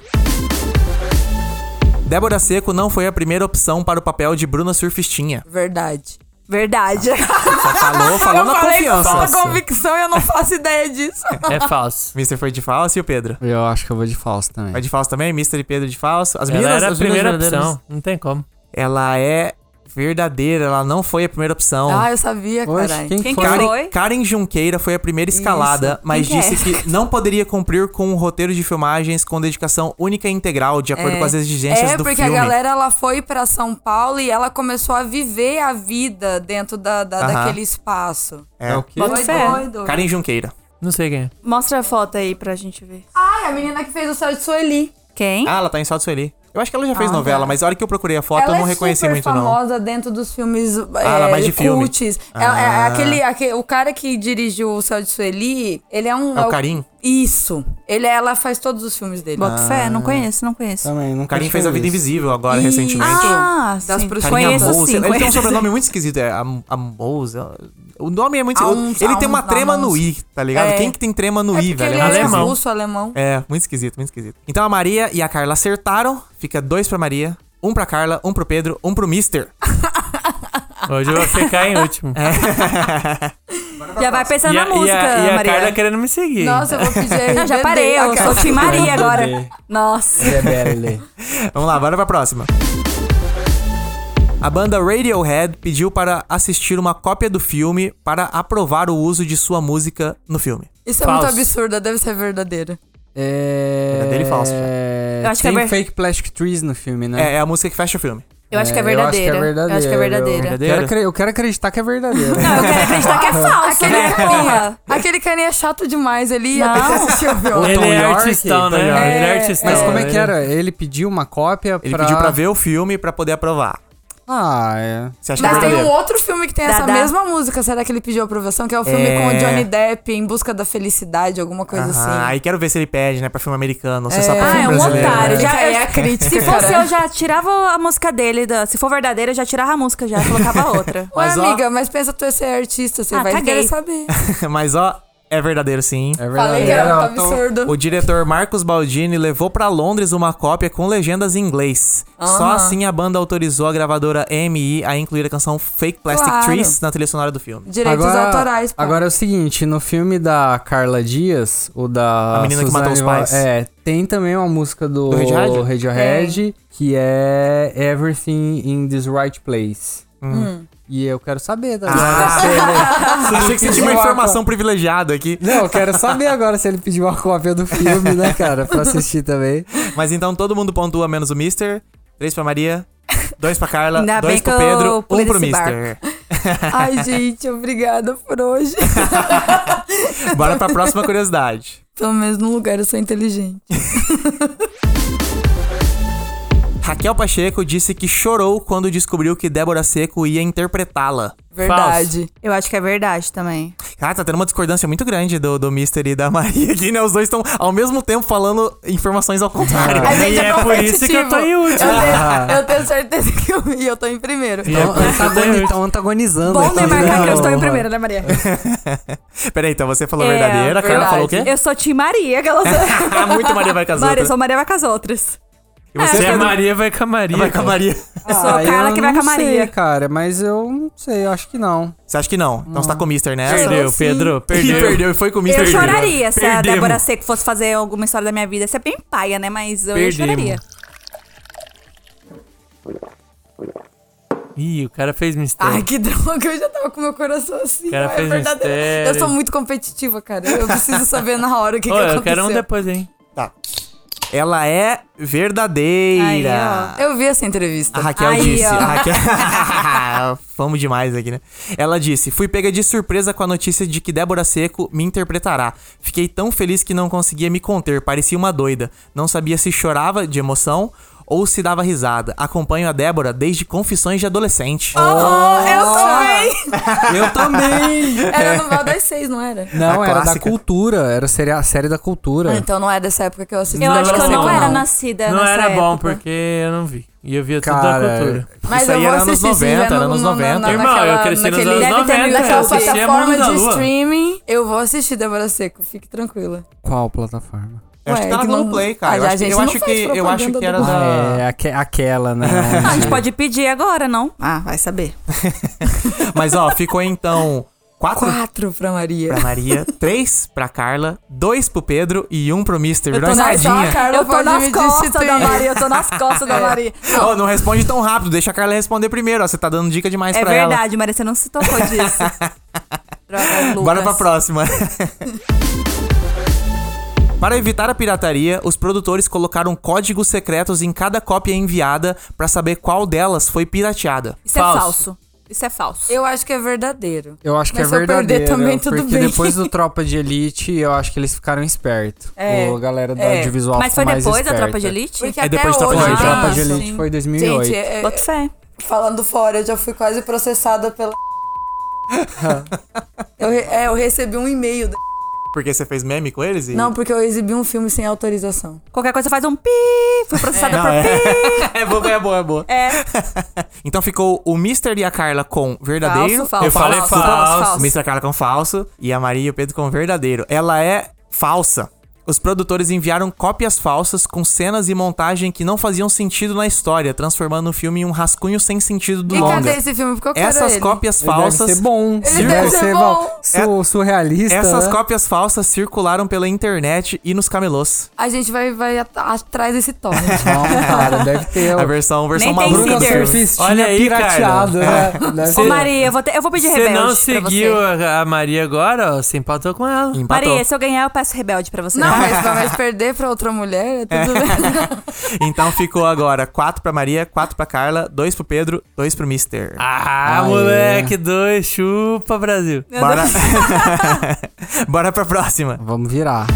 Speaker 3: Débora Seco não foi a primeira opção para o papel de Bruna Surfistinha.
Speaker 7: Verdade.
Speaker 3: então-
Speaker 5: Verdade.
Speaker 3: Falou, falou na
Speaker 7: com
Speaker 3: confiança.
Speaker 7: toda convicção e eu não faço ideia disso.
Speaker 4: É falso.
Speaker 3: Mister foi de falso e o Pedro?
Speaker 6: Eu acho que eu vou de falso também.
Speaker 3: Vai de falso também? Mister e Pedro de falso? As
Speaker 4: Ela
Speaker 3: meninas,
Speaker 4: era a
Speaker 3: as meninas
Speaker 4: primeira
Speaker 3: verdadeiras-
Speaker 4: opção. Não tem como.
Speaker 3: Ela é verdadeira, ela não foi a primeira opção.
Speaker 7: Ah, eu sabia,
Speaker 6: Oxe,
Speaker 7: caralho.
Speaker 6: quem,
Speaker 5: Quem
Speaker 6: foi?
Speaker 5: que
Speaker 3: Karen,
Speaker 5: foi?
Speaker 3: Karen Junqueira foi a primeira escalada, mas
Speaker 7: é?
Speaker 5: Quem que
Speaker 3: disse que não poderia cumprir com o roteiro de filmagens com dedicação única e integral, de acordo com as exigências
Speaker 7: É,
Speaker 3: do
Speaker 7: porque
Speaker 3: filme.
Speaker 7: a galera ela foi pra São Paulo e ela começou a viver a vida dentro da, da-
Speaker 3: Aham.
Speaker 7: daquele espaço.
Speaker 3: É o que?
Speaker 5: Bota
Speaker 7: Foi
Speaker 5: fé.
Speaker 7: doido.
Speaker 3: Karen Junqueira.
Speaker 4: Não sei quem é.
Speaker 5: Mostra a foto aí pra gente ver.
Speaker 7: Ai, a menina que fez o céu de Sueli.
Speaker 5: Quem?
Speaker 3: Ah, ela tá em Salto Sueli. Eu acho que ela já fez
Speaker 7: Ah,
Speaker 3: novela,
Speaker 7: tá.
Speaker 3: mas a hora que eu procurei a foto
Speaker 7: ela
Speaker 3: eu não
Speaker 7: é
Speaker 3: reconheci
Speaker 7: super
Speaker 3: muito, não.
Speaker 7: famosa dentro dos filmes
Speaker 3: ela é
Speaker 7: é,
Speaker 3: mais de filme.
Speaker 7: cults. Ela-
Speaker 3: Ah.
Speaker 7: é aquele, aque- o cara que dirigiu O Céu de Sueli, ele é um...
Speaker 3: É o Karim?
Speaker 7: Isso. Ele, é- ela faz todos os filmes dele.
Speaker 5: Boto fé,
Speaker 3: Ah.
Speaker 5: não conheço, não conheço.
Speaker 6: Também, não
Speaker 3: O Karim Um fez a Vida Invisível agora,
Speaker 7: Ih,
Speaker 3: recentemente.
Speaker 5: Ah,
Speaker 7: Das
Speaker 5: sim.
Speaker 7: prostitutas.
Speaker 3: Carinha
Speaker 5: Conheço
Speaker 3: Mouse.
Speaker 5: sim,
Speaker 3: Ele tem um
Speaker 5: conheço.
Speaker 3: sobrenome muito esquisito, é Am- Amous. O nome é muito.
Speaker 7: Aums,
Speaker 3: ele tem uma
Speaker 7: Aums,
Speaker 3: trema no
Speaker 7: Aums.
Speaker 3: I, tá ligado?
Speaker 7: É.
Speaker 3: Quem que tem trema no
Speaker 7: É
Speaker 3: I,
Speaker 7: porque
Speaker 3: velho?
Speaker 7: ele
Speaker 3: É
Speaker 7: é
Speaker 4: alemão.
Speaker 7: russo, alemão.
Speaker 3: É, muito esquisito, muito esquisito. Então a Maria e a Carla acertaram. Fica dois pra Maria, um pra Carla, um pro Pedro, um pro Mister.
Speaker 4: Hoje eu vou ficar em último.
Speaker 5: Já vai pensando
Speaker 4: É, e, a,
Speaker 5: Tá na música,
Speaker 4: e a, e a
Speaker 5: Maria.
Speaker 4: Carla querendo me seguir.
Speaker 7: Nossa, eu vou pedir
Speaker 5: Não, já
Speaker 7: RBD,
Speaker 5: parei, eu
Speaker 7: aquela.
Speaker 5: sou Tim Maria agora.
Speaker 6: RBD.
Speaker 5: Nossa.
Speaker 6: Rebelde.
Speaker 3: Vamos lá, bora pra próxima. A banda Radiohead pediu para assistir uma cópia do filme para aprovar o uso de sua música no filme.
Speaker 7: Isso é
Speaker 4: Falso.
Speaker 7: muito absurdo, deve ser verdadeira.
Speaker 6: É.
Speaker 3: Verdadeiro e falso, já.
Speaker 6: É,
Speaker 5: Eu acho que
Speaker 6: Tem
Speaker 5: é ver-
Speaker 6: fake plastic trees no filme, né?
Speaker 3: É, é a música que fecha o filme.
Speaker 5: Eu acho que é
Speaker 6: eu acho que é
Speaker 5: verdadeira. Eu acho que é verdadeira.
Speaker 6: verdadeira. Eu quero, acre- eu quero acreditar que é verdadeiro.
Speaker 5: Não, eu quero acreditar que é falso, né, porra?
Speaker 7: Aquele carinha é chato demais, ele ia
Speaker 5: Não.
Speaker 7: assistir o filme.
Speaker 4: Ele
Speaker 6: Tom
Speaker 4: é
Speaker 6: York,
Speaker 4: artistão,
Speaker 6: Tom
Speaker 4: né?
Speaker 6: York.
Speaker 4: Ele é
Speaker 7: É,
Speaker 4: artistão.
Speaker 6: Mas como é que
Speaker 4: né?
Speaker 6: era? Ele pediu uma cópia
Speaker 3: Ele pediu pra ver o filme para poder aprovar.
Speaker 6: Ah, é.
Speaker 3: Você acha que
Speaker 7: Mas
Speaker 3: é
Speaker 7: tem
Speaker 3: verdadeiro?
Speaker 7: um outro filme que tem essa
Speaker 5: Dadá.
Speaker 7: mesma música, será que ele pediu aprovação? Que é o filme
Speaker 3: É. Ah,
Speaker 7: com o Johnny Depp, Em Busca da Felicidade, alguma coisa
Speaker 3: Aham,
Speaker 7: assim.
Speaker 3: Aí quero ver se ele pede, né, pra filme americano, ou se é só pra
Speaker 5: Ah,
Speaker 3: filme
Speaker 5: é um
Speaker 3: brasileiro.
Speaker 5: otário.
Speaker 3: né?
Speaker 5: Já,
Speaker 7: Fica aí a crítica,
Speaker 5: se fosse
Speaker 7: né?
Speaker 5: eu, já tirava a música dele. da- se for verdadeira, eu já tirava a música já, colocava outra.
Speaker 7: Ué,
Speaker 3: Mas, ó-
Speaker 7: amiga, mas pensa tu ser artista, você
Speaker 5: Ah,
Speaker 7: vai
Speaker 5: caguei.
Speaker 7: querer saber.
Speaker 3: Mas ó, é verdadeiro sim.
Speaker 6: É
Speaker 7: Falei que
Speaker 6: verdadeiro.
Speaker 7: era um
Speaker 6: Eu tô-
Speaker 7: absurdo.
Speaker 3: O diretor Marcos Baldini levou pra Londres uma cópia com legendas em inglês. Só
Speaker 7: Aham.
Speaker 3: assim a banda autorizou a gravadora EMI a incluir a canção Fake Plastic
Speaker 7: Claro.
Speaker 3: Trees na trilha sonora do filme.
Speaker 7: Direitos autorais, pô.
Speaker 6: Agora é o seguinte, no filme da Carla Dias, o da.
Speaker 3: A menina que matou os
Speaker 6: Suzane Va-
Speaker 3: pais.
Speaker 6: É, tem também uma música do,
Speaker 3: Do Radiohead?
Speaker 6: Radiohead, que é Everything in This Right Place.
Speaker 3: Hum.
Speaker 6: E eu quero saber
Speaker 3: Ah.
Speaker 6: também.
Speaker 3: Achei que você tinha uma informação privilegiada aqui.
Speaker 6: Não, eu quero saber agora se ele pediu uma cópia do filme, né, cara? Pra assistir também.
Speaker 3: Mas então todo mundo pontua, menos o Mister. Três pra Maria, dois pra Carla,
Speaker 5: Ainda
Speaker 3: dois
Speaker 5: bem
Speaker 3: pro
Speaker 5: que eu
Speaker 3: Pedro, um
Speaker 5: pulei
Speaker 3: pro
Speaker 5: desse
Speaker 3: Mister.
Speaker 7: Ai, gente, obrigada por hoje.
Speaker 3: Bora pra próxima curiosidade.
Speaker 7: Pelo menos num lugar eu sou inteligente.
Speaker 3: Raquel Pacheco disse que chorou quando descobriu que Débora Seco ia interpretá-la.
Speaker 7: Verdade.
Speaker 5: Eu acho que é verdade também.
Speaker 3: Cara, tá tendo uma discordância muito grande do, do Mister e da Maria aqui, né? Os dois estão ao mesmo tempo falando informações ao
Speaker 5: Ah.
Speaker 3: contrário.
Speaker 7: A gente
Speaker 4: E é por isso que eu tô em
Speaker 7: competitivo.
Speaker 4: último.
Speaker 7: Eu tenho, eu tenho certeza que eu, e eu tô em primeiro.
Speaker 6: Então,
Speaker 4: por isso que eu tô em último.
Speaker 6: Estão antagonizando.
Speaker 5: Bom
Speaker 6: aqui,
Speaker 5: demarcar
Speaker 6: né?
Speaker 5: que eu estou em primeiro, né, Maria?
Speaker 3: Peraí, então você falou
Speaker 5: É,
Speaker 3: verdadeira, a Carla
Speaker 7: verdade.
Speaker 3: falou o quê?
Speaker 5: Eu sou Tim Maria, aquelas...
Speaker 3: Ah, muito Maria vai casar.
Speaker 5: Maria, sou Maria vai com as outras.
Speaker 3: E você
Speaker 4: Se é
Speaker 3: Pedro?
Speaker 4: Maria, vai com a Maria.
Speaker 3: vai com a Maria.
Speaker 5: Eu sou a
Speaker 6: Ah,
Speaker 5: Carla
Speaker 6: eu
Speaker 5: que vai com a
Speaker 6: não sei,
Speaker 5: Maria.
Speaker 6: cara, mas eu não sei, eu acho que não.
Speaker 3: Você acha que não? Então você tá com o Mister, né?
Speaker 4: Perdeu,
Speaker 7: Sim.
Speaker 4: Pedro.
Speaker 3: Perdeu.
Speaker 4: Perdeu.
Speaker 3: perdeu e foi com o Mister.
Speaker 5: Eu choraria se a
Speaker 4: Perdemos.
Speaker 5: Débora Seco fosse fazer alguma história da minha vida. Isso é bem paia, né? Mas eu, eu
Speaker 4: Perdemos.
Speaker 5: choraria.
Speaker 4: Ih, o cara fez mistério.
Speaker 7: Ai, que droga, eu já tava com meu coração assim.
Speaker 4: Então cara
Speaker 7: Ai, é
Speaker 4: fez
Speaker 7: verdade.
Speaker 4: mistério.
Speaker 7: Eu sou muito competitiva, cara. Eu preciso saber na hora o que,
Speaker 4: Ô,
Speaker 7: que
Speaker 4: eu
Speaker 7: aconteceu.
Speaker 4: quero um depois, hein?
Speaker 3: Tá. Ela é verdadeira.
Speaker 7: Eu vi essa entrevista.
Speaker 3: a Raquel
Speaker 5: Aí,
Speaker 3: disse.
Speaker 5: ó.
Speaker 3: A Raquel... Fomos demais aqui, né? Ela disse: Fui pega de surpresa com a notícia de que Débora Seco me interpretará. Fiquei tão feliz que não conseguia me conter, parecia uma doida. Não sabia se chorava de emoção ou se dava risada. Acompanho a Débora desde confissões de adolescente.
Speaker 7: Oh, eu também!
Speaker 6: Eu também!
Speaker 7: Era no Val das Seis, não era?
Speaker 6: Não,
Speaker 3: A
Speaker 6: era da
Speaker 3: clássica.
Speaker 6: cultura. Era a série, a série da cultura.
Speaker 7: Ah, então não é dessa época que eu assisti.
Speaker 5: Eu
Speaker 4: Não,
Speaker 5: acho que eu
Speaker 4: não,
Speaker 5: não
Speaker 7: é.
Speaker 5: era
Speaker 4: não.
Speaker 5: nascida
Speaker 4: não
Speaker 5: nessa
Speaker 4: era bom,
Speaker 5: época.
Speaker 4: porque eu não vi. E eu via tudo da
Speaker 6: Cara,
Speaker 4: cultura.
Speaker 7: Mas
Speaker 3: Isso
Speaker 7: eu
Speaker 3: aí
Speaker 7: vou
Speaker 3: era anos
Speaker 7: assistir se
Speaker 3: 90,
Speaker 7: tiver
Speaker 3: era
Speaker 7: no-
Speaker 3: anos
Speaker 7: no- no-
Speaker 3: 90.
Speaker 7: na-
Speaker 4: Irmão,
Speaker 7: naquela-
Speaker 4: eu cresci nos
Speaker 7: naquele-
Speaker 4: anos
Speaker 7: deve ter
Speaker 4: 90,
Speaker 7: naquela
Speaker 4: eu
Speaker 5: é
Speaker 4: assisti a Mundo da
Speaker 7: plataforma de
Speaker 4: Lua.
Speaker 7: streaming. Eu vou assistir Débora Seco, fique tranquila.
Speaker 6: Qual plataforma?
Speaker 3: Eu acho
Speaker 7: Ué,
Speaker 3: que tá na
Speaker 7: que não-
Speaker 3: Globoplay,
Speaker 7: Ah,
Speaker 3: cara.
Speaker 7: já
Speaker 3: eu
Speaker 7: a
Speaker 3: acho que,
Speaker 7: gente
Speaker 3: eu
Speaker 7: não
Speaker 3: acho
Speaker 7: faz
Speaker 3: que, eu acho
Speaker 7: propaganda
Speaker 3: que era
Speaker 7: do-
Speaker 3: da.
Speaker 6: É, aque- aquela, né?
Speaker 5: Ah, a
Speaker 6: onde-
Speaker 5: gente pode pedir agora, não? Ah, vai saber.
Speaker 3: Mas ó, ficou então quatro
Speaker 7: Quatro pra Maria.
Speaker 3: pra Maria, três pra Carla, dois pro Pedro e um pro Mister. Virou uma
Speaker 7: Não, só a
Speaker 3: escadinha.
Speaker 7: Carla
Speaker 5: eu tô
Speaker 7: pode
Speaker 5: nas
Speaker 7: me
Speaker 5: costas
Speaker 7: destituir.
Speaker 5: da Maria, eu tô nas costas da Maria.
Speaker 3: Ó, não responde tão rápido, deixa a Carla responder primeiro. Ó, você tá dando dica demais
Speaker 5: É
Speaker 3: pra ela.
Speaker 5: verdade, Maria, você não se tocou disso. Droga, Lucas.
Speaker 3: Bora pra próxima. Para evitar a pirataria, os produtores colocaram códigos secretos em cada cópia enviada pra saber qual delas foi pirateada.
Speaker 5: Isso é
Speaker 4: Falso.
Speaker 5: falso. Isso é falso.
Speaker 7: Eu acho que é verdadeiro.
Speaker 6: Eu acho que
Speaker 7: Mas
Speaker 6: é
Speaker 7: se eu perder
Speaker 6: verdadeiro.
Speaker 7: também, tudo
Speaker 6: porque
Speaker 7: bem.
Speaker 6: depois do Tropa de Elite, eu acho que eles ficaram espertos.
Speaker 7: É,
Speaker 6: O galera do
Speaker 7: é.
Speaker 6: audiovisual
Speaker 5: Mas foi
Speaker 6: ficou mais
Speaker 5: depois da
Speaker 6: esperta.
Speaker 5: Tropa de Elite?
Speaker 7: Porque
Speaker 3: É
Speaker 7: até
Speaker 3: depois de Tropa
Speaker 7: hoje...
Speaker 3: de
Speaker 6: Foi,
Speaker 3: Ah,
Speaker 6: Tropa de
Speaker 5: sim.
Speaker 6: Elite foi em 2008.
Speaker 7: Gente, é- é-
Speaker 5: Bota fé.
Speaker 7: falando fora, eu já fui quase processada pela... eu, re- é, eu recebi um e-mail. da-
Speaker 3: Porque você fez meme com eles? E...
Speaker 7: Não, porque eu exibi um filme sem autorização.
Speaker 5: Qualquer coisa faz um pi. Fui processada por
Speaker 3: Ah, É boa, é boa, é boa.
Speaker 5: pi. É.
Speaker 3: Então ficou o Mr. e a Carla com verdadeiro.
Speaker 5: Falso, falso,
Speaker 3: eu falei
Speaker 5: falso,
Speaker 3: falso.
Speaker 5: falso, falso.
Speaker 3: O Mr. e a Carla com falso. E a Maria e o Pedro com verdadeiro. Ela é falsa. Os produtores enviaram cópias falsas com cenas e montagem que não faziam sentido na história, transformando o filme em um rascunho sem sentido do
Speaker 7: E
Speaker 3: longa.
Speaker 7: cadê esse filme? Porque eu quero
Speaker 3: Essas
Speaker 7: ele.
Speaker 3: cópias
Speaker 6: Ele Deve
Speaker 3: falsas
Speaker 6: ser bom. Ele
Speaker 7: deve ser bom.
Speaker 6: Su- surrealista.
Speaker 3: Essas
Speaker 6: né?
Speaker 3: cópias falsas circularam pela internet e nos camelôs.
Speaker 7: A gente vai, vai at- atrás desse torrent.
Speaker 6: Não, cara, deve ter.
Speaker 3: A versão, versão
Speaker 5: Nem tem
Speaker 3: maluca.
Speaker 6: Bruna
Speaker 5: Sim, Deus.
Speaker 6: Surfistinha
Speaker 4: Olha aí,
Speaker 6: pirateado, né? Deve
Speaker 5: Ô,
Speaker 6: ter.
Speaker 5: Maria, eu vou, ter- eu vou pedir
Speaker 4: Você
Speaker 5: rebelde
Speaker 4: não
Speaker 5: pra
Speaker 4: seguiu
Speaker 5: você.
Speaker 4: a a Maria agora, ó, você empatou com ela.
Speaker 3: Empatou.
Speaker 5: Maria, se eu ganhar, eu peço rebelde pra você.
Speaker 7: Não, mas, mas perder pra outra mulher é tudo bem.
Speaker 3: Então ficou agora 4 pra Maria, 4 pra Carla, 2 pro Pedro, 2 pro Mister.
Speaker 4: Ah,
Speaker 6: Aê.
Speaker 4: moleque, dois, chupa, Brasil.
Speaker 3: Bora... Bora pra próxima.
Speaker 6: Vamos virar.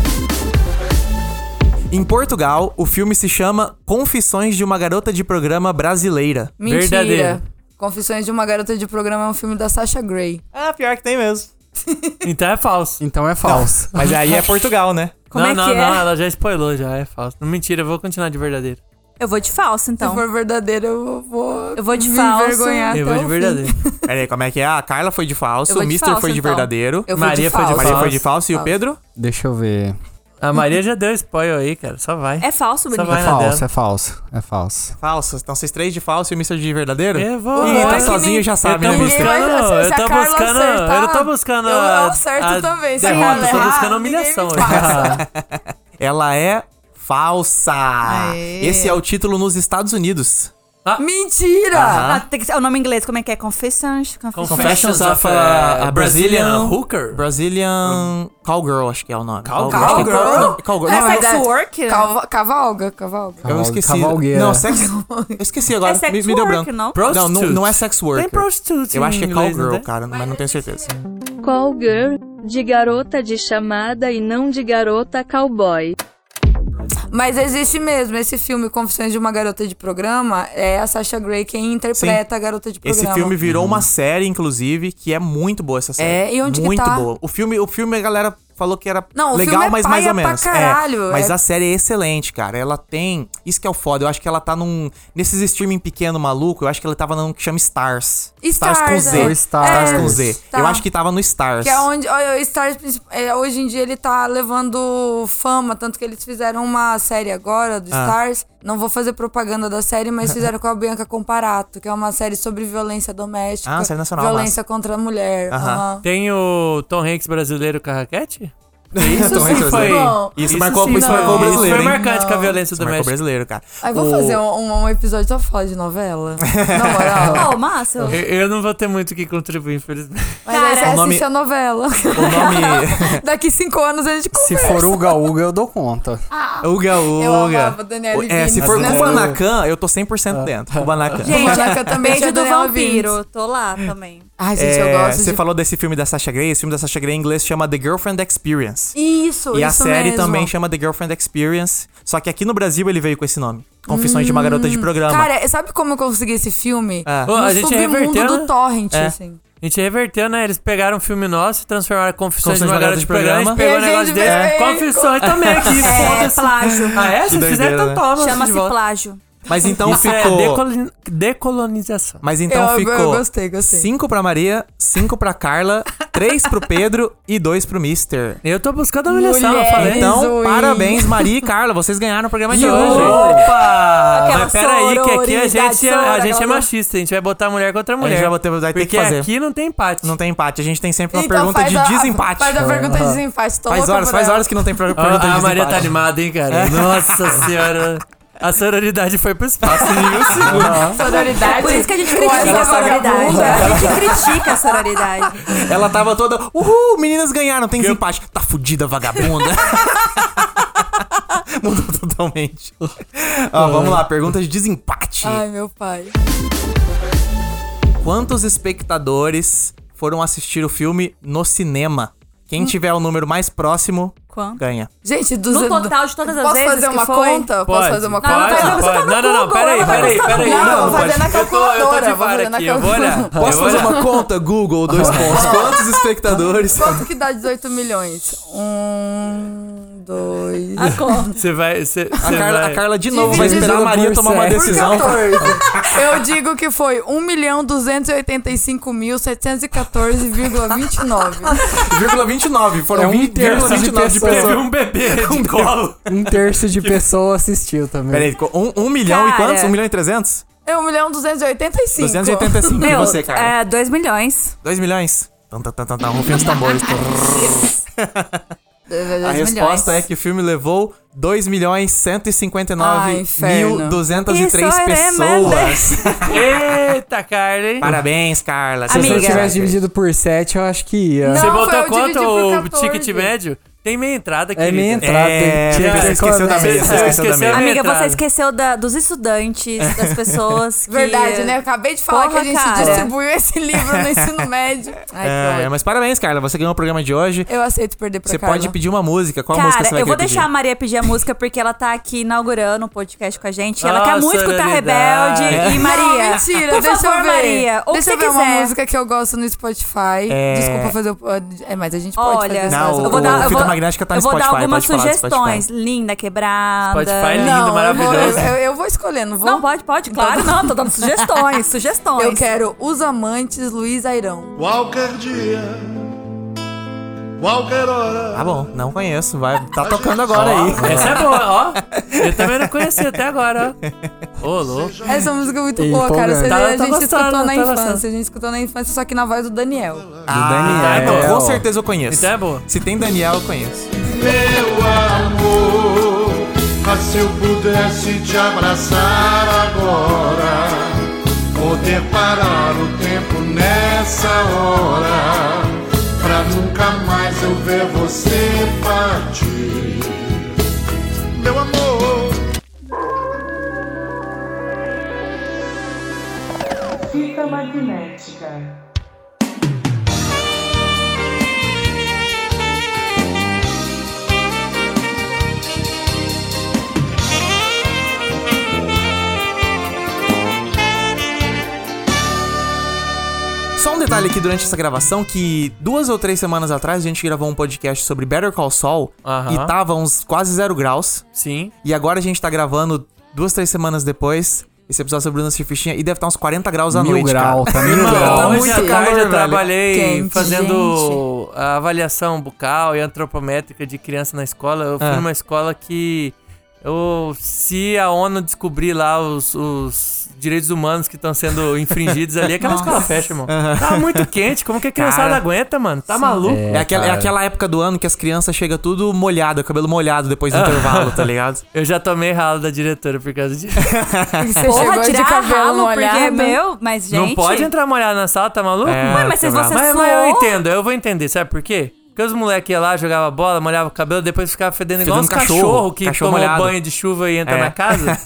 Speaker 3: Em Portugal, o filme se chama Confissões de uma Garota de Programa Brasileira.
Speaker 7: Mentira.
Speaker 4: Verdadeiro.
Speaker 7: Confissões de uma Garota de Programa é um filme da Sasha Grey.
Speaker 3: Ah, pior que tem mesmo.
Speaker 4: Então é falso.
Speaker 6: Então é falso.
Speaker 3: Mas aí é Portugal, né?
Speaker 5: Como
Speaker 4: não,
Speaker 5: é
Speaker 4: não,
Speaker 5: que é?
Speaker 4: não, ela já spoilou, já é falso. Não, mentira, eu vou continuar de verdadeiro.
Speaker 5: Eu vou de falso, então.
Speaker 7: Se for verdadeiro, eu vou.
Speaker 5: Eu vou de
Speaker 7: me
Speaker 5: falso. Ah,
Speaker 7: envergonhar
Speaker 4: eu
Speaker 7: até
Speaker 4: vou
Speaker 5: então
Speaker 4: de
Speaker 7: o
Speaker 4: verdadeiro.
Speaker 3: Pera aí, como é que é? A Carla foi de falso,
Speaker 5: Eu vou
Speaker 3: o
Speaker 5: de
Speaker 3: Mister
Speaker 5: falso,
Speaker 3: foi de
Speaker 5: então.
Speaker 3: verdadeiro,
Speaker 7: fim. Eu fui
Speaker 4: Maria
Speaker 7: de
Speaker 4: foi de
Speaker 7: falso.
Speaker 3: a Maria foi de falso e o
Speaker 7: Falso.
Speaker 3: Pedro?
Speaker 6: Deixa eu ver.
Speaker 4: A Maria já deu spoiler aí, cara, só vai.
Speaker 5: É falso,
Speaker 4: Só
Speaker 5: bonito.
Speaker 4: vai
Speaker 6: É
Speaker 4: na
Speaker 6: falso,
Speaker 4: dela.
Speaker 6: é falso. É falso.
Speaker 3: Falso. Então vocês três de falso e o Mister de verdadeiro?
Speaker 4: Eu vou.
Speaker 3: Ih,
Speaker 7: Bom,
Speaker 3: tá
Speaker 7: é que
Speaker 3: sozinho
Speaker 7: nem-
Speaker 3: já
Speaker 4: Eu
Speaker 3: sabe,
Speaker 4: tô
Speaker 3: né, Mister?
Speaker 7: Mas
Speaker 4: buscando, eu
Speaker 7: se- se a
Speaker 4: tô
Speaker 7: Carla
Speaker 4: buscando,
Speaker 7: acertar,
Speaker 4: eu não tô buscando
Speaker 7: eu
Speaker 4: a-
Speaker 7: acerto
Speaker 4: a
Speaker 7: também, se a
Speaker 4: derrota,
Speaker 7: Carla
Speaker 4: eu tô buscando
Speaker 7: errar,
Speaker 4: a humilhação.
Speaker 7: ninguém me passa.
Speaker 3: Ela é falsa.
Speaker 5: Aê.
Speaker 3: Esse é o título nos Estados Unidos.
Speaker 7: Mentira!
Speaker 5: Ah, tem que ser- o nome em inglês, como é que é? Confessions? Confessions.
Speaker 4: Confessions of a, a É Brazilian Hooker.
Speaker 3: é Brazilian Cowgirl, acho que é o nome.
Speaker 4: Cowgirl?
Speaker 3: Acho que é
Speaker 7: Cowgirl?
Speaker 3: Cowgirl.
Speaker 5: É
Speaker 3: Não, eu-
Speaker 5: sex work?
Speaker 7: Calva- cavalga, cavalga.
Speaker 3: eu esqueci.
Speaker 6: Cavalgueira.
Speaker 3: Não, sex... Eu esqueci agora.
Speaker 5: É sex
Speaker 3: me, me deu
Speaker 5: work,
Speaker 3: branco.
Speaker 5: não?
Speaker 3: Não, não,
Speaker 4: Prostitute.
Speaker 3: não é sex
Speaker 4: Tem
Speaker 3: worker.
Speaker 4: prostitute
Speaker 3: Eu acho que
Speaker 4: em
Speaker 3: é
Speaker 4: inglês, não
Speaker 3: cowgirl,
Speaker 4: tem?
Speaker 3: cara, mas não tenho certeza.
Speaker 9: Call girl, de garota de chamada e não de garota cowboy.
Speaker 7: Mas existe mesmo. Esse filme, Confissões de uma Garota de Programa, é a Sasha Grey quem interpreta a garota de
Speaker 3: Esse
Speaker 7: programa.
Speaker 3: filme virou uma série, inclusive, que é muito boa essa série.
Speaker 7: É, e onde que
Speaker 3: Muito
Speaker 7: tá?
Speaker 3: boa. O filme, o filme a galera falou que era
Speaker 7: Não, o
Speaker 3: legal,
Speaker 7: filme é
Speaker 3: mas mais
Speaker 7: paia
Speaker 3: ou
Speaker 7: pra
Speaker 3: menos.
Speaker 7: caralho,
Speaker 3: é, mas
Speaker 7: é-
Speaker 3: a série é excelente, cara. Ela tem. Isso que é o foda. Eu acho que ela tá num. Nesses streaming pequeno maluco, eu acho que ela tava num que chama Stars.
Speaker 7: Stars,
Speaker 3: com
Speaker 7: é.
Speaker 3: Z.
Speaker 6: É,
Speaker 3: Stars com
Speaker 6: Stars.
Speaker 3: Z.
Speaker 7: Tá.
Speaker 3: Eu acho que tava no Stars.
Speaker 7: Que é onde. olha, o Stars, princip- é, hoje em dia ele tá levando fama, tanto que eles fizeram uma série agora do
Speaker 3: Ah.
Speaker 7: Stars. Não vou fazer propaganda da série, mas fizeram com a Bianca Comparato, que é uma série sobre violência doméstica.
Speaker 3: Ah, série nacional,
Speaker 7: Violência contra a mulher.
Speaker 3: Aham.
Speaker 7: aham.
Speaker 4: Tem o Tom Hanks brasileiro com a raquete?
Speaker 3: Isso
Speaker 7: sim, foi bom.
Speaker 3: Isso,
Speaker 4: Isso
Speaker 3: marcou,
Speaker 4: sim,
Speaker 3: isso
Speaker 4: não.
Speaker 3: marcou o brasileiro.
Speaker 4: Isso foi
Speaker 3: hein?
Speaker 4: marcante com a violência
Speaker 3: Isso marcou o
Speaker 4: doméstica.
Speaker 3: brasileiro, cara.
Speaker 7: Aí vou
Speaker 3: O-
Speaker 7: fazer um, um episódio só pra falar de novela. Na moral.
Speaker 5: Ô, Márcio.
Speaker 4: Eu, eu não vou ter muito o que contribuir, infelizmente.
Speaker 7: Mas aí você
Speaker 3: O nome-
Speaker 7: assiste a novela.
Speaker 3: O nome.
Speaker 7: Daqui cinco anos a gente
Speaker 3: É
Speaker 6: Se
Speaker 7: conversa.
Speaker 6: for Uga Uga, eu dou conta.
Speaker 3: Ah. Uga
Speaker 7: Eu
Speaker 3: Uga.
Speaker 7: amava
Speaker 3: um
Speaker 7: Daniela
Speaker 3: É, se
Speaker 7: Vinicius
Speaker 3: for
Speaker 7: nessa-
Speaker 3: Kubanacan, eu tô 100% dentro. Kubanacan.
Speaker 5: Gente,
Speaker 7: Caraca, eu também
Speaker 5: beijo
Speaker 7: tinha
Speaker 5: do
Speaker 7: Daniel
Speaker 5: vampiro. Tô lá também.
Speaker 7: Ai, gente, eu
Speaker 3: É,
Speaker 7: gosto
Speaker 3: você
Speaker 7: de...
Speaker 3: falou desse filme da Sasha Grey. Esse filme da Sasha Grey em inglês chama The Girlfriend Experience.
Speaker 7: Isso,
Speaker 3: e a
Speaker 7: isso
Speaker 3: série
Speaker 7: mesmo.
Speaker 3: também chama The Girlfriend Experience. Só que aqui no Brasil ele veio com esse nome. Confissões de uma Garota de Programa.
Speaker 7: Hum, Cara, sabe como eu consegui esse filme?
Speaker 3: Ah.
Speaker 4: Ô,
Speaker 7: No
Speaker 4: a gente
Speaker 7: submundo
Speaker 4: reverteu, né?
Speaker 7: do torrent,
Speaker 4: É.
Speaker 7: assim.
Speaker 4: A gente reverteu, né? Eles pegaram um filme nosso e transformaram Confissões de uma Garota de Programa. A gente
Speaker 7: E
Speaker 4: pegou
Speaker 7: a
Speaker 4: o um negócio
Speaker 7: gente
Speaker 4: dele.
Speaker 7: veio-
Speaker 4: Confissões também aqui.
Speaker 5: É,
Speaker 4: foda-se.
Speaker 5: plágio.
Speaker 4: Ah, é? Se
Speaker 3: doideira,
Speaker 4: fizer,
Speaker 3: né?
Speaker 4: então toma.
Speaker 5: Chama-se
Speaker 4: de volta.
Speaker 5: plágio.
Speaker 3: Mas então
Speaker 4: Isso
Speaker 3: ficou.
Speaker 4: é decoloni- decolonização.
Speaker 3: Mas então
Speaker 7: Eu- eu
Speaker 3: ficou.
Speaker 7: gostei, gostei.
Speaker 3: 5 pra Maria, 5 pra Carla, 3 pro Pedro e 2 pro Mister.
Speaker 4: Eu tô buscando a humilhação, eu falei.
Speaker 3: Então,
Speaker 7: Zoe.
Speaker 3: parabéns, Maria e Carla. Vocês ganharam o programa de hoje.
Speaker 4: Opa!
Speaker 5: Aquela
Speaker 4: Mas peraí, Então, que aqui
Speaker 5: sororidade,
Speaker 4: a gente, é, a
Speaker 5: soror,
Speaker 4: gente é
Speaker 5: aquela-
Speaker 4: machista. A gente vai botar mulher contra
Speaker 3: A
Speaker 4: mulher.
Speaker 3: gente vai, botar, vai ter
Speaker 4: Porque
Speaker 3: que fazer.
Speaker 4: aqui não tem empate.
Speaker 3: Não tem empate. A gente tem sempre uma
Speaker 7: Então
Speaker 3: pergunta
Speaker 7: faz
Speaker 3: de
Speaker 7: a-
Speaker 3: desempate.
Speaker 7: Faz a pergunta é de desempate.
Speaker 6: Tá
Speaker 7: Tô
Speaker 3: Faz
Speaker 7: louca
Speaker 3: horas,
Speaker 7: por
Speaker 3: faz
Speaker 7: ela.
Speaker 3: horas que não tem per- pergunta de É.
Speaker 4: A, a
Speaker 3: desempate.
Speaker 4: Maria tá animada, hein, cara? Nossa senhora. A sororidade foi pro espaço em um segundo.
Speaker 7: Sororidade.
Speaker 5: É Por isso que a gente critica
Speaker 7: Essa
Speaker 5: a sororidade.
Speaker 7: vagabunda.
Speaker 5: A gente critica a sororidade.
Speaker 3: Ela tava toda. Uhul, meninas ganharam, tem desempate. Tá fudida, vagabunda. Mudou totalmente.
Speaker 4: Ah.
Speaker 3: Ó, vamos lá, pergunta de desempate.
Speaker 7: Ai, meu pai.
Speaker 3: Quantos espectadores foram assistir o filme no cinema? Quem
Speaker 6: Hum.
Speaker 3: tiver o número mais próximo,
Speaker 5: Quanto?
Speaker 3: ganha.
Speaker 7: Gente, dos,
Speaker 5: No total de todas as
Speaker 7: posso
Speaker 5: vezes
Speaker 7: fazer
Speaker 5: que
Speaker 7: uma
Speaker 5: foi?
Speaker 7: conta? Posso
Speaker 4: Pode,
Speaker 7: fazer uma
Speaker 4: pode,
Speaker 7: conta?
Speaker 5: Não, não,
Speaker 4: pode.
Speaker 5: você tá no
Speaker 4: não, não,
Speaker 5: Google,
Speaker 4: peraí,
Speaker 5: ela vai
Speaker 4: peraí,
Speaker 5: buscar no
Speaker 4: peraí.
Speaker 7: Google.
Speaker 4: Não,
Speaker 7: Vou fazer
Speaker 4: pode.
Speaker 7: na
Speaker 4: Eu tô- Eu tô
Speaker 7: calculadora,
Speaker 4: de
Speaker 7: vou
Speaker 4: vara
Speaker 7: fazer na
Speaker 4: aqui, eu vou olhar.
Speaker 7: calculadora.
Speaker 3: Posso
Speaker 4: Ah, Eu Ah. vou
Speaker 3: fazer
Speaker 4: olhar.
Speaker 3: uma conta, Google? Dois pontos. Quantos espectadores?
Speaker 7: Quanto que dá 18 milhões? Um, dois.
Speaker 5: A conta.
Speaker 4: Você vai. Você,
Speaker 3: A
Speaker 4: você
Speaker 3: Carla,
Speaker 4: vai...
Speaker 3: a Carla de novo vai
Speaker 6: Dividido
Speaker 3: esperar a Maria
Speaker 6: por
Speaker 3: tomar uma
Speaker 6: sete.
Speaker 7: Por
Speaker 3: decisão.
Speaker 7: 14. Eu digo que foi um 1.285.714,29.
Speaker 3: Vírgula 29. Foram
Speaker 6: É um
Speaker 3: 20,
Speaker 6: terço de
Speaker 3: 29 de
Speaker 6: pessoas.
Speaker 3: pessoas.
Speaker 4: Teve um bebê de colo.
Speaker 6: Um terço
Speaker 3: Tipo-
Speaker 6: de pessoa assistiu também.
Speaker 3: Peraí, ficou um, um milhão e
Speaker 5: Cara.
Speaker 3: quantos? Um milhão e trezentos?
Speaker 7: É 1.285.
Speaker 3: 285. E
Speaker 5: Meu,
Speaker 3: você, cara?
Speaker 5: é 2 milhões.
Speaker 3: Dois milhões? Tan, tan, tan, tan, tan, Rufem os Um tambores. A resposta é que o filme levou 2 milhões
Speaker 7: Ai, inferno.
Speaker 3: 159.203
Speaker 5: Isso é
Speaker 3: pessoas.
Speaker 4: Eita, Carla, hein?
Speaker 3: Parabéns, Carla.
Speaker 6: Se eu
Speaker 5: Amiga.
Speaker 6: tivesse dividido por 7, eu acho que ia.
Speaker 7: Não,
Speaker 4: Você
Speaker 7: foi
Speaker 4: botou
Speaker 7: eu dividi
Speaker 4: quanto
Speaker 7: por
Speaker 4: o
Speaker 7: 14.
Speaker 4: ticket médio? Tem meia entrada aqui.
Speaker 6: É meia entrada.
Speaker 3: É,
Speaker 6: tinha que
Speaker 4: você
Speaker 6: ter
Speaker 3: esqueceu da
Speaker 6: colado.
Speaker 3: meia, você esqueceu
Speaker 7: É
Speaker 3: da meia.
Speaker 5: Amiga,
Speaker 4: entrada.
Speaker 5: você esqueceu da- dos estudantes, das pessoas que...
Speaker 7: Verdade, né? Eu acabei de falar
Speaker 5: Porra,
Speaker 7: que a gente
Speaker 5: cara.
Speaker 7: distribuiu esse livro no ensino médio. Ai, que
Speaker 3: É,
Speaker 7: horror.
Speaker 3: mas parabéns, Carla. Você ganhou o programa de hoje.
Speaker 7: Eu aceito perder pra
Speaker 3: Você
Speaker 7: Carla.
Speaker 3: pode pedir uma música. Qual
Speaker 5: Cara,
Speaker 3: música você vai
Speaker 5: eu vou
Speaker 3: querer
Speaker 5: deixar a
Speaker 3: pedir?
Speaker 5: Maria pedir a música porque ela tá aqui inaugurando o podcast com a gente. Ela quer
Speaker 4: Ah,
Speaker 5: muito escutar
Speaker 4: solidariedade.
Speaker 5: Rebelde e
Speaker 7: Não,
Speaker 5: Maria.
Speaker 7: mentira,
Speaker 5: por
Speaker 7: deixa
Speaker 5: favor,
Speaker 7: eu ver.
Speaker 5: Maria. Ou
Speaker 7: deixa
Speaker 5: você é?
Speaker 7: eu ver
Speaker 5: quiser.
Speaker 7: uma música que eu gosto no Spotify.
Speaker 3: É.
Speaker 7: Desculpa fazer o. É, mas a gente pode
Speaker 5: Olha,
Speaker 7: fazer
Speaker 3: Não,
Speaker 7: isso.
Speaker 3: o-
Speaker 5: eu vou dar, eu
Speaker 3: Fita
Speaker 5: vou,
Speaker 3: Magnética tá no
Speaker 5: eu vou dar
Speaker 3: Spotify,
Speaker 5: algumas
Speaker 3: pode falar do
Speaker 5: sugestões. Linda, quebrada.
Speaker 3: é
Speaker 4: Spotify, lindo,
Speaker 7: Não, eu, vou,
Speaker 4: maravilhoso.
Speaker 7: eu, eu- eu vou escolher, não vou.
Speaker 5: Não, pode, pode, claro, não. Tô dando sugestões, sugestões.
Speaker 7: Eu quero Os Amantes, Luiz Airão.
Speaker 10: Qualquer dia, qualquer hora.
Speaker 3: Tá bom, não conheço. Vai, tá tocando agora aí.
Speaker 4: Essa é boa, ó. Eu também não conheci até agora, ó. Ô, louco.
Speaker 7: Essa música é muito
Speaker 6: Ei,
Speaker 7: boa, cara.
Speaker 6: empolgante.
Speaker 7: Você-
Speaker 4: Tá-
Speaker 7: a
Speaker 4: tá
Speaker 7: gente
Speaker 4: gostando,
Speaker 7: escutou na
Speaker 4: tá
Speaker 7: infância.
Speaker 4: gostando.
Speaker 7: A gente escutou na infância, só que na voz do Daniel.
Speaker 6: Do
Speaker 3: Ah,
Speaker 6: Daniel.
Speaker 3: então, com certeza eu conheço.
Speaker 4: Então é boa.
Speaker 3: Se tem Daniel, eu conheço.
Speaker 10: Meu amor, ah, se eu pudesse te abraçar agora, poder parar o tempo nessa hora, pra nunca mais eu ver você partir. Meu amor.
Speaker 1: Fita magnética.
Speaker 3: Só um detalhe aqui durante essa gravação que duas ou três semanas atrás a gente gravou um podcast sobre Better Call Saul
Speaker 4: Aham.
Speaker 3: e tava uns quase zero graus.
Speaker 4: Sim.
Speaker 3: E agora a gente tá gravando duas, três semanas depois esse episódio sobre Bruna Surfichinha e deve estar uns 40 graus à
Speaker 6: Mil
Speaker 3: noite,
Speaker 6: grau,
Speaker 3: cara.
Speaker 6: tá mil
Speaker 4: Mano,
Speaker 6: grau.
Speaker 7: tá
Speaker 4: hoje
Speaker 7: muito
Speaker 4: à tarde
Speaker 7: calor,
Speaker 4: eu trabalhei
Speaker 7: Quente,
Speaker 4: fazendo a avaliação bucal e antropométrica de criança na escola. Eu fui
Speaker 3: Ah.
Speaker 4: numa escola que. Eu, se a ONU descobrir lá os, os direitos humanos que estão sendo infringidos ali, aquela escola fecha, irmão. Tá muito quente, como que a criançada
Speaker 3: Cara.
Speaker 4: aguenta, mano? Tá maluco?
Speaker 3: É, aquela, é
Speaker 6: cara.
Speaker 3: aquela época do ano que as crianças chegam tudo molhado, cabelo molhado depois do intervalo, tá ligado?
Speaker 4: Eu já tomei ralo da diretora por causa disso.
Speaker 7: Você
Speaker 5: Porra, tirar ralo porque é
Speaker 7: molhado.
Speaker 5: meu, mas gente...
Speaker 4: Não pode entrar molhado na sala, tá maluco?
Speaker 3: É,
Speaker 5: Ué, mas se
Speaker 3: tá
Speaker 5: você
Speaker 3: bravo.
Speaker 4: Mas, mas eu
Speaker 5: suou-
Speaker 4: entendo, eu vou entender, sabe por quê? Porque os moleques iam lá, jogavam bola, molhavam o cabelo, depois ficava fedendo igual uns
Speaker 3: Fedendo
Speaker 4: cachorro,
Speaker 3: cachorro,
Speaker 4: que
Speaker 3: cachorro
Speaker 4: tomou
Speaker 3: molhado.
Speaker 4: banho de chuva e entra
Speaker 3: É.
Speaker 4: na casa.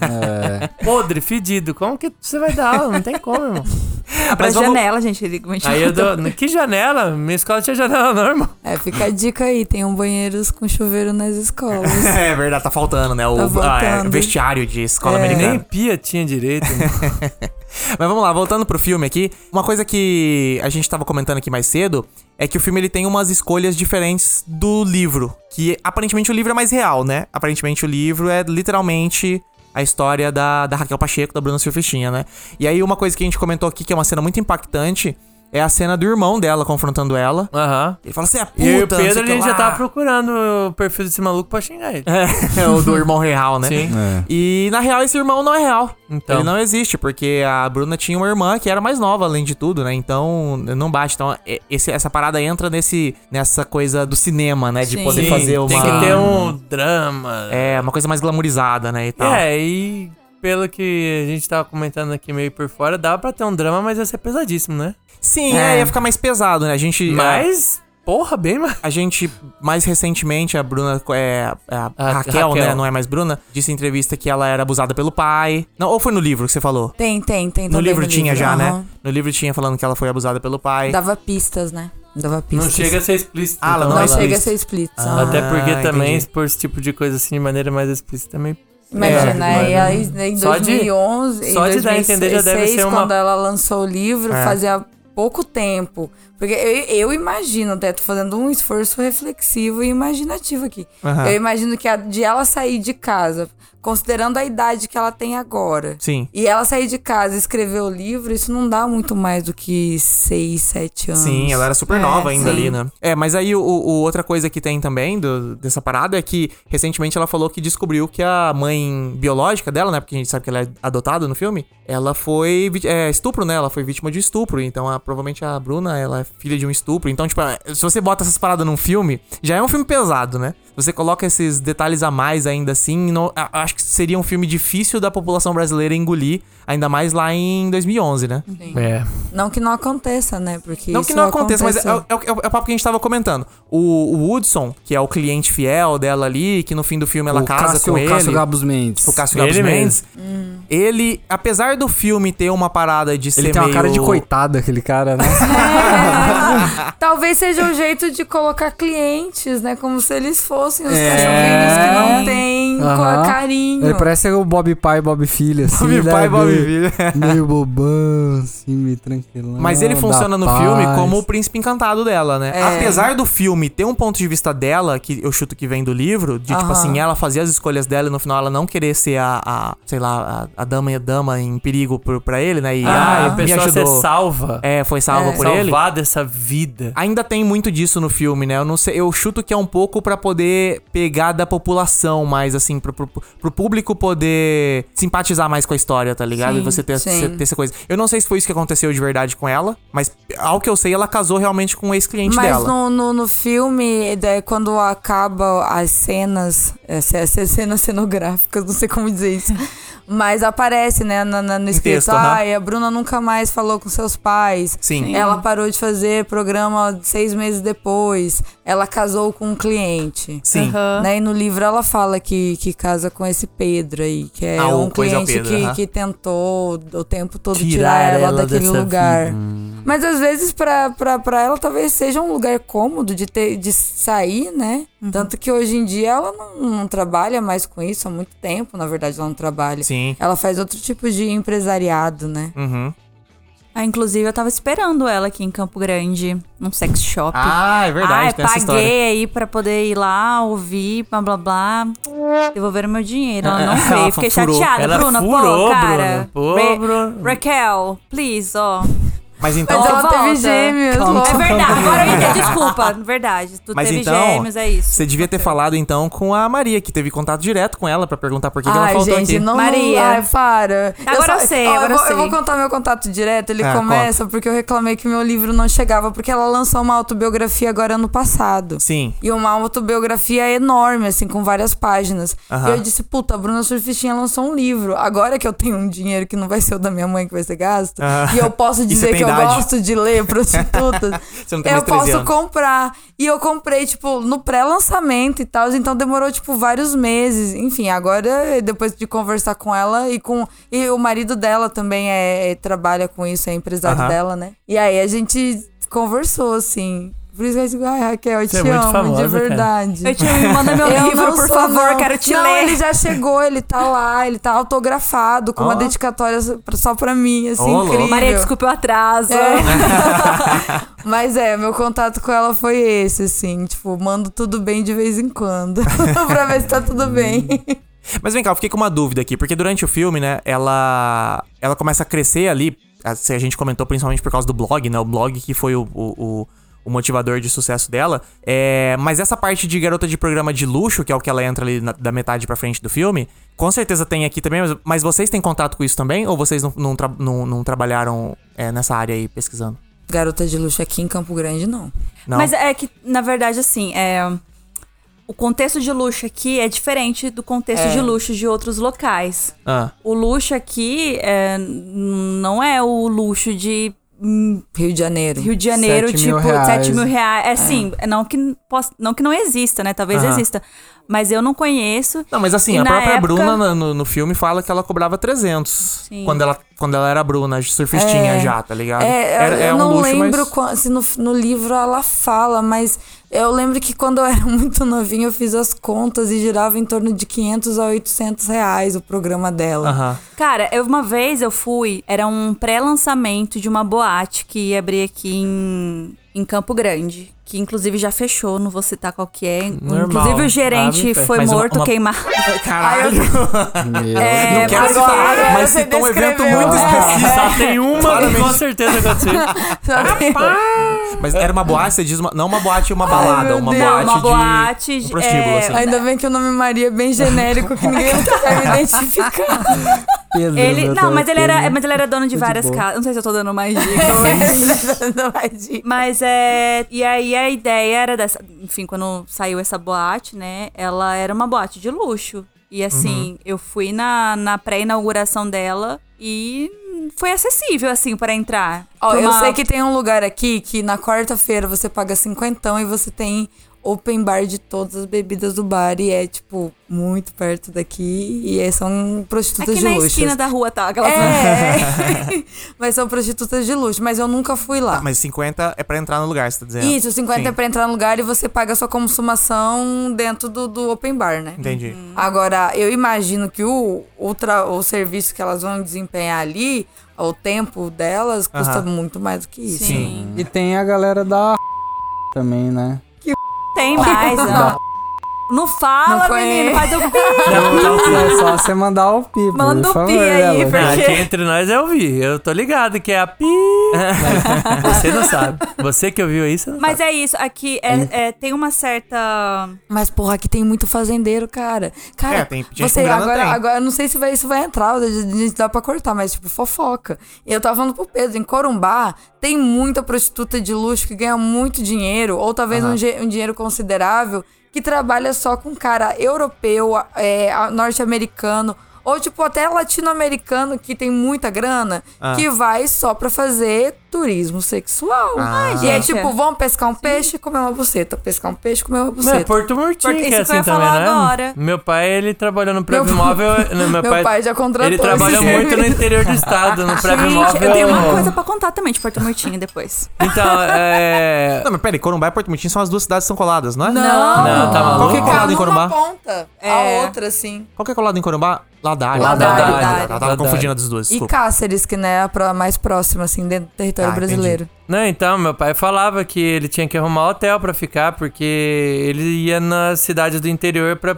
Speaker 4: Podre, fedido. Como que você vai dar aula? Não tem como, irmão.
Speaker 3: Tipo,
Speaker 5: pra
Speaker 3: Mas vamos-
Speaker 5: janela, gente. ele-
Speaker 4: Aí eu dou.
Speaker 3: então-
Speaker 4: Que janela? Minha escola tinha janela, não, irmão.
Speaker 7: É, fica a dica aí. Tem um banheiros com chuveiro nas escolas.
Speaker 3: É verdade, tá faltando, né? O
Speaker 7: Tá
Speaker 3: ah, é,
Speaker 7: faltando.
Speaker 3: vestiário de escola
Speaker 4: Nem
Speaker 3: americana.
Speaker 4: pia tinha direito. irmão.
Speaker 3: Mas vamos lá, voltando pro filme aqui. Uma coisa que a gente tava comentando aqui mais cedo é que o filme ele tem umas escolhas diferentes do livro. Que aparentemente o livro é mais real, né? Aparentemente o livro é literalmente a história da, da Raquel Pacheco, da Bruna Surfistinha, né? E aí uma coisa que a gente comentou aqui, que é uma cena muito impactante, é a cena do irmão dela confrontando ela.
Speaker 4: Aham.
Speaker 3: Ele fala, você é puta,
Speaker 4: E eu e o
Speaker 3: não sei
Speaker 4: Pedro, a
Speaker 3: o que Ah.
Speaker 4: gente
Speaker 3: lá."
Speaker 4: já tá tava procurando o perfil desse maluco pra xingar ele.
Speaker 3: É, o do irmão real, né?
Speaker 4: Sim.
Speaker 6: É.
Speaker 3: E na real, esse irmão não é real.
Speaker 4: Então.
Speaker 3: Ele não existe, porque a Bruna tinha uma irmã que era mais nova, além de tudo, né? Então, não bate. Então, é- esse- essa parada entra nesse, nessa coisa do cinema, né? De
Speaker 7: Sim.
Speaker 3: poder
Speaker 4: Sim,
Speaker 3: fazer uma. Ah.
Speaker 4: Tem que ter um drama.
Speaker 3: É, uma coisa mais glamourizada, né? E tal.
Speaker 4: É, e pelo que a gente tava comentando aqui meio por fora, dava pra ter um drama, mas ia ser pesadíssimo, né?
Speaker 3: Sim, é. ia ficar mais pesado, né? A gente. é,
Speaker 4: Mas, Porra, bem, mano.
Speaker 3: A gente, mais recentemente, a Bruna. É, a
Speaker 4: A
Speaker 3: Raquel, né?
Speaker 4: Raquel.
Speaker 3: Não é mais Bruna. Disse em entrevista que ela era abusada pelo pai. Não, ou foi no livro que você falou?
Speaker 7: Tem, tem,
Speaker 4: Então
Speaker 7: tem.
Speaker 3: No
Speaker 7: também
Speaker 3: livro tinha já, né?
Speaker 7: Aham.
Speaker 3: No livro tinha falando que ela foi abusada pelo pai.
Speaker 7: Dava pistas, né? Dava pistas.
Speaker 4: Não chega a ser explícito. então
Speaker 3: Ah, ela
Speaker 7: Não
Speaker 3: não é
Speaker 7: chega a
Speaker 3: explícito.
Speaker 7: ser explícito.
Speaker 3: Ah,
Speaker 7: aham.
Speaker 4: Até porque
Speaker 3: Ah,
Speaker 4: também
Speaker 3: entendi.
Speaker 4: expor esse tipo de coisa assim de maneira mais explícita também.
Speaker 7: Imagina,
Speaker 4: É,
Speaker 7: e aí em
Speaker 4: Só de-
Speaker 7: 2011, em
Speaker 4: só de dar a entender já deve
Speaker 7: 2006,
Speaker 4: ser uma-
Speaker 7: quando ela lançou o livro,
Speaker 3: É.
Speaker 7: fazia pouco tempo. Porque eu, eu imagino, até tô fazendo um esforço reflexivo e imaginativo aqui.
Speaker 3: Aham.
Speaker 7: Eu imagino que a- de ela sair de casa, considerando a idade que ela tem agora,
Speaker 3: Sim.
Speaker 7: e ela sair de casa e escrever o livro, isso não dá muito mais do que 6, 7 anos.
Speaker 3: Sim, ela era super
Speaker 7: É,
Speaker 3: nova ainda
Speaker 7: sim.
Speaker 3: ali, né? É, mas aí o, o- outra coisa que tem também do- dessa parada é que recentemente ela falou que descobriu que a mãe biológica dela, né? Porque a gente sabe que ela é adotada no filme, ela foi vi- é, estupro, né? Ela foi vítima de estupro. Então, a- provavelmente a Bruna, ela é filha de um estupro. Então, tipo, se você bota essas paradas num filme, já é um filme pesado, né? Você coloca esses detalhes a mais ainda assim, não- a- acho que seria um filme difícil da população brasileira engolir, ainda mais lá em 2011, né?
Speaker 4: É.
Speaker 7: Não que não aconteça, né? Porque
Speaker 3: Não
Speaker 7: isso
Speaker 3: que não aconteça, mas é,
Speaker 7: aconteceu.
Speaker 3: o- é, o- é o papo que a gente tava comentando. O, o Woodson, que é o cliente fiel dela ali, que no fim do filme ela
Speaker 6: o
Speaker 3: casa com
Speaker 6: Cássio, o
Speaker 3: ele.
Speaker 6: Cássio Gabos Mendes.
Speaker 3: o Cássio
Speaker 4: Ele
Speaker 3: Gabos
Speaker 4: mesmo.
Speaker 3: Mendes. Ele, apesar do filme ter uma parada de ser
Speaker 6: Ele tem
Speaker 3: é
Speaker 6: uma
Speaker 3: meio-
Speaker 6: cara de coitado, aquele cara, né?
Speaker 7: É, talvez seja um jeito de colocar clientes, né? Como se eles fossem os
Speaker 6: É.
Speaker 7: cachorrinhos que não têm
Speaker 6: Aham.
Speaker 7: co- carinho.
Speaker 3: É
Speaker 6: Ele parece o Bob Pai, Bob Filho, assim.
Speaker 3: Bob
Speaker 6: né?
Speaker 3: Pai, Bob
Speaker 6: Meio-
Speaker 3: Filho.
Speaker 6: Meio bobão, assim, meio tranquilão.
Speaker 3: Mas ele
Speaker 6: da
Speaker 3: funciona no filme
Speaker 6: paz.
Speaker 3: como o príncipe encantado dela, né?
Speaker 7: É.
Speaker 3: Apesar do filme ter um ponto de vista dela, que eu chuto que vem do livro, de tipo
Speaker 7: Aham.
Speaker 3: assim, ela fazer as escolhas dela e no final ela não querer ser a, a, sei lá, a, a dama e a dama em perigo pro- pra ele, né? E
Speaker 4: Ah,
Speaker 3: ah,
Speaker 4: a
Speaker 3: me
Speaker 4: pessoa
Speaker 3: ajudou.
Speaker 4: ser salva.
Speaker 3: É, foi salva
Speaker 7: É.
Speaker 3: por ele.
Speaker 4: salvar dessa vida.
Speaker 3: Ainda tem muito disso no filme, né? Eu não sei, eu chuto que é um pouco pra poder pegar da população mais, assim, pro, pro, pro público poder simpatizar mais com a história, tá ligado? e você ter,
Speaker 7: sim.
Speaker 3: ter essa coisa. Eu não sei se foi isso que aconteceu de verdade com ela, mas ao que eu sei, ela casou realmente com o ex-cliente
Speaker 7: Mas
Speaker 3: dela.
Speaker 7: no, no, no filme, daí quando acaba as cenas, é, essas essas cenas cenográficas, não sei como dizer isso. Mas aparece, né, na- na- no, escrito,
Speaker 3: Um texto, aham.
Speaker 7: ai, a Bruna nunca mais falou com seus pais.
Speaker 3: Sim.
Speaker 7: Ela parou de fazer programa seis meses depois. Ela casou com um cliente.
Speaker 3: Sim.
Speaker 7: Né? E no livro ela fala que, que casa com esse Pedro aí, que é
Speaker 3: Ah, o
Speaker 7: um
Speaker 3: coisa é o
Speaker 7: cliente
Speaker 3: Pedro,
Speaker 7: que,
Speaker 3: aham.
Speaker 7: que tentou o tempo todo
Speaker 4: Tirar
Speaker 7: tirar, ela,
Speaker 4: ela
Speaker 7: daquele
Speaker 4: dessa
Speaker 7: lugar.
Speaker 4: vida.
Speaker 3: Hum.
Speaker 7: Mas às vezes pra, pra, pra ela talvez seja um lugar cômodo de, ter, de sair, né? Tanto que hoje em dia ela não, não trabalha mais com isso há muito tempo, na verdade ela não trabalha.
Speaker 3: Sim.
Speaker 7: Ela faz outro tipo de empresariado, né?
Speaker 3: Uhum.
Speaker 5: Ah, inclusive, eu tava esperando ela aqui em Campo Grande, num sex shop.
Speaker 3: Ah, é verdade,
Speaker 5: Ah, eu
Speaker 3: tem essa história.
Speaker 5: paguei aí pra poder ir lá, ouvir, blá blá blá. Devolveram meu dinheiro. Ela não veio. Fiquei
Speaker 3: furou.
Speaker 5: chateada.
Speaker 4: Ela
Speaker 5: Bruna,
Speaker 4: furou,
Speaker 5: pô, cara.
Speaker 4: Bruna. Pô,
Speaker 5: Ra-
Speaker 4: Bruna.
Speaker 5: Raquel, please, ó.
Speaker 3: Mas então.
Speaker 7: Mas ela
Speaker 5: volta.
Speaker 7: teve gêmeos.
Speaker 5: É verdade. Agora eu entendi. Desculpa. Verdade. Tu
Speaker 3: Mas
Speaker 5: teve
Speaker 3: então,
Speaker 5: gêmeos, é isso.
Speaker 3: Você devia ter falado então com a Maria, que teve contato direto com ela pra perguntar por que, que ela
Speaker 7: Ai,
Speaker 3: faltou
Speaker 7: gente,
Speaker 3: aqui.
Speaker 7: não.
Speaker 5: Maria.
Speaker 7: Ai, para.
Speaker 5: Agora eu sei,
Speaker 7: ó,
Speaker 5: agora eu
Speaker 7: vou,
Speaker 5: sei.
Speaker 7: vou contar meu contato direto. Ele
Speaker 3: Ah,
Speaker 7: começa porque eu reclamei que meu livro não chegava, porque ela lançou uma autobiografia agora no passado.
Speaker 3: Sim.
Speaker 7: E uma autobiografia enorme, assim, com várias páginas.
Speaker 3: Aham.
Speaker 7: E eu disse, puta, a Bruna Surfistinha lançou um livro. Agora que eu tenho um dinheiro que não vai ser o da minha mãe que vai ser gasto,
Speaker 3: Ah.
Speaker 7: e eu posso
Speaker 3: E você
Speaker 7: dizer
Speaker 3: tem
Speaker 7: que eu
Speaker 3: idade.
Speaker 7: gosto de ler prostitutas,
Speaker 3: Você não tem
Speaker 7: eu
Speaker 3: mais 13
Speaker 7: posso
Speaker 3: anos.
Speaker 7: comprar. E eu comprei, tipo, no pré-lançamento e tal, então demorou, tipo, vários meses. Enfim, agora, depois de conversar com ela e com. E o marido dela também é, trabalha com isso, é empresário
Speaker 3: Aham.
Speaker 7: dela, né? E aí a gente conversou, assim. Por isso que eu digo, ai, Raquel, eu te
Speaker 4: Você é muito
Speaker 7: amo,
Speaker 4: famosa,
Speaker 7: de
Speaker 4: cara.
Speaker 7: verdade.
Speaker 5: Eu te me manda meu
Speaker 7: Eu
Speaker 5: livro,
Speaker 7: não
Speaker 5: por
Speaker 7: sou,
Speaker 5: favor.
Speaker 7: não.
Speaker 5: Quero te
Speaker 7: Não,
Speaker 5: ler.
Speaker 7: ele já chegou, ele tá lá, ele tá autografado, com
Speaker 3: Ó.
Speaker 7: uma dedicatória só pra- só pra mim, assim,
Speaker 3: Ô, louco.
Speaker 7: incrível.
Speaker 5: Maria, desculpa o atraso.
Speaker 7: É. Mas é, meu contato com ela foi esse, assim, tipo, mando tudo bem de vez em quando, pra ver se tá tudo
Speaker 4: Hum.
Speaker 7: bem.
Speaker 3: Mas vem cá, eu fiquei com uma dúvida aqui, porque durante o filme, né, ela ela começa a crescer ali, a se a gente comentou principalmente por causa do blog, né, o blog que foi o, o, o- o motivador de sucesso dela, é, mas essa parte de garota de programa de luxo, que é o que ela entra ali na- da metade pra frente do filme, com certeza tem aqui também, mas, mas vocês têm contato com isso também, ou vocês não, não, tra- não- não trabalharam é, nessa área aí pesquisando?
Speaker 7: Garota de luxo aqui em Campo Grande, não.
Speaker 3: Não?
Speaker 5: Mas é que, na verdade, assim, é, o contexto de luxo aqui é diferente do contexto de luxo de outros locais.
Speaker 3: Ah,
Speaker 5: O luxo aqui é, n- não é o luxo de hum,
Speaker 7: Rio de Janeiro.
Speaker 5: Rio de Janeiro,
Speaker 6: Sete mil
Speaker 5: tipo,
Speaker 6: reais.
Speaker 5: 7 mil reais. É sim, não que possa- não que não exista, né? Talvez
Speaker 3: Aham.
Speaker 5: exista. Mas eu não conheço.
Speaker 3: Não, mas assim,
Speaker 5: E
Speaker 3: a
Speaker 5: na
Speaker 3: própria
Speaker 5: época-
Speaker 3: Bruna na- no, no filme fala que ela cobrava 300
Speaker 5: Sim.
Speaker 3: quando ela, quando ela era Bruna, a surfistinha
Speaker 7: É.
Speaker 3: já, tá ligado?
Speaker 7: É, eu,
Speaker 3: Era- é
Speaker 7: eu
Speaker 3: um
Speaker 7: não
Speaker 3: luxo, mas-
Speaker 7: lembro quan- se no, no livro ela fala, mas eu lembro que quando eu era muito novinha eu fiz as contas e girava em torno de 500 a 800 reais o programa dela.
Speaker 3: Aham.
Speaker 5: Cara, eu uma vez eu fui, era um pré-lançamento de uma boate que ia abrir aqui em, em Campo Grande. Que inclusive já fechou, não vou citar qual que é.
Speaker 4: Normal.
Speaker 5: Inclusive o
Speaker 4: Abre e
Speaker 5: gerente
Speaker 4: fecha.
Speaker 5: foi
Speaker 3: Ah, Mas uma-
Speaker 5: morto,
Speaker 3: uma-
Speaker 5: queimado.
Speaker 3: Caralho,
Speaker 6: Meu
Speaker 5: É,
Speaker 3: não quero
Speaker 5: mas-
Speaker 3: citar,
Speaker 7: agora
Speaker 3: mas
Speaker 7: você
Speaker 3: citou um evento
Speaker 7: descreveu.
Speaker 3: muito específico.
Speaker 4: Só tem uma que com certeza aconteceu.
Speaker 3: Ah, Mas era uma boate, você diz uma, não uma boate, uma balada, uma,
Speaker 5: Deus.
Speaker 3: boate
Speaker 5: é, Uma
Speaker 3: de
Speaker 5: boate de-
Speaker 3: um prostíbulo,
Speaker 5: é,
Speaker 3: assim.
Speaker 7: Ainda bem que o nome Maria é bem genérico, que ninguém nunca vai me identificar.
Speaker 6: Pedro,
Speaker 5: é, Ele,
Speaker 6: meu
Speaker 5: não,
Speaker 6: Deus,
Speaker 5: mas ele
Speaker 6: Pedro.
Speaker 5: era, mas ele era dono de
Speaker 6: Tudo de
Speaker 5: várias
Speaker 6: boa.
Speaker 5: casas. Não sei se eu tô dando mais dica,
Speaker 7: Não vai de-
Speaker 5: Mas é. E aí a ideia era dessa. Enfim, quando saiu essa boate, né? Ela era uma boate de luxo. E assim,
Speaker 7: Uhum.
Speaker 5: eu fui na, na pré-inauguração dela e foi acessível, assim, pra entrar.
Speaker 7: Ó,
Speaker 5: Pra
Speaker 7: eu
Speaker 5: uma-
Speaker 7: sei que tem um lugar aqui que na quarta-feira você paga cinquentão e você tem open bar de todas as bebidas do bar e é, tipo, muito perto daqui e é, são prostitutas
Speaker 5: Aqui
Speaker 7: de
Speaker 5: na
Speaker 7: luxo.
Speaker 5: esquina da rua tá aquela.
Speaker 7: É, mas são prostitutas de luxo, mas eu nunca fui lá.
Speaker 3: Mas 50 é pra entrar no lugar, você tá dizendo.
Speaker 7: Isso, 50 é
Speaker 3: Sim.
Speaker 7: pra entrar no lugar e você paga a sua consumação dentro do, do open bar, né?
Speaker 3: Entendi.
Speaker 7: Agora, eu imagino que o, o, tra- o serviço que elas vão desempenhar ali, o tempo delas, custa
Speaker 3: Aham.
Speaker 7: muito mais do que isso.
Speaker 5: Sim.
Speaker 6: E tem a galera da também, né?
Speaker 5: Tem mais, ó. Não fala,
Speaker 7: Não
Speaker 5: menino,
Speaker 7: conheço.
Speaker 5: faz o pi.
Speaker 6: É só você mandar o pi,
Speaker 5: Manda
Speaker 6: por
Speaker 5: o pi
Speaker 6: favor,
Speaker 5: aí,
Speaker 6: Ela.
Speaker 5: Por
Speaker 4: Não,
Speaker 5: quê?
Speaker 4: aqui entre nós eu vi. Eu tô ligado que é a pi. Você não sabe. Você que ouviu isso, não
Speaker 5: Mas é isso, aqui
Speaker 7: Hum.
Speaker 5: é- é, tem uma certa.
Speaker 7: Mas, porra, aqui tem muito fazendeiro, cara. Cara,
Speaker 3: É, tem gente
Speaker 7: você
Speaker 3: com grana,
Speaker 7: agora,
Speaker 3: tem.
Speaker 7: agora eu não sei se vai, isso vai entrar, a gente dá pra cortar, mas tipo, fofoca. E eu tava falando pro Pedro, em Corumbá tem muita prostituta de luxo que ganha muito dinheiro, ou talvez um, ge- um dinheiro considerável, que trabalha só com cara europeu, a- é, a- norte-americano. Ou, tipo, até latino-americano que tem muita grana,
Speaker 3: Ah.
Speaker 7: que vai só pra fazer turismo sexual.
Speaker 3: Ah.
Speaker 7: e é
Speaker 5: gente,
Speaker 7: tipo,
Speaker 5: é.
Speaker 7: vamos pescar um peixe e comer uma buceta. Pescar um peixe e comer uma
Speaker 4: Não,
Speaker 7: buceta.
Speaker 4: é Porto Murtinho
Speaker 5: Porque
Speaker 4: que é
Speaker 5: isso que eu
Speaker 4: assim
Speaker 5: ia
Speaker 4: também,
Speaker 5: falar
Speaker 4: né?
Speaker 5: agora.
Speaker 4: Meu pai, ele trabalhou no
Speaker 7: Meu-
Speaker 4: pré-imóvel. Meu,
Speaker 7: Meu pai já contratou
Speaker 4: Ele trabalha
Speaker 7: esse
Speaker 4: muito no
Speaker 7: serviço.
Speaker 4: interior do estado, no
Speaker 5: Gente, eu
Speaker 4: pré-imóvel.
Speaker 5: tenho uma coisa pra contar também de Porto Murtinho depois.
Speaker 4: Então, é.
Speaker 3: Não, mas peraí, Corumbá e Porto Mutim são as duas cidades que são coladas, não é?
Speaker 7: Não.
Speaker 4: Não, tá maluco.
Speaker 3: Qual que é
Speaker 7: um
Speaker 3: colado em Corumbá?
Speaker 7: ponta,
Speaker 5: É.
Speaker 7: sim.
Speaker 3: Qual que é colado em Corumbá? Ladário.
Speaker 7: Ladário,
Speaker 3: Ladário.
Speaker 7: Ladário.
Speaker 3: Tava
Speaker 4: Ladário.
Speaker 3: confundindo as duas,
Speaker 7: E
Speaker 3: desculpa.
Speaker 7: Cáceres, que né, é a pro- mais próxima, assim, dentro do território
Speaker 3: Ah, entendi.
Speaker 7: brasileiro.
Speaker 4: Não, então, meu pai falava que ele tinha que arrumar hotel pra ficar, porque ele ia nas cidades do interior pra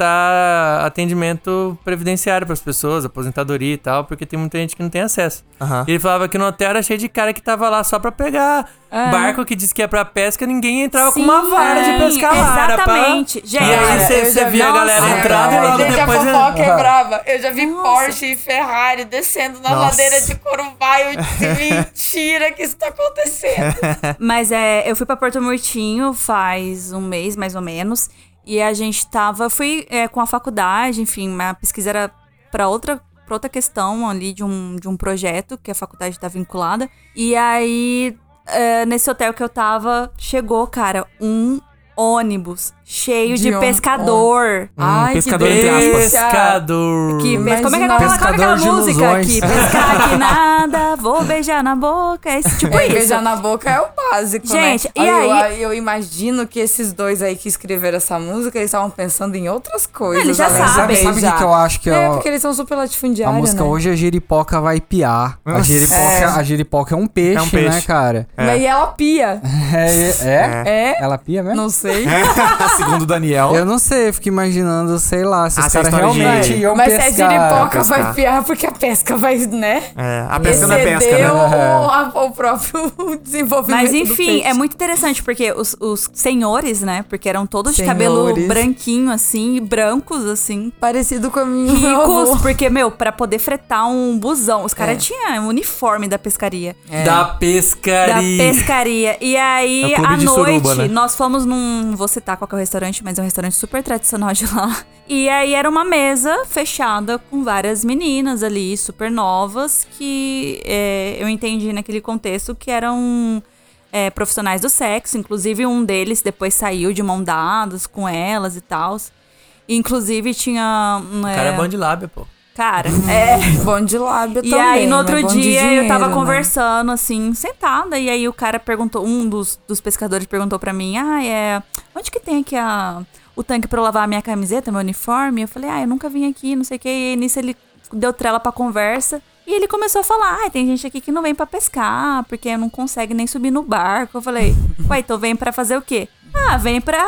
Speaker 4: prestar atendimento previdenciário pras pessoas, aposentadoria e tal, porque tem muita gente que não tem acesso.
Speaker 3: Aham.
Speaker 4: E ele falava que no hotel era cheio de cara que tava lá só pra pegar barco que diz que é pra pesca, ninguém entrava com uma vara de
Speaker 5: Sim, é.
Speaker 4: pescar vara. pra-
Speaker 5: Exatamente. Gente, é
Speaker 4: E aí
Speaker 7: Cara,
Speaker 4: você-
Speaker 7: eu
Speaker 4: você
Speaker 7: já-
Speaker 4: via a galera
Speaker 7: Nossa,
Speaker 4: entrando
Speaker 7: cara,
Speaker 4: e logo
Speaker 7: gente,
Speaker 4: depois...
Speaker 6: Aham.
Speaker 7: brava. Eu já vi Porsche e Ferrari descendo na
Speaker 3: Nossa.
Speaker 7: Corumbá e eu disse, mentira que isso tá acontecendo.
Speaker 5: Mas é, eu fui pra Porto Murtinho faz um mês, mais ou menos. E a gente tava. Fui é, com a faculdade, enfim, minha pesquisa era pra outra, pra outra questão ali de um, de um projeto que a faculdade tá vinculada. E aí, é, nesse hotel que eu tava, chegou, cara, um ônibus cheio de,
Speaker 7: De on-
Speaker 5: pescador.
Speaker 7: Ai,
Speaker 3: pescador
Speaker 7: que
Speaker 3: entre aspas.
Speaker 7: delícia.
Speaker 4: Pescador.
Speaker 5: Que
Speaker 7: Imagina.
Speaker 5: como é que aquela, como é
Speaker 6: Pescador
Speaker 5: aquela
Speaker 6: de
Speaker 5: música
Speaker 6: ilusões.
Speaker 5: aqui? Pescar que nada, vou beijar na boca. Esse tipo
Speaker 7: É,
Speaker 5: isso.
Speaker 7: beijar na boca é o básico, né?
Speaker 5: Gente, e
Speaker 7: eu-
Speaker 5: aí-
Speaker 7: Eu, imagino que esses dois aí que escreveram essa música, eles estavam pensando em outras coisas.
Speaker 5: Eles já
Speaker 7: além de
Speaker 5: sabem.
Speaker 6: Sabe o que,
Speaker 7: beijar.
Speaker 6: que eu acho que é,
Speaker 7: É,
Speaker 6: o-
Speaker 7: porque eles são super
Speaker 6: a
Speaker 7: latifundiários,
Speaker 6: música
Speaker 7: né?
Speaker 6: hoje é Jeripoca vai piar. A
Speaker 3: Nossa.
Speaker 6: jeripoca, a jeripoca é um peixe,
Speaker 3: É um peixe.
Speaker 6: né, cara?
Speaker 7: Mas e ela pia.
Speaker 6: É, é?
Speaker 7: É?
Speaker 6: Ela pia mesmo?
Speaker 7: Não sei.
Speaker 3: Segundo o Daniel.
Speaker 6: Eu não sei, eu fico imaginando, sei lá, se
Speaker 3: Ah,
Speaker 6: os
Speaker 3: essa
Speaker 6: caras
Speaker 3: história de-
Speaker 6: realmente iam
Speaker 5: é
Speaker 7: Mas
Speaker 6: pescar.
Speaker 7: se a giripoca
Speaker 3: pescar.
Speaker 7: vai piar, porque a pesca vai, né?
Speaker 3: É, a pesca não é pesca,
Speaker 7: Excedeu
Speaker 3: né?
Speaker 7: o, a- o próprio desenvolvimento
Speaker 5: Mas
Speaker 7: do
Speaker 5: enfim,
Speaker 7: peixe.
Speaker 5: é muito interessante, porque os, os senhores, né? Porque eram todos de cabelo
Speaker 7: Senhores.
Speaker 5: branquinho, assim, e brancos, assim.
Speaker 7: Parecido com a minha avó.
Speaker 5: Ricos, porque, meu, pra poder fretar um busão, os caras
Speaker 7: É.
Speaker 5: tinham o uniforme da pescaria.
Speaker 4: Da
Speaker 5: Da
Speaker 4: pescaria.
Speaker 5: pescaria. E aí,
Speaker 3: É o clube
Speaker 5: à
Speaker 3: de
Speaker 5: noite,
Speaker 3: Suruba, né?
Speaker 5: nós fomos num, não vou citar qual que é o restaurante, mas é um restaurante super tradicional de lá. E aí era uma mesa fechada com várias meninas ali, super novas, que é, eu entendi naquele contexto que eram é, profissionais do sexo. Inclusive, um deles depois saiu de mão dadas com elas e tal. Inclusive, tinha. um,
Speaker 4: O cara é
Speaker 5: é,
Speaker 4: bom de lábia, pô.
Speaker 5: Cara, é.
Speaker 7: Bom de lábio
Speaker 5: E
Speaker 7: também.
Speaker 5: aí, no
Speaker 7: mas
Speaker 5: outro
Speaker 7: bom de
Speaker 5: dia, eu tava
Speaker 7: dinheiro, né?
Speaker 5: conversando, assim, sentada. E aí, o cara perguntou, um dos, dos pescadores perguntou pra mim: Ah, é. Onde que tem aqui a, o tanque pra eu lavar a minha camiseta, meu uniforme? Eu falei: Ah, eu nunca vim aqui, não sei o que. E aí, nisso, ele deu trela pra conversa. E ele começou a falar: Ah, tem gente aqui que não vem pra pescar, porque não consegue nem subir no barco. Eu falei: Ué, então vem pra fazer o quê? Ah, vem pra.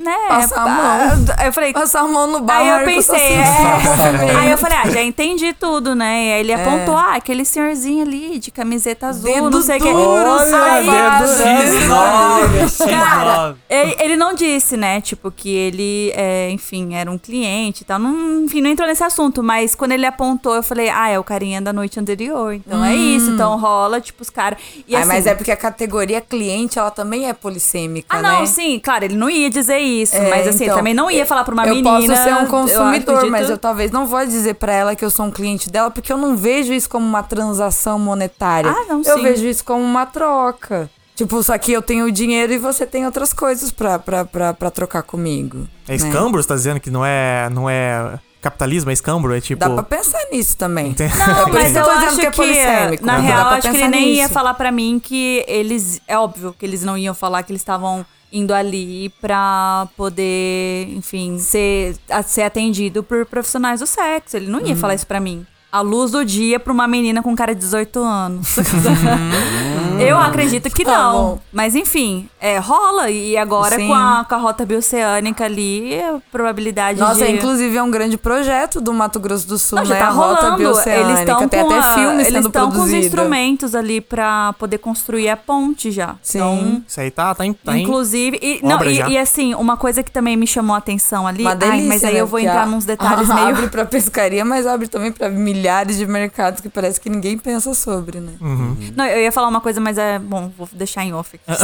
Speaker 5: Né?
Speaker 7: Passar a mão.
Speaker 5: Aí Eu falei:
Speaker 7: Passar a mão no barco. assim,
Speaker 5: Aí eu pensei, é.
Speaker 7: Aí
Speaker 5: Aí eu falei, ah, já entendi tudo, né? E aí
Speaker 7: É.
Speaker 5: ele apontou, ah, aquele senhorzinho ali de camiseta azul,
Speaker 7: Dedo
Speaker 5: não sei o que.
Speaker 7: duro, né?
Speaker 5: Aí- né?
Speaker 4: X9,
Speaker 5: Cara,
Speaker 4: X9.
Speaker 5: ele, ele não disse, né? Tipo, que ele, é, enfim, era um cliente e tal. Não, enfim, não entrou nesse assunto. Mas quando ele apontou, eu falei, ah, é o carinha da noite anterior. Então é isso. Então rola, tipo, os caras. E assim,
Speaker 7: Hum. mas é porque a categoria cliente, ela também é polissêmica,
Speaker 5: Ah, não,
Speaker 7: né?
Speaker 5: sim, claro, ele não ia dizer isso.
Speaker 7: É,
Speaker 5: mas assim,
Speaker 7: então,
Speaker 5: também não ia falar pra uma
Speaker 7: eu
Speaker 5: menina.
Speaker 7: posso ser um consumidor,
Speaker 5: acredito-
Speaker 7: mas eu talvez não vou dizer pra ela que eu sou um cliente dela, porque eu não vejo isso como uma transação monetária.
Speaker 5: Ah, não,
Speaker 7: eu
Speaker 5: sim.
Speaker 7: vejo isso como uma troca. Tipo, só que eu tenho dinheiro e você tem outras coisas pra, pra, pra, pra trocar comigo. né?
Speaker 3: É escambro, você tá dizendo que não é, não é capitalismo, é escambro? É tipo.
Speaker 7: Dá pra pensar nisso também.
Speaker 5: Não,
Speaker 7: por
Speaker 5: mas
Speaker 7: isso que eu
Speaker 5: eu
Speaker 7: tô dizendo
Speaker 5: acho
Speaker 7: que é
Speaker 5: que,
Speaker 7: polissêmico,
Speaker 5: na
Speaker 7: né? Dá
Speaker 5: real,
Speaker 7: pra
Speaker 5: acho que ele
Speaker 7: pensar
Speaker 5: nem ia
Speaker 7: nisso.
Speaker 5: falar pra mim que eles. É óbvio que eles não iam falar que eles estavam indo ali pra poder, enfim, ser, a- ser atendido por profissionais do sexo. Ele
Speaker 7: Uhum.
Speaker 5: não ia falar isso pra mim. A luz do dia pra uma menina com cara de 18 anos.
Speaker 7: Uhum.
Speaker 5: Eu acredito que
Speaker 7: Tá
Speaker 5: não.
Speaker 7: bom.
Speaker 5: Mas enfim, é, rola. E agora
Speaker 7: Sim.
Speaker 5: com a, com a rota bioceânica ali, a probabilidade
Speaker 7: Nossa,
Speaker 5: de...
Speaker 7: inclusive é um grande projeto do Mato Grosso do Sul,
Speaker 5: Não, já
Speaker 7: né?
Speaker 5: tá
Speaker 7: a rota
Speaker 5: rolando.
Speaker 7: bioceânica.
Speaker 5: Eles estão
Speaker 7: Tem
Speaker 5: com
Speaker 7: até
Speaker 5: a-
Speaker 7: filmes
Speaker 5: eles
Speaker 7: sendo
Speaker 5: tão com os
Speaker 7: produzidos.
Speaker 5: instrumentos ali pra poder construir a ponte já.
Speaker 7: Sim.
Speaker 5: Então,
Speaker 3: Isso aí tá, tá, em- tá em-
Speaker 5: inclusive, e, não,
Speaker 3: Obra
Speaker 5: e,
Speaker 3: já.
Speaker 5: e assim, uma coisa que também me chamou a atenção ali,
Speaker 7: Uma
Speaker 5: ai,
Speaker 7: delícia,
Speaker 5: mas aí
Speaker 7: né?
Speaker 5: eu vou
Speaker 7: Porque
Speaker 5: entrar
Speaker 7: a-
Speaker 5: nos detalhes meio
Speaker 7: Abre pra pescaria, mas abre também pra milhares de mercados que parece que ninguém pensa sobre, né?
Speaker 3: Hum,
Speaker 5: Não, eu ia falar uma coisa, mas é bom, vou deixar em off. aqui.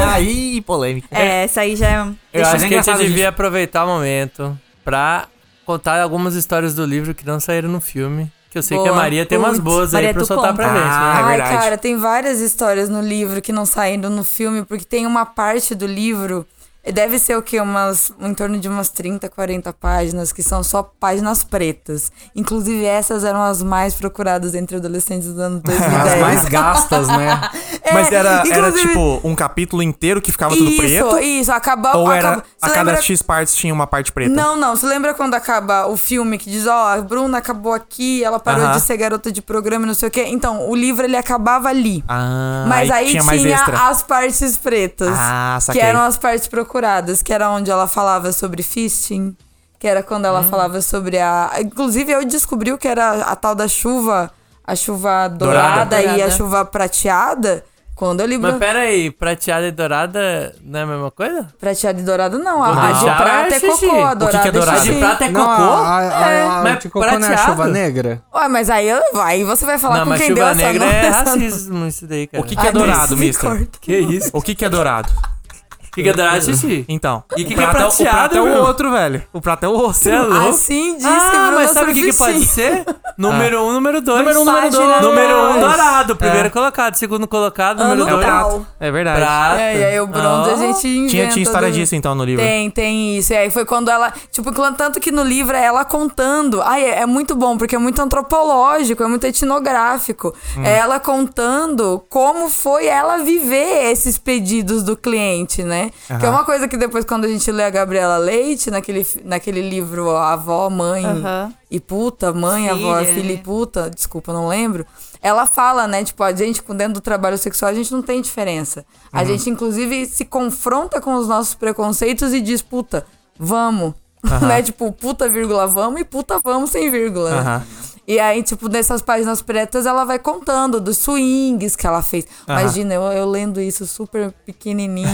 Speaker 7: é-
Speaker 3: Aí, polêmica.
Speaker 5: é, essa aí já é
Speaker 4: Eu
Speaker 3: Mas é
Speaker 4: acho que a gente
Speaker 3: engraçado,
Speaker 4: devia aproveitar o momento pra contar algumas histórias do livro que não saíram no filme. Que eu sei que a
Speaker 7: Boa.
Speaker 4: Maria tem umas
Speaker 5: Putz,
Speaker 4: boas
Speaker 5: Maria,
Speaker 4: aí pra
Speaker 5: tu
Speaker 4: soltar pra
Speaker 3: conta.
Speaker 4: gente, né?
Speaker 3: Ah, é
Speaker 7: Ai,
Speaker 3: verdade.
Speaker 7: cara, tem várias histórias no livro que não saíram no filme, porque tem uma parte do livro, deve ser o quê? Umas, em torno de umas 30, 40 páginas, que são só páginas pretas. Inclusive, essas eram as mais procuradas entre adolescentes do ano 2010.
Speaker 6: As mais gastas, né?
Speaker 7: É,
Speaker 3: Mas era, era
Speaker 7: inclusive-
Speaker 3: tipo um capítulo inteiro que ficava tudo
Speaker 7: isso,
Speaker 3: preto?
Speaker 7: Isso, acabou.
Speaker 3: Ou era
Speaker 7: acabou.
Speaker 3: a
Speaker 7: Você
Speaker 3: cada
Speaker 7: lembra-
Speaker 3: X partes tinha uma parte preta?
Speaker 7: Não, não. Você lembra quando acaba o filme que diz, ó, a Bruna acabou aqui, ela parou
Speaker 3: Aham.
Speaker 7: de ser garota de programa e não sei o quê? Então, o livro ele acabava ali.
Speaker 3: Ah,
Speaker 7: Mas aí tinha,
Speaker 3: mais extra.
Speaker 7: as partes pretas.
Speaker 3: Ah, saquei.
Speaker 7: que eram as partes procuradas, que era onde ela falava sobre fisting, que era quando ela falava sobre a. Inclusive, eu descobri o que era a tal da chuva, a chuva dourada,
Speaker 4: Dourada.
Speaker 7: e a
Speaker 4: Dourada.
Speaker 7: chuva prateada. Quando eu li
Speaker 4: Mas pera aí, prateada e dourada não é a mesma coisa?
Speaker 7: prateada e dourada, não. A, a de
Speaker 4: Dourada
Speaker 7: prata é
Speaker 4: é xixi.
Speaker 7: cocô, a
Speaker 4: O que que é
Speaker 7: dourada
Speaker 4: dourada? A de
Speaker 7: xixi.
Speaker 4: prata é
Speaker 6: Não,
Speaker 4: cocô?
Speaker 6: a, a, a, a,
Speaker 4: mas
Speaker 6: de cocô não é a
Speaker 4: prateado?
Speaker 6: chuva negra?
Speaker 7: Ué, mas aí, eu- aí você vai falar
Speaker 4: não,
Speaker 7: com
Speaker 4: mas
Speaker 7: quem deu
Speaker 4: chuva
Speaker 7: essa
Speaker 4: negra
Speaker 7: nota. Ah,
Speaker 4: é racismo isso daí, cara.
Speaker 3: O que, que é dourado, mister?
Speaker 4: Que isso?
Speaker 3: O que, que é dourado?
Speaker 4: O que, que é dourado, xixi?
Speaker 3: Então.
Speaker 4: E
Speaker 3: o
Speaker 4: que que é
Speaker 3: prato o prato
Speaker 4: prateado,
Speaker 3: é o
Speaker 4: meu?
Speaker 3: outro, velho. O prato é o outro.
Speaker 4: Você é louco?
Speaker 7: Assim disse,
Speaker 4: Ah,
Speaker 7: Bruna
Speaker 4: mas sabe o que,
Speaker 7: sobre
Speaker 4: que pode
Speaker 7: fisting.
Speaker 4: ser? Número 1, um, número 2.
Speaker 3: Número um, número dois.
Speaker 4: Número 1, um, dourado. Primeiro colocado, segundo colocado, número
Speaker 7: Ano
Speaker 4: 2.
Speaker 7: tal.
Speaker 3: É verdade.
Speaker 4: Prata.
Speaker 7: É, e aí o bronze a
Speaker 4: Ó.
Speaker 7: gente inventa.
Speaker 3: Tinha, tinha história
Speaker 7: do-
Speaker 3: disso, então, no livro.
Speaker 7: Tem, tem isso. E aí foi quando ela. Tipo, quando- tanto que no livro é ela contando. Ai, é, é muito bom, porque é muito antropológico, é muito etnográfico. É ela contando como foi ela viver esses pedidos do cliente, né? Que é uma coisa que depois, quando a gente lê a Gabriela Leite, naquele, fi- naquele livro ó, Avó, Mãe
Speaker 5: Aham.
Speaker 7: e Puta, Mãe, Avó,
Speaker 5: Filha,
Speaker 7: Filha e
Speaker 5: né?
Speaker 7: Puta, desculpa, não lembro. Ela fala, né? Tipo, a gente, com- dentro do trabalho sexual, a gente não tem diferença. A gente, inclusive, se confronta com os nossos preconceitos e diz, puta, vamos. Né? Tipo, puta, vírgula, vamos e puta, vamos sem vírgula. né?
Speaker 3: Aham.
Speaker 7: E aí, tipo, nessas páginas pretas, ela vai contando dos swings que ela fez. Imagina, eu, eu lendo isso super pequenininho.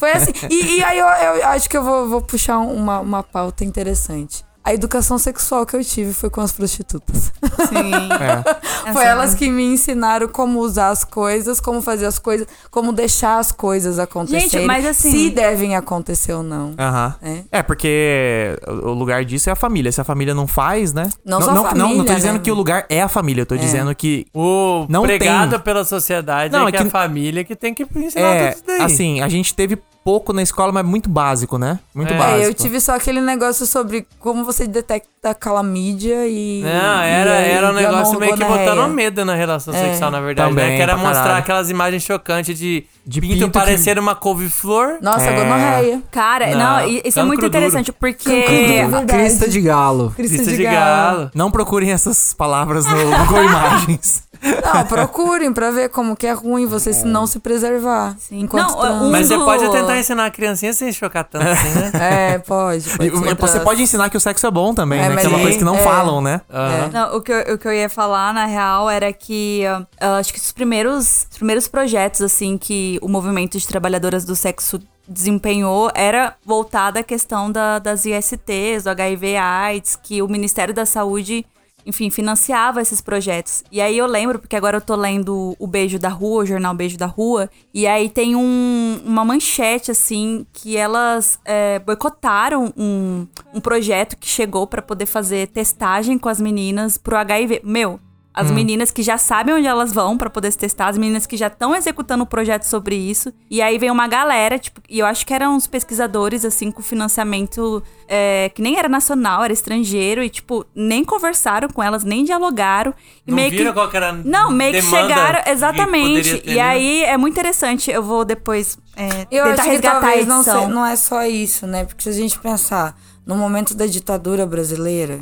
Speaker 7: Foi assim. E, e aí, eu, eu acho que eu vou, vou puxar uma, uma pauta interessante. A educação sexual que eu tive foi com as prostitutas.
Speaker 5: Sim.
Speaker 3: É.
Speaker 7: Foi elas que me ensinaram como usar as coisas, como fazer as coisas, como deixar as coisas acontecerem.
Speaker 5: Gente, mas assim-
Speaker 7: Se devem acontecer ou não.
Speaker 3: Aham.
Speaker 7: É.
Speaker 3: É. porque o o lugar disso é a família. Se a família não faz, né?
Speaker 7: Não só a
Speaker 3: não, Não, não tô
Speaker 7: família,
Speaker 3: dizendo
Speaker 7: né?
Speaker 3: que o lugar é a família. Eu tô dizendo que
Speaker 4: O
Speaker 3: Não
Speaker 4: pregado
Speaker 3: tem.
Speaker 4: pela sociedade
Speaker 3: Não,
Speaker 4: é
Speaker 3: é
Speaker 4: que
Speaker 3: que-
Speaker 4: a família que tem que ensinar
Speaker 3: É,
Speaker 4: tudo isso daí.
Speaker 3: assim, a gente teve pouco na escola, mas muito básico, né? Muito
Speaker 4: É.
Speaker 3: básico.
Speaker 7: É, eu tive só aquele negócio sobre como você detecta calamídia e.
Speaker 4: Não,
Speaker 7: e-
Speaker 4: era,
Speaker 7: e
Speaker 4: era um negócio meio que botando
Speaker 7: gonorreia.
Speaker 4: medo na relação sexual, na verdade,
Speaker 3: Também,
Speaker 4: né? Que era
Speaker 3: pra
Speaker 4: mostrar
Speaker 3: caralho.
Speaker 4: aquelas imagens chocantes de,
Speaker 3: De
Speaker 4: pinto,
Speaker 3: pinto que-
Speaker 4: parecer uma couve-flor.
Speaker 7: Nossa,
Speaker 3: É.
Speaker 7: gonorreia.
Speaker 5: Cara,
Speaker 4: Não,
Speaker 5: não, e- isso é
Speaker 4: cancro
Speaker 5: muito
Speaker 4: duro.
Speaker 5: interessante, porque.
Speaker 7: Cancro duro. verdade.
Speaker 6: Crista de galo.
Speaker 7: Crista
Speaker 4: Crista de galo.
Speaker 3: Não procurem essas palavras no Google Imagens.
Speaker 7: Não, procurem pra ver como que é ruim você se não se preservar.
Speaker 5: Sim.
Speaker 7: Enquanto
Speaker 5: Não,
Speaker 7: trans.
Speaker 5: o-
Speaker 4: Mas você
Speaker 5: Uso-
Speaker 4: pode tentar ensinar a criancinha sem chocar tanto assim, né?
Speaker 7: É, pode.
Speaker 3: E
Speaker 7: pode
Speaker 3: Você
Speaker 7: ser trans.
Speaker 3: pode ensinar que o sexo é bom também,
Speaker 7: É,
Speaker 3: né?
Speaker 7: mas
Speaker 3: Que é uma
Speaker 7: sim,
Speaker 3: coisa que não
Speaker 7: é.
Speaker 3: falam, né?
Speaker 4: Aham.
Speaker 5: Não, o, que eu, o que eu ia falar, na real, era que ah, ah, acho que os primeiros, os primeiros projetos, assim, que o movimento de trabalhadoras do sexo desempenhou era voltada à questão da- das ISTs, do HIV AIDS, que o Ministério da Saúde, enfim, financiava esses projetos. E aí eu lembro, porque agora eu tô lendo o Beijo da Rua, o jornal Beijo da Rua, e aí tem um- uma manchete, assim, que elas é, boicotaram um, um projeto que chegou pra poder fazer testagem com as meninas pro HIV. Meu, as
Speaker 4: Hum.
Speaker 5: meninas que já sabem onde elas vão pra poder se testar, as meninas que já estão executando o projeto sobre isso. E aí vem uma galera, tipo, e eu acho que eram uns pesquisadores, assim, com financiamento é, que nem era nacional, era estrangeiro, e, tipo, nem conversaram com elas, nem dialogaram. E
Speaker 4: Não
Speaker 5: meio
Speaker 4: viram
Speaker 5: que.
Speaker 4: qual que era a
Speaker 5: Não, meio que
Speaker 4: demanda
Speaker 5: chegaram.
Speaker 4: que
Speaker 5: Exatamente.
Speaker 4: poderia ter,
Speaker 5: e
Speaker 4: né?
Speaker 5: aí é muito interessante. Eu vou depois é,
Speaker 7: Eu
Speaker 5: tentar
Speaker 7: acho que
Speaker 5: resgatar a
Speaker 7: talvez
Speaker 5: edição.
Speaker 7: não, se- não é só isso, né? Porque se a gente pensar no momento da ditadura brasileira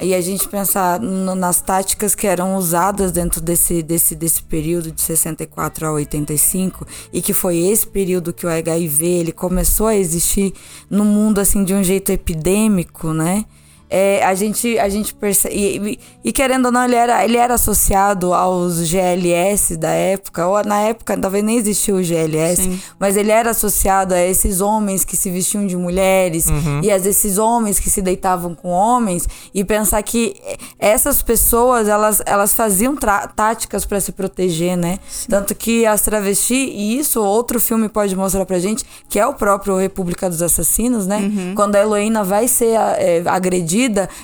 Speaker 7: e a gente pensar no- nas táticas que eram usadas dentro desse, desse, desse período de 64 a 85 e que foi esse período que o HIV ele começou a existir no mundo assim de um jeito epidêmico, né? É, a gente a gente percebe e, e- e querendo ou não ele era, ele era associado aos GLS da época ou na época talvez nem existia o GLS
Speaker 5: Sim.
Speaker 7: mas ele era associado a esses homens que se vestiam de mulheres e a esses homens que se deitavam com homens e pensar que essas pessoas elas, elas faziam tra- táticas para se proteger, né? Tanto que as travestis, e isso outro filme pode mostrar pra gente, que é o próprio República dos Assassinos, né?
Speaker 5: Uhum.
Speaker 7: Quando a Heloína vai ser a- é, agredida,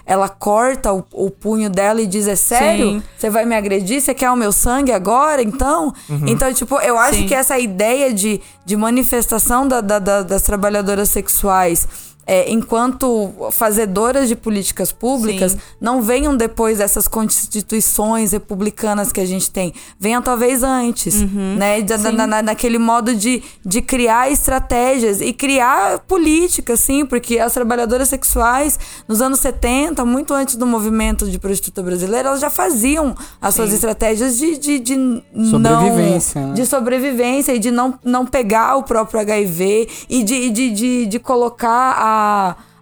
Speaker 7: ela corta o, o punho dela e diz: É sério?
Speaker 5: Sim.
Speaker 7: Você vai me agredir? Você quer o meu sangue agora, então? Então, tipo, eu acho
Speaker 5: Uhum. Sim.
Speaker 7: que essa ideia de, de manifestação da- da- da- das trabalhadoras sexuais é, enquanto fazedoras de políticas públicas
Speaker 5: Sim.
Speaker 7: não venham depois dessas constituições republicanas que a gente tem. Venham talvez antes,
Speaker 6: Uhum.
Speaker 7: né? Da- da- na- na- naquele modo de, de criar estratégias e criar políticas, sim, porque as trabalhadoras sexuais, nos anos 70, muito antes do movimento de prostituta brasileira, elas já faziam as suas estratégias de, de, de não-
Speaker 6: Sobrevivência, né?
Speaker 7: de sobrevivência e de não, não pegar o próprio HIV e de, e de, de, de colocar a,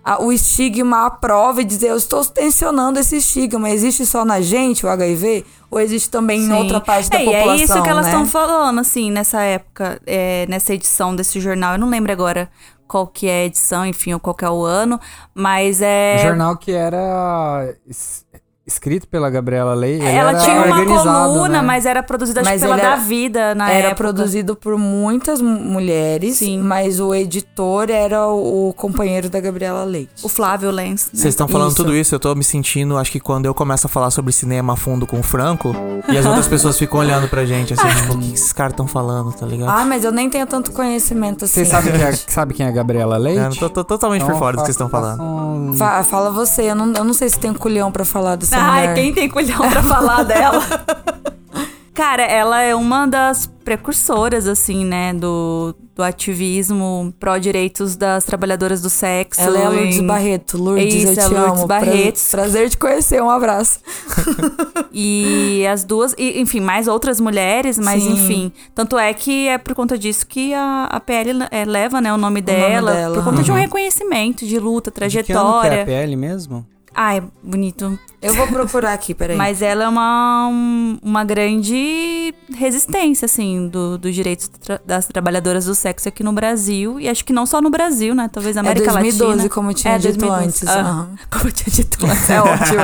Speaker 7: a- o estigma à prova e dizer eu estou tensionando esse estigma. Existe só na gente o HIV? Ou existe também em
Speaker 5: Sim.
Speaker 7: outra parte da
Speaker 5: É, e
Speaker 7: população?
Speaker 5: É isso que elas
Speaker 7: né?
Speaker 5: estão falando, assim, nessa época, é, nessa edição desse jornal. Eu não lembro agora qual que é a edição, enfim, ou qual que é o ano, mas é.
Speaker 6: Um jornal que era es- escrito pela Gabriela Lei. ele
Speaker 5: Ela
Speaker 6: era
Speaker 5: tinha uma
Speaker 6: organizado,
Speaker 5: coluna,
Speaker 6: né?
Speaker 5: mas era produzida acho que
Speaker 7: Mas
Speaker 5: pela
Speaker 7: ele
Speaker 5: Da
Speaker 7: era-
Speaker 5: Vida na
Speaker 7: Era
Speaker 5: época.
Speaker 7: produzido por muitas mu- mulheres,
Speaker 5: Sim.
Speaker 7: mas o editor era o, o companheiro da Gabriela Leite.
Speaker 5: O Flávio Lenz. né?
Speaker 3: Vocês estão falando
Speaker 7: Isso.
Speaker 3: tudo isso, eu tô me sentindo, acho que quando eu começo a falar sobre cinema a fundo com o Franco, e as outras pessoas ficam olhando pra gente, assim, tipo, o que que esses caras estão falando, tá ligado?
Speaker 7: Ah, mas eu nem tenho tanto conhecimento assim.
Speaker 6: Vocês sabem quem é, sabe quem é a Gabriela Leite?
Speaker 3: É, eu tô, tô totalmente por fora do que vocês estão falando.
Speaker 6: falando.
Speaker 7: Fa- fala você, eu não, eu não sei se tenho culhão pra falar dessa
Speaker 5: Ai,
Speaker 7: mulher.
Speaker 5: quem tem colhão pra falar dela? Cara, ela é uma das precursoras, assim, né, do, do ativismo pró-direitos das trabalhadoras do sexo.
Speaker 7: Ela é a Lourdes
Speaker 5: em-
Speaker 7: Barreto. Lourdes,
Speaker 5: Isso,
Speaker 7: eu te
Speaker 5: é a Lourdes
Speaker 7: amo.
Speaker 5: Barretos.
Speaker 7: Pra- Prazer te conhecer, um abraço.
Speaker 5: E as duas, e, enfim, mais outras mulheres, mas
Speaker 7: Sim.
Speaker 5: enfim. Tanto é que é por conta disso que a, a PL eh, leva né, o nome dela,
Speaker 7: dela,
Speaker 5: por conta de um reconhecimento de luta,
Speaker 6: De que ano que é a
Speaker 5: trajetória.
Speaker 6: PL mesmo?
Speaker 5: Ai, bonito.
Speaker 7: Eu vou procurar aqui, peraí.
Speaker 5: Mas ela é uma, um- uma grande resistência, assim, do- dos direitos tra- das trabalhadoras do sexo aqui no Brasil. E acho que não só no Brasil, né? Talvez na
Speaker 7: é
Speaker 5: América
Speaker 7: 2012,
Speaker 5: Latina.
Speaker 7: como eu tinha
Speaker 5: É,
Speaker 7: dito
Speaker 5: 2012.
Speaker 7: antes.
Speaker 5: Ah.
Speaker 7: aham.
Speaker 5: Como eu tinha dito antes, é ótimo.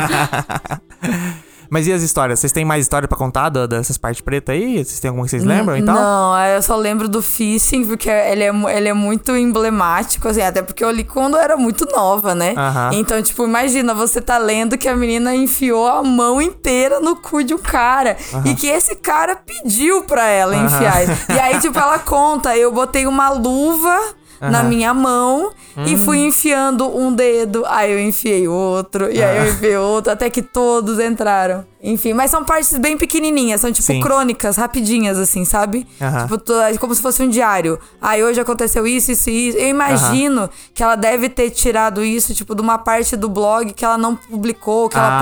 Speaker 3: Mas e as histórias? Vocês têm mais história pra contar da- dessas partes pretas aí? Vocês têm alguma que vocês lembram e tal?
Speaker 7: Não, aí eu só lembro do phishing, porque ele é, mu- ele é muito emblemático, assim, até porque eu li quando eu era muito nova, né?
Speaker 3: Aham.
Speaker 7: Então, tipo, imagina, você tá lendo que a menina enfiou a mão inteira no cu de um cara. E que esse cara pediu pra ela
Speaker 3: Aham.
Speaker 7: enfiar. E aí, tipo, ela conta, eu botei uma luva. Na
Speaker 3: Aham. Hum.
Speaker 7: minha mão e fui enfiando um dedo, aí eu enfiei outro, e aí eu enfiei outro, até que todos entraram. Enfim, mas são partes bem pequenininhas, são tipo
Speaker 3: Sim.
Speaker 7: crônicas rapidinhas, assim, sabe?
Speaker 3: Aham.
Speaker 7: Tipo, tu- é como se fosse um diário. Aí hoje aconteceu isso, isso e isso. Eu imagino que ela deve ter tirado isso, tipo, de uma parte do blog que ela não publicou, que
Speaker 3: Ah,
Speaker 7: ela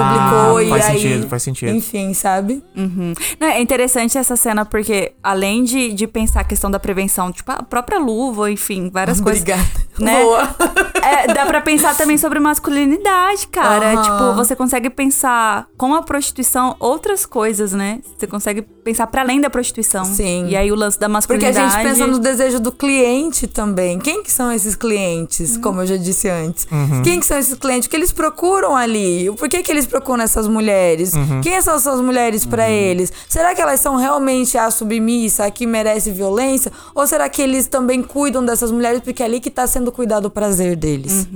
Speaker 7: publicou
Speaker 3: faz
Speaker 7: e aí.
Speaker 3: sentido, faz sentido.
Speaker 7: Enfim, sabe?
Speaker 5: Não, é interessante essa cena porque, além de, de pensar a questão da prevenção, tipo, a própria luva, enfim, várias coisas. Né?
Speaker 7: Boa.
Speaker 5: É, dá pra pensar também sobre masculinidade, cara.
Speaker 7: Aham.
Speaker 5: Tipo, você consegue pensar com a prostituição outras coisas, né? Você consegue pensar pra além da prostituição.
Speaker 7: Sim.
Speaker 5: E aí o lance da
Speaker 7: Porque a
Speaker 5: masculinidade.
Speaker 7: gente pensa no desejo do cliente também. Quem que são esses clientes, como eu já disse antes?
Speaker 6: Uhum.
Speaker 7: Quem que são esses clientes? O que eles procuram ali? Por que, que eles procuram essas mulheres?
Speaker 6: Uhum.
Speaker 7: Quem são essas mulheres pra eles? Será que elas são realmente a submissa, a que merece violência? Ou será que eles também cuidam dessas mulheres porque é ali que tá sendo cuidado o prazer deles?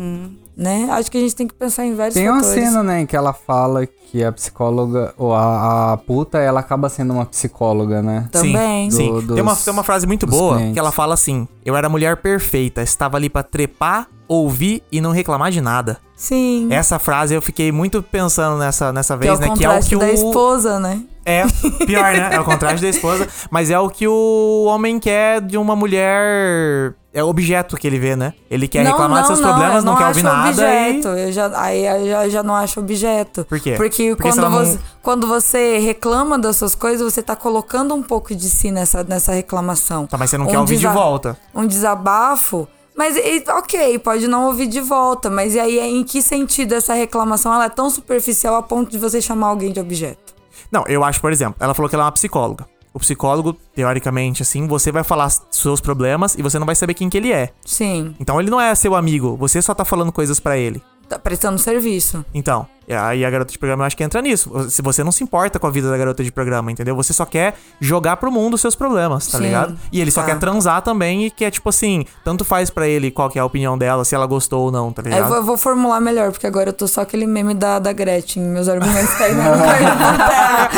Speaker 7: Né? Acho que a gente tem que pensar em vários
Speaker 6: Tem uma
Speaker 7: fatores.
Speaker 6: cena, né, em que ela fala que a psicóloga, ou a, a puta, ela acaba sendo uma psicóloga, né?
Speaker 7: Também.
Speaker 3: Sim, sim.
Speaker 6: Do-
Speaker 3: tem, uma,
Speaker 6: dos-
Speaker 3: tem uma frase muito
Speaker 6: dos
Speaker 3: boa
Speaker 6: clientes.
Speaker 3: que ela fala assim: Eu era a mulher perfeita, estava ali pra trepar, ouvir e não reclamar de nada.
Speaker 7: Sim.
Speaker 3: Essa frase eu fiquei muito pensando nessa, nessa
Speaker 7: que é
Speaker 3: vez,
Speaker 7: o
Speaker 3: né? Que é o
Speaker 7: contraste
Speaker 3: que
Speaker 7: da
Speaker 3: o.
Speaker 7: esposa, né?
Speaker 3: É, pior, né? É o contraste da esposa. Mas é o que o homem quer de uma mulher. É o objeto que ele vê, né? Ele quer reclamar dos seus problemas, não, quer ouvir
Speaker 7: acho
Speaker 3: nada.
Speaker 7: Objeto.
Speaker 3: E...
Speaker 7: Eu já, aí eu já, já não acho objeto.
Speaker 3: Por quê?
Speaker 7: Porque,
Speaker 3: Porque
Speaker 7: quando,
Speaker 3: senão não-
Speaker 7: você, quando você reclama das suas coisas, você tá colocando um pouco de si nessa, nessa reclamação.
Speaker 3: Tá, mas você não quer
Speaker 7: Um
Speaker 3: ouvir de
Speaker 7: desa-
Speaker 3: volta.
Speaker 7: Um desabafo. Mas, e- ok, pode não ouvir de volta, mas e aí em que sentido essa reclamação ela é tão superficial a ponto de você chamar alguém de objeto?
Speaker 3: Não, eu acho, por exemplo, ela falou que ela é uma psicóloga. O psicólogo, teoricamente, assim, você vai falar seus problemas e você não vai saber quem que ele é.
Speaker 7: Sim,
Speaker 3: Então ele não é seu amigo, você só tá falando coisas pra ele.
Speaker 7: tá prestando serviço.
Speaker 3: Então, e aí a garota de programa eu acho que entra nisso. Se você não se importa com a vida da garota de programa, entendeu? Você só quer jogar pro mundo os seus problemas, tá
Speaker 7: Sim,
Speaker 3: ligado? E ele só
Speaker 7: tá.
Speaker 3: quer transar também e que é tipo assim, tanto faz pra ele qual que é a opinião dela, se ela gostou ou não, tá
Speaker 7: Aí eu
Speaker 3: ligado?
Speaker 7: vou, eu vou formular melhor, porque agora eu tô só aquele meme da, da Gretchen. Meus argumentos caíram na terra.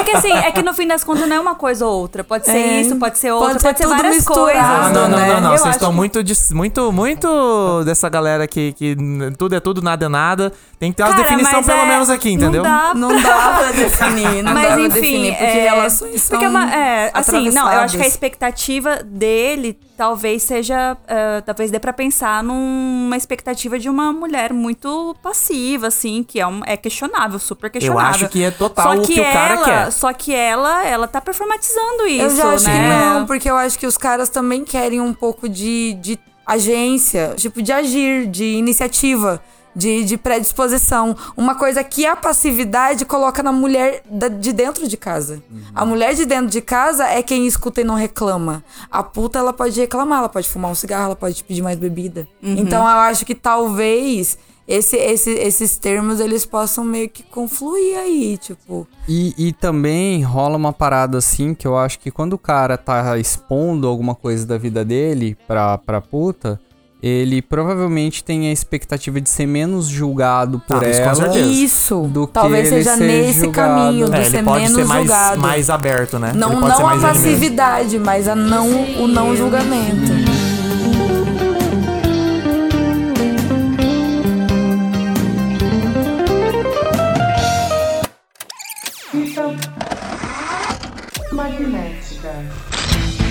Speaker 5: É que assim, é que no fim das contas não é uma coisa ou outra. Pode ser
Speaker 7: É.
Speaker 5: isso, pode ser outra,
Speaker 7: Pode
Speaker 5: pode
Speaker 7: ser
Speaker 5: ser,
Speaker 7: tudo
Speaker 5: várias
Speaker 7: misturado,
Speaker 5: coisas.
Speaker 3: Ah, não, não,
Speaker 7: né?
Speaker 3: não, não.
Speaker 5: Eu
Speaker 3: Vocês
Speaker 5: acho
Speaker 3: estão
Speaker 5: que-
Speaker 3: muito, dis- muito, muito dessa galera que, que n- tudo é tudo, nada é nada. Tem que ter umas
Speaker 5: Cara,
Speaker 3: definições
Speaker 5: mas
Speaker 3: pelo
Speaker 5: é-
Speaker 3: menos aqui, entendeu?
Speaker 5: Não dá
Speaker 7: Não dá pra definir, não dá
Speaker 5: Mas
Speaker 7: pra
Speaker 5: enfim,
Speaker 7: definir, porque
Speaker 5: é,
Speaker 7: relações são
Speaker 5: porque é uma- é, assim, não, eu acho que a
Speaker 7: atravessadas.
Speaker 5: expectativa dele talvez seja, eh, talvez dê pra pensar numa expectativa de uma mulher muito passiva, assim, que é, um- é questionável, super questionável.
Speaker 3: acho que é total o que o cara
Speaker 5: ela,
Speaker 3: quer.
Speaker 5: Só que ela, ela tá performatizando isso,
Speaker 7: Eu já acho
Speaker 5: né?
Speaker 7: que não, porque eu acho que os caras também querem um pouco de, de agência, tipo, de agir, de iniciativa, de, de predisposição. Uma coisa que a passividade coloca na mulher da- de dentro de casa. A
Speaker 5: Uhum.
Speaker 7: mulher de dentro de casa é quem escuta e não reclama. A puta, ela pode reclamar, ela pode fumar um cigarro, ela pode pedir mais bebida.
Speaker 5: Uhum.
Speaker 7: Então, eu acho que talvez... esse- esse- esses termos eles possam meio que confluir aí, tipo.
Speaker 6: E, e também rola uma parada assim que eu acho que quando o cara tá expondo alguma coisa da vida dele pra, pra puta, ele provavelmente tem a expectativa de ser menos julgado por
Speaker 3: Ah, isso com
Speaker 6: ela.
Speaker 3: certeza.
Speaker 7: Isso.
Speaker 6: Do que
Speaker 7: talvez
Speaker 6: ele
Speaker 7: seja
Speaker 6: ser
Speaker 7: nesse
Speaker 6: julgado.
Speaker 7: caminho do
Speaker 3: É,
Speaker 7: ser
Speaker 3: ele pode
Speaker 7: menos
Speaker 3: ser mais,
Speaker 7: julgado.
Speaker 3: mais aberto, né?
Speaker 7: não
Speaker 3: ele pode ser
Speaker 7: não a
Speaker 3: mais ele mesmo.
Speaker 7: passividade, mas a não, o não julgamento.
Speaker 1: Fita magnética.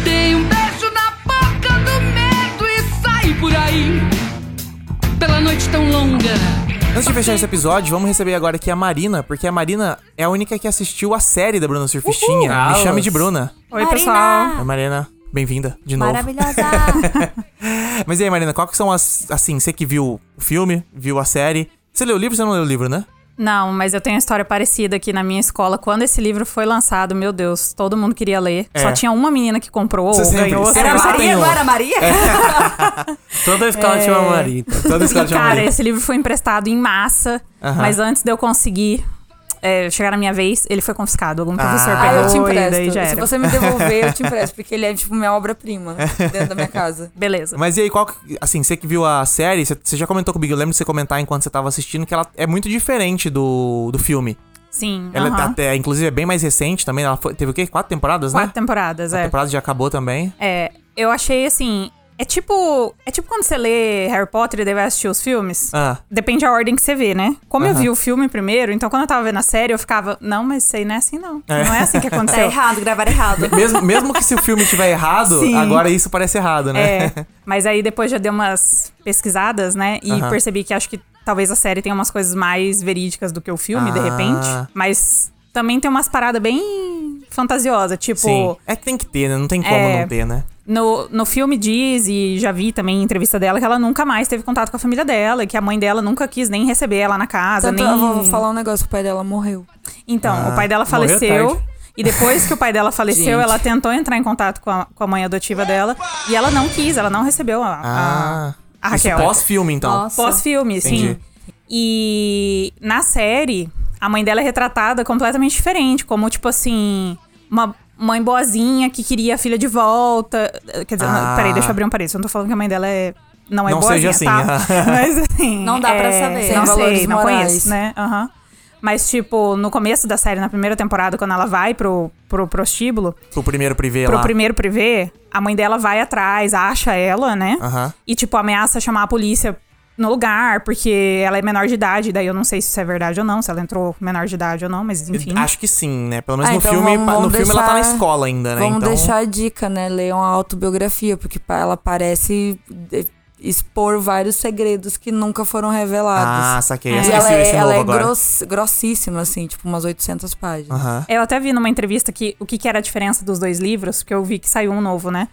Speaker 2: Dei um beijo na boca do medo e saí por aí. Pela noite tão longa.
Speaker 3: Antes de fechar esse episódio, vamos receber agora aqui a Marina, porque a Marina é a única que assistiu a série da Bruna Surfistinha. Me
Speaker 4: Aulas.
Speaker 3: chame de Bruna.
Speaker 11: Oi,
Speaker 5: Marina!
Speaker 11: pessoal.
Speaker 3: A Marina, bem-vinda de novo.
Speaker 5: Maravilhosa!
Speaker 3: Mas e aí, Marina, qual que são as. Assim, você que viu o filme, viu a série, o Você leu o livro? Você não leu o livro, né?
Speaker 4: Não, mas eu tenho uma história parecida aqui na minha escola. Quando esse livro foi lançado, meu Deus, todo mundo queria ler.
Speaker 3: É.
Speaker 4: Só tinha uma menina que comprou
Speaker 3: Você
Speaker 4: ou
Speaker 3: sempre-
Speaker 4: ganhou.
Speaker 3: sempre
Speaker 4: sei lá.
Speaker 3: Maria, tem um. não era
Speaker 7: Maria?
Speaker 12: Toda a escola
Speaker 4: É.
Speaker 12: tinha uma Maria. então.
Speaker 3: Toda escola
Speaker 4: E,
Speaker 3: tinha uma
Speaker 4: cara,
Speaker 3: Maria.
Speaker 4: esse livro foi emprestado em massa,
Speaker 3: Aham.
Speaker 4: mas antes de eu conseguir é, chegar na minha vez, ele foi confiscado. Algum professor
Speaker 3: Ah,
Speaker 4: pegou
Speaker 7: eu te
Speaker 4: e daí já
Speaker 7: empresto. Se
Speaker 4: era.
Speaker 7: você me devolver, eu te empresto, porque ele é tipo minha obra-prima dentro da minha casa.
Speaker 4: Beleza.
Speaker 3: Mas e aí, qual. que- Assim, você que viu a série, você- você já comentou comigo, eu lembro de você comentar enquanto você tava assistindo, que ela é muito diferente do, do filme.
Speaker 4: Sim,
Speaker 3: Ela
Speaker 4: aham.
Speaker 3: é até, inclusive, é bem mais recente também. Ela foi- teve o quê? Quatro temporadas,
Speaker 4: quatro
Speaker 3: né?
Speaker 4: temporadas,
Speaker 3: A
Speaker 4: é.
Speaker 3: temporada já acabou também.
Speaker 4: É, eu achei assim. É tipo. É tipo quando você lê Harry Potter e daí vai assistir os filmes.
Speaker 3: Ah.
Speaker 4: Depende da ordem que você vê, né? Como eu
Speaker 3: Aham.
Speaker 4: vi o filme primeiro, então quando eu tava vendo a série, eu ficava, não, mas isso aí não é assim, não.
Speaker 3: É.
Speaker 4: Não é assim que
Speaker 5: Tá
Speaker 4: aconteceu.
Speaker 5: errado, gravar errado.
Speaker 3: Mesmo, mesmo que se o filme tiver errado,
Speaker 4: Sim.
Speaker 3: agora isso parece errado, né?
Speaker 4: É, mas aí depois já dei umas pesquisadas, né? E
Speaker 3: Aham.
Speaker 4: percebi que acho que talvez a série tenha umas coisas mais verídicas do que o filme, de
Speaker 3: Ah.
Speaker 4: repente. Mas também tem umas paradas bem fantasiosas, tipo.
Speaker 3: Sim. É que tem que ter, né? Não tem como
Speaker 4: É.
Speaker 3: não ter, né?
Speaker 4: No, no filme diz, e já vi também em entrevista dela, que ela é nunca mais teve contato com a família dela, e que a mãe dela nunca quis nem receber ela na casa,
Speaker 7: Tanto,
Speaker 4: nem.
Speaker 7: eu vou falar um negócio, o pai dela morreu.
Speaker 4: Então,
Speaker 3: Ah,
Speaker 4: o pai dela
Speaker 12: morreu
Speaker 4: faleceu.
Speaker 12: tarde.
Speaker 4: E depois que o pai dela faleceu,
Speaker 7: Gente.
Speaker 4: ela tentou entrar em contato com a, com a mãe adotiva dela. E ela não quis, ela não recebeu a, a-
Speaker 3: Ah.
Speaker 4: a
Speaker 3: Isso
Speaker 4: Raquel.
Speaker 3: pós-filme, então.
Speaker 5: Nossa.
Speaker 4: Pós-filme,
Speaker 3: Entendi.
Speaker 4: sim. E na série, a mãe dela é retratada completamente diferente, como tipo assim, uma mãe boazinha que queria a filha de volta. Quer dizer,
Speaker 3: Ah.
Speaker 4: não, peraí, deixa eu abrir um parênteses. Eu não tô falando que a mãe dela é não é
Speaker 3: Não
Speaker 4: boazinha,
Speaker 3: seja
Speaker 4: tá?
Speaker 3: assim,
Speaker 4: Mas assim,
Speaker 5: Não dá pra
Speaker 4: é,
Speaker 5: saber.
Speaker 7: Sem
Speaker 4: Não
Speaker 7: valores
Speaker 4: sei, não
Speaker 7: morais.
Speaker 4: conheço, né? Aham. Mas, tipo, no começo da série, na primeira temporada, quando ela vai pro, pro prostíbulo,
Speaker 3: Pro primeiro privê
Speaker 4: pro
Speaker 3: lá.
Speaker 4: primeiro privê, a mãe dela vai atrás, acha ela, né?
Speaker 3: Aham.
Speaker 4: E, tipo, ameaça chamar a polícia no lugar, porque ela é menor de idade. Daí eu não sei se isso é verdade ou não, se ela entrou menor de idade ou não, mas enfim.
Speaker 3: Acho que sim, né? Pelo menos
Speaker 7: Ah,
Speaker 3: no
Speaker 7: então
Speaker 3: filme,
Speaker 7: vamos-
Speaker 3: pa- no
Speaker 7: vamos
Speaker 3: filme ela tá na
Speaker 7: deixar-
Speaker 3: escola ainda, né?
Speaker 7: Vamos
Speaker 3: então,
Speaker 7: deixar a dica, né? Leiam a autobiografia, porque pa- ela parece de- expor vários segredos que nunca foram
Speaker 3: Ah,
Speaker 7: revelados.
Speaker 3: saquei.
Speaker 4: É.
Speaker 3: Eu
Speaker 7: e ela
Speaker 3: Esqueci
Speaker 7: é,
Speaker 3: esse
Speaker 7: ela
Speaker 3: novo
Speaker 7: é
Speaker 3: agora.
Speaker 7: gross- grossíssima, assim, tipo umas 800 páginas.
Speaker 3: Aham.
Speaker 4: Eu até vi numa entrevista que o que, que era a diferença dos dois livros, porque eu vi que saiu um novo, né?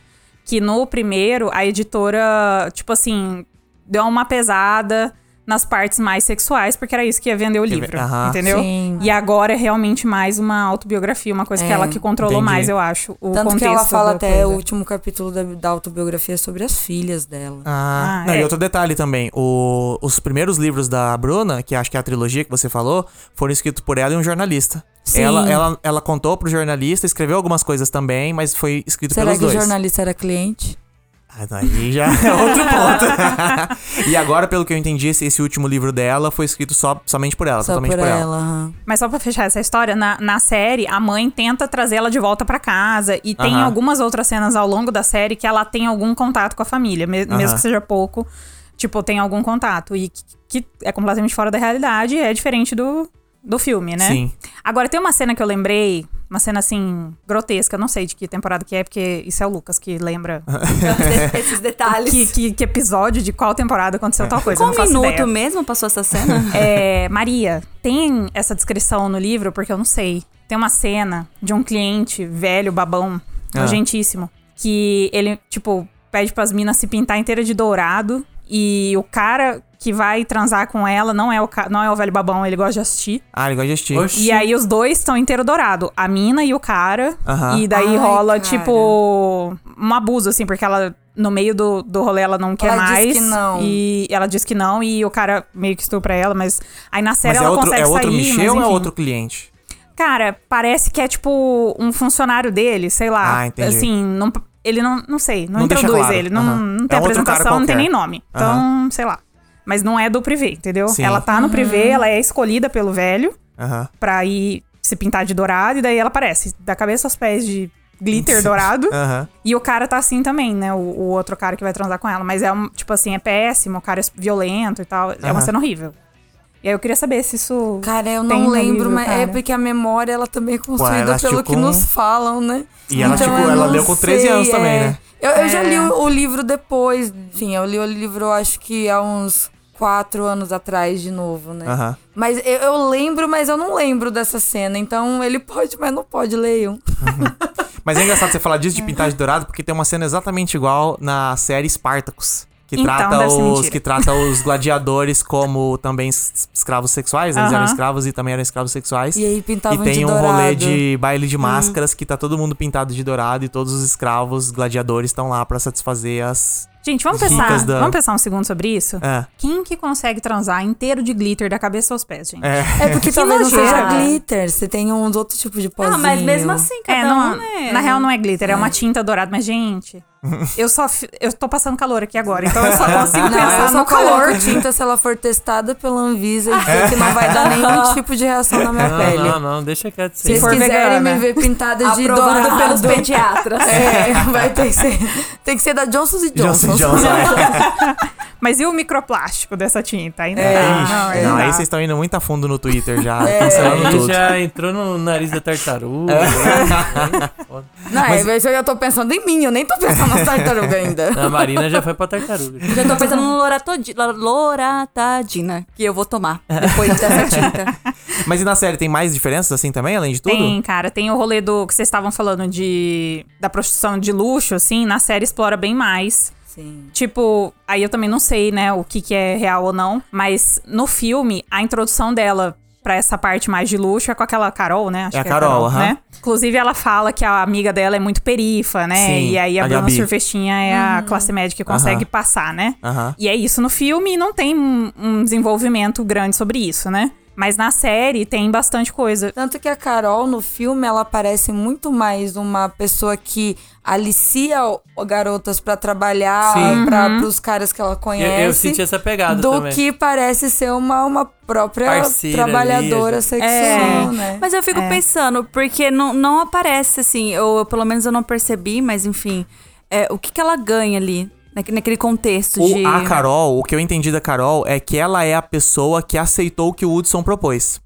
Speaker 4: Que no primeiro, a editora, tipo assim, deu uma pesada nas partes mais sexuais, porque era isso que ia vender o
Speaker 3: Que-
Speaker 4: livro.
Speaker 3: aham.
Speaker 4: entendeu?
Speaker 7: Sim.
Speaker 4: E agora é realmente mais uma autobiografia, uma coisa que
Speaker 7: É,
Speaker 4: ela que controlou
Speaker 3: entendi.
Speaker 4: mais, eu acho. O
Speaker 7: Tanto
Speaker 4: contexto
Speaker 7: que ela fala
Speaker 4: da
Speaker 7: até
Speaker 4: coisa.
Speaker 7: o último capítulo da, da autobiografia sobre as filhas dela.
Speaker 3: Ah,
Speaker 4: Ah,
Speaker 3: não, e
Speaker 4: é.
Speaker 3: outro detalhe também. o- os primeiros livros da Bruna, que acho que é a trilogia que você falou, foram escritos por ela e um jornalista.
Speaker 7: Sim.
Speaker 3: Ela, ela, ela contou pro jornalista, escreveu algumas coisas também, mas foi escrito
Speaker 7: Será
Speaker 3: pelos
Speaker 7: que o
Speaker 3: dois.
Speaker 7: jornalista era cliente?
Speaker 3: Ah, Aí já é outro ponto. e agora, pelo que eu entendi, esse, esse último livro dela foi escrito só, somente por ela,
Speaker 7: Só Tá por,
Speaker 3: totalmente por
Speaker 7: ela.
Speaker 3: ela.
Speaker 7: aham.
Speaker 4: Mas só pra fechar essa história, na, na série, a mãe tenta trazê-la de volta pra casa. E tem
Speaker 3: Aham.
Speaker 4: algumas outras cenas ao longo da série que ela tem algum contato com a família, me-
Speaker 3: Aham.
Speaker 4: mesmo que seja pouco. Tipo, tem algum contato. E que, que é completamente fora da realidade, é diferente do, do filme, né?
Speaker 3: Sim.
Speaker 4: Agora, tem uma cena que eu lembrei, uma cena assim, grotesca, eu não sei de que temporada que é, porque isso é o Lucas que lembra
Speaker 5: Esses detalhes.
Speaker 4: que, que, que episódio, de qual temporada aconteceu tal coisa. eu
Speaker 5: Qual
Speaker 4: não faço
Speaker 5: minuto
Speaker 4: ideia.
Speaker 5: mesmo passou essa cena?
Speaker 4: É, Maria, tem essa descrição no livro? Porque eu não sei. Tem uma cena de um cliente velho, babão,
Speaker 3: Ah.
Speaker 4: nojentíssimo, que ele, tipo, pede pras minas se pintar inteira de dourado e o cara que vai transar com ela não é o, ca- não é o velho babão, ele gosta de assistir.
Speaker 3: Ah, ele gosta de assistir.
Speaker 12: Oxi.
Speaker 4: E aí os dois estão inteiro dourado, a mina e o cara.
Speaker 3: Aham.
Speaker 4: E daí
Speaker 7: Ai,
Speaker 4: rola,
Speaker 7: cara.
Speaker 4: tipo, um abuso, assim, porque ela, no meio do, do rolê, ela não quer
Speaker 7: Ela diz
Speaker 4: mais.
Speaker 7: que não.
Speaker 4: E ela diz que não, e o cara meio que estupra ela, mas aí na série
Speaker 3: Mas é
Speaker 4: ela
Speaker 3: outro,
Speaker 4: consegue
Speaker 3: é outro
Speaker 4: sair.
Speaker 3: Michel
Speaker 4: mas,
Speaker 3: ou é
Speaker 4: enfim.
Speaker 3: outro cliente?
Speaker 4: Cara, parece que é tipo um funcionário dele, sei lá.
Speaker 3: Ah, entendi.
Speaker 4: Assim, não- ele não, não sei, não,
Speaker 3: Não deixa
Speaker 4: introduz
Speaker 3: claro.
Speaker 4: ele, não,
Speaker 3: Aham.
Speaker 4: não
Speaker 3: É
Speaker 4: tem
Speaker 3: um outro cara
Speaker 4: apresentação, não tem
Speaker 3: qualquer.
Speaker 4: nem nome. Então, sei lá. Mas não é do privê, entendeu?
Speaker 3: Sim.
Speaker 4: Ela tá no privê, ela é escolhida pelo velho
Speaker 3: Aham.
Speaker 4: pra ir se pintar de dourado, e daí ela aparece, da cabeça aos pés de glitter dourado.
Speaker 3: Aham.
Speaker 4: E o cara tá assim também, né? O, o outro cara que vai transar com ela. Mas é um, tipo assim, é péssimo, o cara é violento e tal. É
Speaker 3: Aham.
Speaker 4: uma cena horrível. E aí eu queria saber se isso.
Speaker 7: Cara, eu
Speaker 4: Tem
Speaker 7: não
Speaker 4: no
Speaker 7: lembro,
Speaker 4: livro,
Speaker 7: mas é
Speaker 4: cara.
Speaker 7: porque a memória ela também é construída
Speaker 3: ela
Speaker 7: pelo
Speaker 3: assistiu
Speaker 7: que
Speaker 3: com-
Speaker 7: nos falam, né?
Speaker 3: E ela, tipo,
Speaker 7: eu
Speaker 3: ela
Speaker 7: não é.
Speaker 3: leu com 13 anos também, né?
Speaker 7: Eu, eu
Speaker 4: É.
Speaker 7: já li o, o livro depois, enfim, eu li o livro acho que há uns quatro anos atrás de novo, né?
Speaker 3: Aham.
Speaker 7: Mas eu, eu lembro, mas eu não lembro dessa cena, então ele pode, mas não pode, leiam.
Speaker 3: Mas é engraçado você falar disso de pintar de dourado, porque tem uma cena exatamente igual na série Spartacus. Que
Speaker 11: Então,
Speaker 3: trata
Speaker 11: deve ser
Speaker 3: os
Speaker 11: mentira.
Speaker 3: que trata os gladiadores como também s- escravos sexuais, né? eles eram
Speaker 11: Aham.
Speaker 3: escravos e também eram escravos sexuais.
Speaker 7: E aí
Speaker 3: E
Speaker 7: pintavam
Speaker 3: tem
Speaker 7: de
Speaker 3: um
Speaker 7: dourado.
Speaker 3: rolê de baile
Speaker 11: Hum.
Speaker 3: de máscaras que tá todo mundo pintado de dourado e todos os escravos gladiadores estão lá pra satisfazer as
Speaker 11: Gente, vamos
Speaker 3: Dicas
Speaker 11: pensar,
Speaker 3: da-
Speaker 11: vamos pensar um segundo sobre isso?
Speaker 3: É.
Speaker 11: Quem que consegue transar inteiro de glitter da cabeça aos pés, gente?
Speaker 7: É porque
Speaker 11: Que
Speaker 7: talvez não seja
Speaker 11: nojeira.
Speaker 7: glitter, você tem uns outros tipos de pozinho.
Speaker 11: É, não- Na real, não é glitter, é, uma tinta dourada. Mas, gente, eu só. fi- Eu tô passando calor aqui agora, então eu só consigo
Speaker 7: Não,
Speaker 5: é
Speaker 11: pensar
Speaker 7: eu só
Speaker 11: no
Speaker 7: coloco
Speaker 11: calor.
Speaker 7: tinta se ela for testada pela Anvisa e dizer que não vai dar nenhum tipo de reação na minha
Speaker 4: não,
Speaker 7: pele.
Speaker 4: Não, não, deixa quieto.
Speaker 7: Se vocês quiserem me ver pintada de
Speaker 5: Aprovado
Speaker 7: dourado
Speaker 5: pelos pediatras.
Speaker 7: É, vai ter que ser. Tem que ser da Johnson Johnson.
Speaker 3: Johnson Johnson.
Speaker 4: é.
Speaker 11: Mas e o microplástico dessa tinta? Ainda
Speaker 3: É,
Speaker 11: dá,
Speaker 3: Ixi,
Speaker 11: não, ainda
Speaker 3: não, aí
Speaker 11: dá.
Speaker 3: vocês estão indo muito a fundo no Twitter já,
Speaker 11: É.
Speaker 3: cancelando
Speaker 4: Aí
Speaker 3: tudo.
Speaker 4: já entrou no nariz da tartaruga. né?
Speaker 7: Não,
Speaker 4: Mas-
Speaker 7: às vezes eu já tô pensando em mim, eu nem tô pensando na tartaruga ainda.
Speaker 4: A Marina já foi pra tartaruga.
Speaker 5: Já tô pensando no loratodi- lo- loratadina, que eu vou tomar depois dessa tinta.
Speaker 3: Mas e na série tem mais diferenças assim também, além de tudo?
Speaker 11: Tem, cara. Tem o rolê do que vocês estavam falando de da prostituição de luxo, assim, na série explora bem mais.
Speaker 7: Sim.
Speaker 11: Tipo, aí eu também não sei, né, o que, que é real ou não, mas no filme, a introdução dela pra essa parte mais de luxo é com aquela Carol, né?
Speaker 3: É a
Speaker 11: que
Speaker 3: Carol, aham.
Speaker 11: né? Inclusive, ela fala que a amiga dela é muito perifa, né?
Speaker 3: Sim,
Speaker 11: e aí a,
Speaker 3: a
Speaker 11: Bruna
Speaker 3: Gabi.
Speaker 11: Surfestinha é a classe média que consegue
Speaker 3: Aham.
Speaker 11: passar, né?
Speaker 3: Aham.
Speaker 11: E é isso no filme, não tem um um desenvolvimento grande sobre isso, né? Mas na série tem bastante coisa.
Speaker 7: Tanto que a Carol, no filme, ela parece muito mais uma pessoa que alicia o- o garotas pra trabalhar,
Speaker 4: Sim.
Speaker 7: para
Speaker 4: Uhum.
Speaker 7: pros caras que ela
Speaker 4: Eu,
Speaker 7: conhece.
Speaker 4: eu senti essa pegada
Speaker 7: do
Speaker 4: também.
Speaker 7: que parece ser uma, uma própria
Speaker 4: Parceira ali,
Speaker 7: trabalhadora
Speaker 4: gente.
Speaker 7: sexual,
Speaker 11: é,
Speaker 7: né?
Speaker 5: Mas eu fico pensando, porque não, não aparece assim, eu pelo menos eu não percebi, mas enfim, é, o que, que ela ganha ali, naque- naquele contexto
Speaker 3: O-
Speaker 5: de.
Speaker 11: ah,
Speaker 3: A Carol, o que eu entendi da Carol é que ela é a pessoa que aceitou o que o Hudson propôs.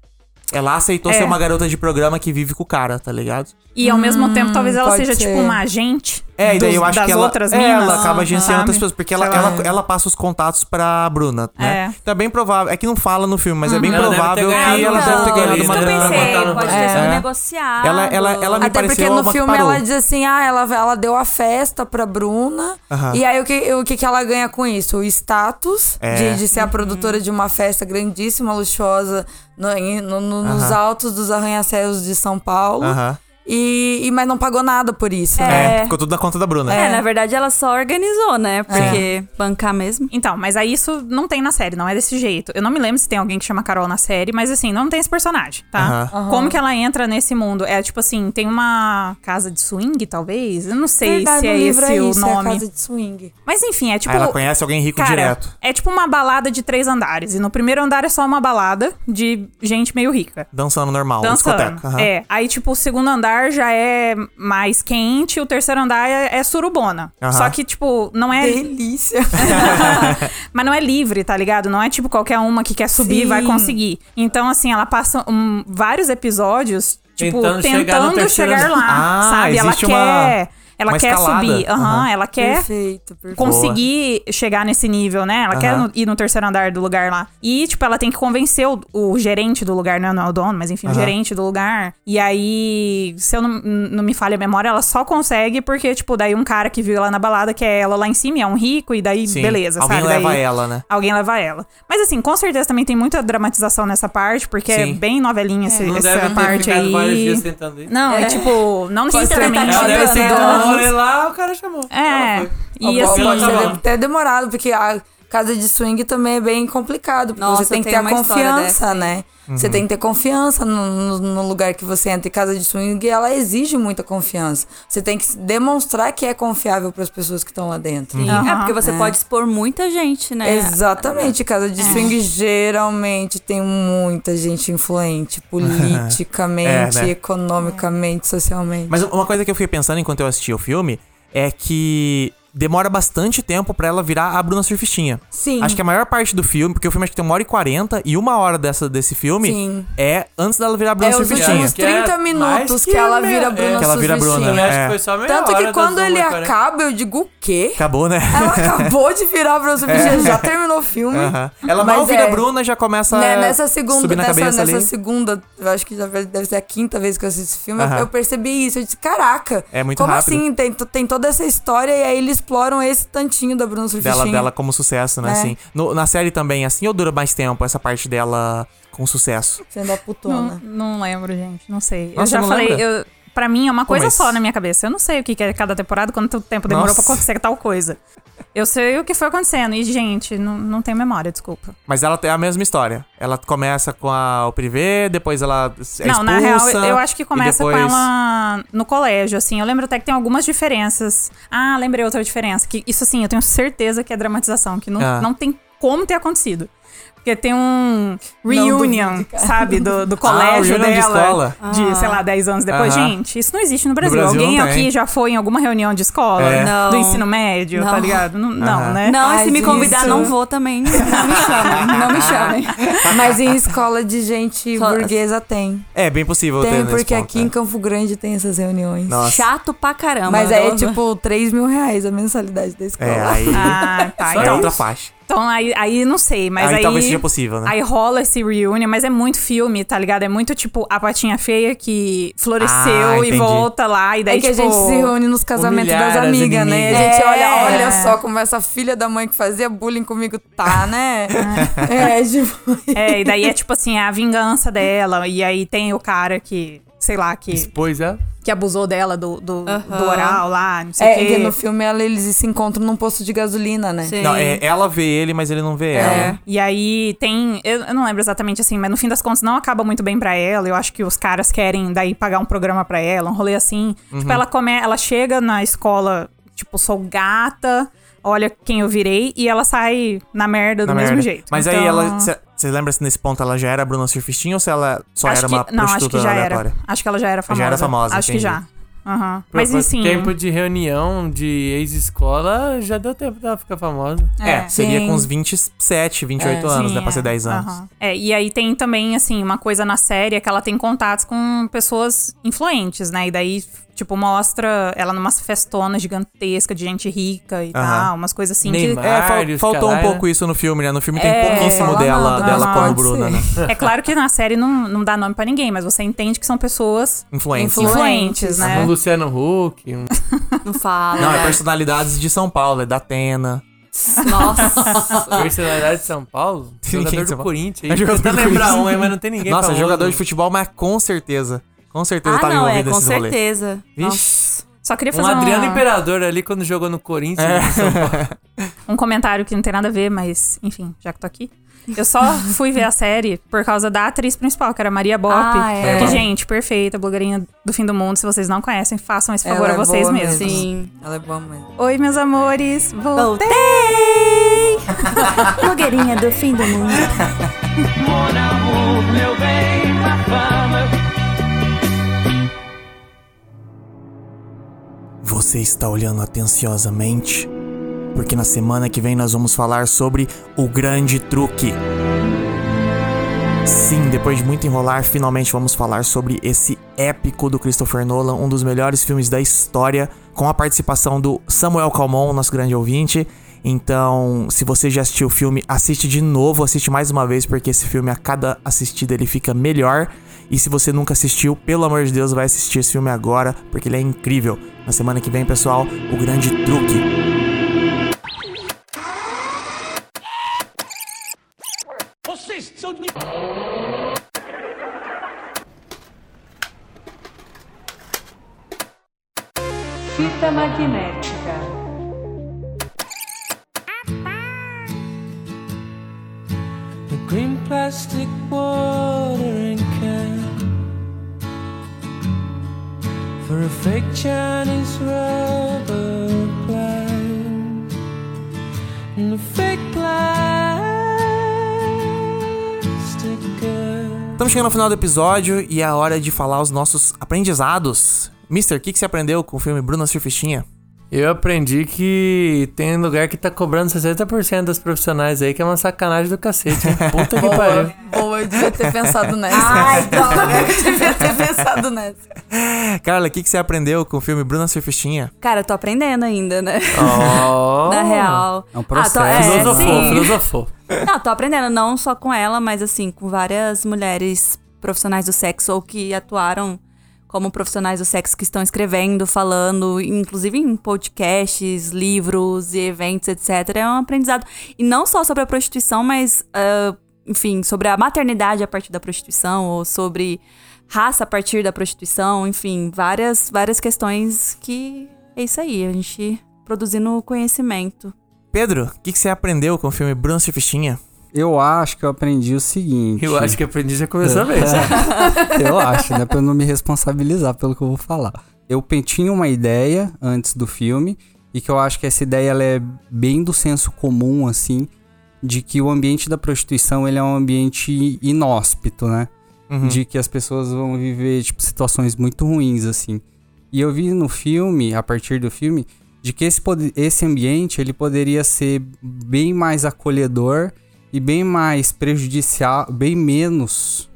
Speaker 3: Ela aceitou
Speaker 11: É.
Speaker 3: ser uma garota de programa que vive com o cara, tá ligado?
Speaker 11: E ao
Speaker 5: Hum,
Speaker 11: mesmo tempo, talvez ela
Speaker 7: pode
Speaker 11: seja
Speaker 7: ser.
Speaker 11: tipo uma agente
Speaker 3: É, e daí
Speaker 11: dos-
Speaker 3: eu acho
Speaker 11: das
Speaker 3: que ela,
Speaker 11: outras
Speaker 3: é,
Speaker 11: minas. Ah,
Speaker 3: ela acaba agenciando
Speaker 11: sabe?
Speaker 3: outras pessoas, porque ela,
Speaker 11: Sei lá.
Speaker 3: ela, ela passa os contatos pra Bruna, né?
Speaker 11: É.
Speaker 3: Então é bem provável, é que não fala no filme, mas é bem
Speaker 4: Uhum. Ela deve ter
Speaker 3: provável
Speaker 4: ganhado
Speaker 3: que ela
Speaker 4: uma
Speaker 3: deve ter ganhado
Speaker 4: grana,
Speaker 3: uma
Speaker 4: isso que eu
Speaker 3: grana.
Speaker 4: pensei,
Speaker 3: botar no-
Speaker 5: Pode ter
Speaker 4: um
Speaker 3: É.
Speaker 5: sido negociado.
Speaker 3: Ela- ela- ela me
Speaker 7: Até porque
Speaker 3: pareceu
Speaker 7: no
Speaker 3: uma que
Speaker 7: filme
Speaker 3: parou.
Speaker 7: ela diz assim, ah, ela, ela deu a festa pra Bruna.
Speaker 3: Aham.
Speaker 7: E aí o que, o que que ela ganha com isso? O status
Speaker 3: É.
Speaker 7: de, de ser a produtora de uma festa grandíssima, luxuosa, no- em- no- no- nos
Speaker 3: Aham.
Speaker 7: altos dos arranha-céus de São Paulo.
Speaker 3: Aham.
Speaker 7: E, e- mas não pagou nada por isso. né?
Speaker 3: É, ficou tudo na conta da Bruna.
Speaker 5: É, na verdade ela só organizou, né? Porque bancar mesmo.
Speaker 11: Então, mas aí isso não tem na série, não é desse jeito. Eu não me lembro se tem alguém que chama Carol na série, mas assim, não tem esse personagem, tá?
Speaker 3: Aham.
Speaker 11: Como que ela entra nesse mundo? É tipo assim, tem uma casa de swing, talvez? Eu não sei
Speaker 7: Verdade,
Speaker 11: se é
Speaker 7: no livro
Speaker 11: esse
Speaker 7: é
Speaker 11: o
Speaker 7: isso, é a
Speaker 11: nome.
Speaker 7: casa de swing.
Speaker 11: Mas enfim, é tipo.
Speaker 3: Aí ela conhece alguém rico
Speaker 11: Cara,
Speaker 3: direto.
Speaker 11: É tipo uma balada de três andares. E no primeiro andar é só uma balada de gente meio rica.
Speaker 3: Dançando normal, na
Speaker 11: Dançando.
Speaker 3: discoteca. Aham.
Speaker 11: É. Aí, tipo, o segundo andar já é mais quente, o terceiro andar é, é surubona.
Speaker 3: Aham.
Speaker 11: Só que, tipo, não é.
Speaker 7: Delícia.
Speaker 11: Mas não é livre, tá ligado? Não é tipo qualquer uma que quer subir
Speaker 7: Sim.
Speaker 11: vai conseguir. Então, assim, ela passa um- vários episódios, tipo,
Speaker 4: Tentando
Speaker 11: tentando,
Speaker 4: chegar no terceiro
Speaker 11: chegar
Speaker 4: andar.
Speaker 11: lá.
Speaker 3: Ah,
Speaker 11: sabe? Ela
Speaker 3: existe
Speaker 11: quer.
Speaker 3: uma-
Speaker 11: ela
Speaker 3: uma
Speaker 11: quer
Speaker 3: escalada.
Speaker 11: subir. Aham,
Speaker 3: Aham.
Speaker 11: ela quer
Speaker 7: Perfeito, perfeito.
Speaker 11: conseguir chegar nesse nível, né? Ela quer
Speaker 3: Aham.
Speaker 11: no- ir no terceiro andar do lugar lá. E, tipo, ela tem que convencer o, o gerente do lugar, né? Não é o dono, mas enfim, o
Speaker 3: Aham.
Speaker 11: gerente do lugar. E aí, se eu não, não me falha a memória, ela só consegue porque, tipo, daí um cara que viu ela na balada, que é ela lá em cima, e é um rico, e daí,
Speaker 3: Sim,
Speaker 11: beleza,
Speaker 3: alguém
Speaker 11: sabe?
Speaker 3: leva
Speaker 11: Daí-
Speaker 3: ela, né?
Speaker 11: Alguém leva ela. Mas assim, com certeza também tem muita dramatização nessa parte, porque é
Speaker 3: Sim.
Speaker 11: bem novelinha esse-
Speaker 4: Não
Speaker 11: essa
Speaker 4: deve ter
Speaker 11: parte
Speaker 4: ficado vários dias
Speaker 11: aí.
Speaker 4: tentando ir.
Speaker 11: Não, é, tipo, não
Speaker 5: Quem tá
Speaker 11: necessariamente.
Speaker 4: Ela
Speaker 5: Não,
Speaker 4: deve
Speaker 5: não,
Speaker 4: ter
Speaker 5: não.
Speaker 4: dado um rolê lá, o cara chamou. Ela
Speaker 11: É.
Speaker 4: foi.
Speaker 11: E
Speaker 7: Bom,
Speaker 11: assim,
Speaker 7: pode ser
Speaker 4: Sim.
Speaker 7: até demorado, porque a casa de swing também é bem complicado. Porque
Speaker 5: Nossa,
Speaker 7: você tem que
Speaker 5: tem
Speaker 7: ter a
Speaker 5: uma história
Speaker 7: confiança,
Speaker 5: dessa,
Speaker 7: né?
Speaker 3: Uhum.
Speaker 7: Você tem que ter confiança no, no- no lugar que você entra. E casa de swing, ela exige muita confiança. Você tem que demonstrar que é confiável para as pessoas que estão lá dentro.
Speaker 11: Aham.
Speaker 3: Uhum.
Speaker 5: É, porque você pode É. expor muita gente, né?
Speaker 7: Exatamente, casa de swing geralmente tem muita gente influente politicamente,
Speaker 3: É, né?
Speaker 7: economicamente, socialmente.
Speaker 3: Mas uma coisa que eu fiquei pensando enquanto eu assistia o filme é que demora bastante tempo pra ela virar a Bruna Surfistinha.
Speaker 7: Sim.
Speaker 3: Acho que a maior parte do filme, porque o filme acho que tem uma hora e quarenta, e uma hora dessa, desse filme
Speaker 7: Sim.
Speaker 3: é antes dela virar a Bruna
Speaker 7: É os
Speaker 3: Surfistinha.
Speaker 7: últimos
Speaker 4: Que é
Speaker 7: 30
Speaker 4: mais
Speaker 7: minutos
Speaker 4: que
Speaker 7: que ela
Speaker 4: meia- é,
Speaker 7: vira Bruna
Speaker 3: que ela vira Bruna,
Speaker 7: Surfistinha.
Speaker 4: Eu acho
Speaker 3: É.
Speaker 4: que foi só a meia
Speaker 7: Tanto
Speaker 4: hora né?
Speaker 7: que
Speaker 4: das
Speaker 7: quando ele
Speaker 4: 1h40.
Speaker 7: acaba, eu digo o quê?
Speaker 3: Acabou, né?
Speaker 11: É
Speaker 7: Ela acabou de virar a Bruna Surfistinha, já terminou o
Speaker 11: Hum,
Speaker 7: filme.
Speaker 3: Aham. Ela mal
Speaker 7: Mas
Speaker 3: vira
Speaker 7: é,
Speaker 3: Bruna já começa
Speaker 7: né, nessa
Speaker 3: a
Speaker 7: segunda,
Speaker 3: subir na
Speaker 7: nessa,
Speaker 3: cabeça
Speaker 7: nessa
Speaker 3: ali.
Speaker 7: segunda, eu acho que já deve ser a quinta vez que eu assisto esse filme, eu-
Speaker 3: Aham.
Speaker 7: eu percebi isso. Eu disse, caraca,
Speaker 3: É muito
Speaker 7: como
Speaker 11: assim,
Speaker 3: rápido.
Speaker 7: assim? Tem, to- tem toda essa história e aí ele exploram esse tantinho da Bruna Surfistinha.
Speaker 3: dela, dela como sucesso, né?
Speaker 7: É.
Speaker 3: Assim. No- na série também, é assim, ou dura mais tempo essa parte dela com sucesso?
Speaker 7: Sendo a putona.
Speaker 11: Não, não lembro, gente. Não sei.
Speaker 3: Nossa,
Speaker 11: eu já
Speaker 3: não
Speaker 11: falei.
Speaker 3: lembra?
Speaker 11: Eu, pra mim é uma
Speaker 3: Pô,
Speaker 11: coisa
Speaker 3: mas-
Speaker 11: só na minha cabeça. Eu não sei o que que é cada temporada, quanto tempo demorou
Speaker 3: Nossa.
Speaker 11: pra acontecer tal coisa. Eu sei o que foi acontecendo. E, gente, não, não tenho memória, desculpa.
Speaker 3: Mas ela tem a mesma história. Ela começa com a, o privê, depois ela é expulsa.
Speaker 11: não, na real, eu acho que
Speaker 3: e
Speaker 11: começa
Speaker 3: depois-
Speaker 11: com ela no colégio, assim. Eu lembro até que tem algumas diferenças. Ah, lembrei outra diferença. Que isso, assim, eu tenho certeza que é dramatização, que não,
Speaker 3: Ah.
Speaker 11: não tem como ter acontecido. Porque tem um
Speaker 7: Não
Speaker 11: reunion,
Speaker 7: duvido, cara.
Speaker 11: sabe, do, do colégio
Speaker 3: reunion Ah, de
Speaker 11: dela.
Speaker 3: escola.
Speaker 11: de, sei
Speaker 5: Ah.
Speaker 11: lá, 10 anos depois.
Speaker 3: Aham.
Speaker 11: Gente, isso não existe no Brasil.
Speaker 3: Brasil
Speaker 11: Alguém
Speaker 3: não tem.
Speaker 11: aqui já foi em alguma reunião de escola?
Speaker 3: É.
Speaker 5: Não.
Speaker 11: Do ensino médio, tá
Speaker 5: Não.
Speaker 11: ligado? Não,
Speaker 3: Aham.
Speaker 11: não né?
Speaker 5: Não, e
Speaker 7: Ai,
Speaker 5: se me
Speaker 7: disso.
Speaker 5: convidar, não vou também.
Speaker 7: Não me chamem, não me chamem. Mas em escola de gente
Speaker 5: Só-
Speaker 7: burguesa tem.
Speaker 3: É, bem possível ter
Speaker 7: Tem,
Speaker 3: nesse
Speaker 7: porque
Speaker 3: ponto,
Speaker 7: aqui
Speaker 3: né?
Speaker 7: em Campo Grande tem essas reuniões.
Speaker 3: Nossa.
Speaker 5: Chato pra caramba.
Speaker 7: Mas aí é
Speaker 5: Nossa.
Speaker 7: tipo 3 mil reais a mensalidade da escola.
Speaker 3: É, aí.
Speaker 11: Ah, tá.
Speaker 3: é
Speaker 11: Então,
Speaker 3: outra faixa.
Speaker 11: então aí, aí não sei, mas
Speaker 3: Aí,
Speaker 11: aí.
Speaker 3: talvez seja possível, né?
Speaker 11: Aí rola esse reunion, mas é muito filme, tá ligado? É muito tipo a patinha feia que
Speaker 3: Ah,
Speaker 11: floresceu
Speaker 3: entendi.
Speaker 11: e volta lá, e daí
Speaker 7: É que
Speaker 11: tipo,
Speaker 7: a gente se reúne nos casamentos
Speaker 4: humilhar
Speaker 7: das
Speaker 4: as
Speaker 7: amigas, né? A
Speaker 4: inimigas.
Speaker 7: gente
Speaker 11: É.
Speaker 7: olha, olha só como essa filha da mãe que fazia bullying comigo tá, né? é, tipo.
Speaker 11: É, e daí é tipo assim, a vingança dela, e aí tem o cara que, sei lá, que,
Speaker 4: Pois é.
Speaker 11: que abusou dela do, do, do
Speaker 5: Aham.
Speaker 11: oral lá, não sei o
Speaker 7: É,
Speaker 11: quê.
Speaker 7: que no filme ela, eles se encontram num posto de gasolina, né?
Speaker 5: Sim.
Speaker 3: Não, é, ela vê ele, mas ele não vê
Speaker 11: É.
Speaker 3: ela.
Speaker 11: E aí tem. Eu, eu não lembro exatamente assim, mas no fim das contas não acaba muito bem pra ela. Eu acho que os caras querem daí pagar um programa pra ela, um rolê assim.
Speaker 4: Uhum.
Speaker 11: Tipo, ela come, ela chega na escola, tipo, sou gata, olha quem eu virei, e ela sai na merda É do
Speaker 3: na
Speaker 11: mesmo
Speaker 3: merda.
Speaker 11: jeito.
Speaker 3: Mas aí
Speaker 11: Então,
Speaker 3: ela. Você lembra se nesse ponto ela já era Bruna Surfistinha ou se ela só
Speaker 11: acho
Speaker 3: era uma
Speaker 11: que, Não, acho que
Speaker 3: prostituta
Speaker 11: já
Speaker 3: aleatória?
Speaker 11: era. Acho que ela já era famosa.
Speaker 3: Já era famosa,
Speaker 11: Acho que já.
Speaker 3: entendi.
Speaker 11: Aham. Mas
Speaker 4: Por
Speaker 11: enfim.
Speaker 4: Tempo de reunião de ex-escola, já deu tempo dela ficar famosa.
Speaker 3: É, seria
Speaker 7: Sim.
Speaker 3: com uns 27, 28
Speaker 7: É.
Speaker 3: anos, né?
Speaker 11: Sim,
Speaker 3: Pra ser
Speaker 11: é.
Speaker 3: 10 anos.
Speaker 11: Aham. É, e aí tem também, assim, uma coisa na série é que ela tem contatos com pessoas influentes, né? E daí, tipo, mostra ela numa festona gigantesca de gente rica e
Speaker 3: Aham.
Speaker 11: tal, umas coisas assim.
Speaker 4: Neymar.
Speaker 11: Que...
Speaker 3: É, fal-
Speaker 4: Vários,
Speaker 3: faltou um
Speaker 4: caralho.
Speaker 3: pouco isso no filme, né? No filme tem
Speaker 11: É,
Speaker 3: pouquíssimo
Speaker 7: fala
Speaker 3: dela,
Speaker 7: nada,
Speaker 3: dela
Speaker 11: mas
Speaker 3: como
Speaker 11: pode
Speaker 3: Bruna,
Speaker 7: ser.
Speaker 3: né?
Speaker 11: É claro que na série não, não dá nome pra ninguém, mas você entende que são pessoas
Speaker 3: Influência.
Speaker 7: Influ-
Speaker 11: influentes,
Speaker 7: Influentes.
Speaker 11: né?
Speaker 4: Um Luciano Huck, um
Speaker 5: Não fala. né?
Speaker 3: Não, é personalidades de São Paulo, é da Atena.
Speaker 5: Nossa.
Speaker 4: personalidade de São Paulo,
Speaker 3: Ah. Sim,
Speaker 4: jogador
Speaker 3: quem
Speaker 4: do
Speaker 3: São Paulo?
Speaker 4: Corinthians.
Speaker 3: É
Speaker 4: aí
Speaker 3: jogador
Speaker 4: Tenta
Speaker 3: do
Speaker 4: lembrar
Speaker 3: Corinthians.
Speaker 4: um, aí, mas não tem ninguém né?
Speaker 3: Nossa,
Speaker 4: famoso.
Speaker 3: jogador de futebol, mas com certeza. Com certeza
Speaker 5: ah,
Speaker 3: tava
Speaker 5: não, é,
Speaker 3: envolvido
Speaker 5: com
Speaker 3: nesses rolês.
Speaker 5: certeza.
Speaker 3: Vixe.
Speaker 11: Só queria
Speaker 4: Um
Speaker 11: fazer um,
Speaker 4: Adriano Imperador ali quando jogou no Corinthians.
Speaker 3: É.
Speaker 4: em São Paulo.
Speaker 11: um comentário que não tem nada a ver, mas enfim, já que tô aqui. Eu só fui ver a série por causa da atriz principal, que era Maria Bopp.
Speaker 7: Ah, é.
Speaker 11: Que, gente, perfeita, blogueirinha do fim do mundo. Se vocês não conhecem, façam esse favor
Speaker 7: Ela
Speaker 11: a
Speaker 7: é
Speaker 11: vocês
Speaker 7: boa
Speaker 11: mesmos.
Speaker 7: mesmo.
Speaker 5: Sim.
Speaker 7: Ela é boa mesmo.
Speaker 11: Oi, meus amores. Voltei.
Speaker 5: Voltei! Blogueirinha do fim do mundo.
Speaker 3: Você está olhando atenciosamente? Porque na semana que vem nós vamos falar sobre o grande truque. Sim, depois de muito enrolar, finalmente vamos falar sobre esse épico do Christopher Nolan, um dos melhores filmes da história, com a participação do Samuel Calmon, nosso grande ouvinte. Então, se você já assistiu o filme, assiste de novo, assiste mais uma vez, porque esse filme, a cada assistida, ele fica melhor. E se você nunca assistiu, pelo amor de Deus, vai assistir esse filme agora, porque ele é incrível. Na semana que vem, pessoal, o grande truque.
Speaker 1: Fita magnética.
Speaker 2: The green plastic watering can for a fake Chinese rubber plant and a fake plastic girl.
Speaker 3: Estamos chegando ao final do episódio e é a hora de falar os nossos aprendizados. Mister, o que, que você aprendeu com o filme Bruna Surfistinha?
Speaker 4: Eu aprendi que tem lugar que tá cobrando 60% dos profissionais aí, que é uma sacanagem do cacete. hein? Puta que pariu.
Speaker 7: Boa, boa, eu devia ter pensado nessa.
Speaker 5: Ai,
Speaker 7: droga, eu devia ter pensado nessa.
Speaker 3: Carla, o que, que você aprendeu com o filme Bruna Surfistinha?
Speaker 5: Cara, eu tô aprendendo ainda, né?
Speaker 4: Oh.
Speaker 5: Na real.
Speaker 6: É um processo.
Speaker 5: Ah, tô, é,
Speaker 4: Filosofou,
Speaker 5: sim.
Speaker 4: filosofou.
Speaker 5: Não, tô aprendendo, não só com ela, mas assim, com várias mulheres profissionais do sexo ou que atuaram como profissionais do sexo que estão escrevendo, falando, inclusive em podcasts, livros e eventos, etc. É um aprendizado. E não só sobre a prostituição, mas, ah, enfim, sobre a maternidade a partir da prostituição, ou sobre raça a partir da prostituição, enfim, várias, várias questões que é isso aí, a gente produzindo conhecimento.
Speaker 3: Pedro, o que, que você aprendeu com o filme Bruno Surfistinha?
Speaker 6: Eu acho que eu aprendi o seguinte.
Speaker 4: Eu acho que é aprendi já começou a ver.
Speaker 6: eu acho, né? Pra eu não me responsabilizar pelo que eu vou falar. Eu pe- tinha uma ideia antes do filme, e que eu acho que essa ideia ela é bem do senso comum, assim, de que o ambiente da prostituição ele é um ambiente inóspito, né? De que as pessoas vão viver, tipo, situações muito ruins, assim. E eu vi no filme, a partir do filme, de que esse, pod- esse ambiente ele poderia ser bem mais acolhedor e bem mais prejudicial, bem menos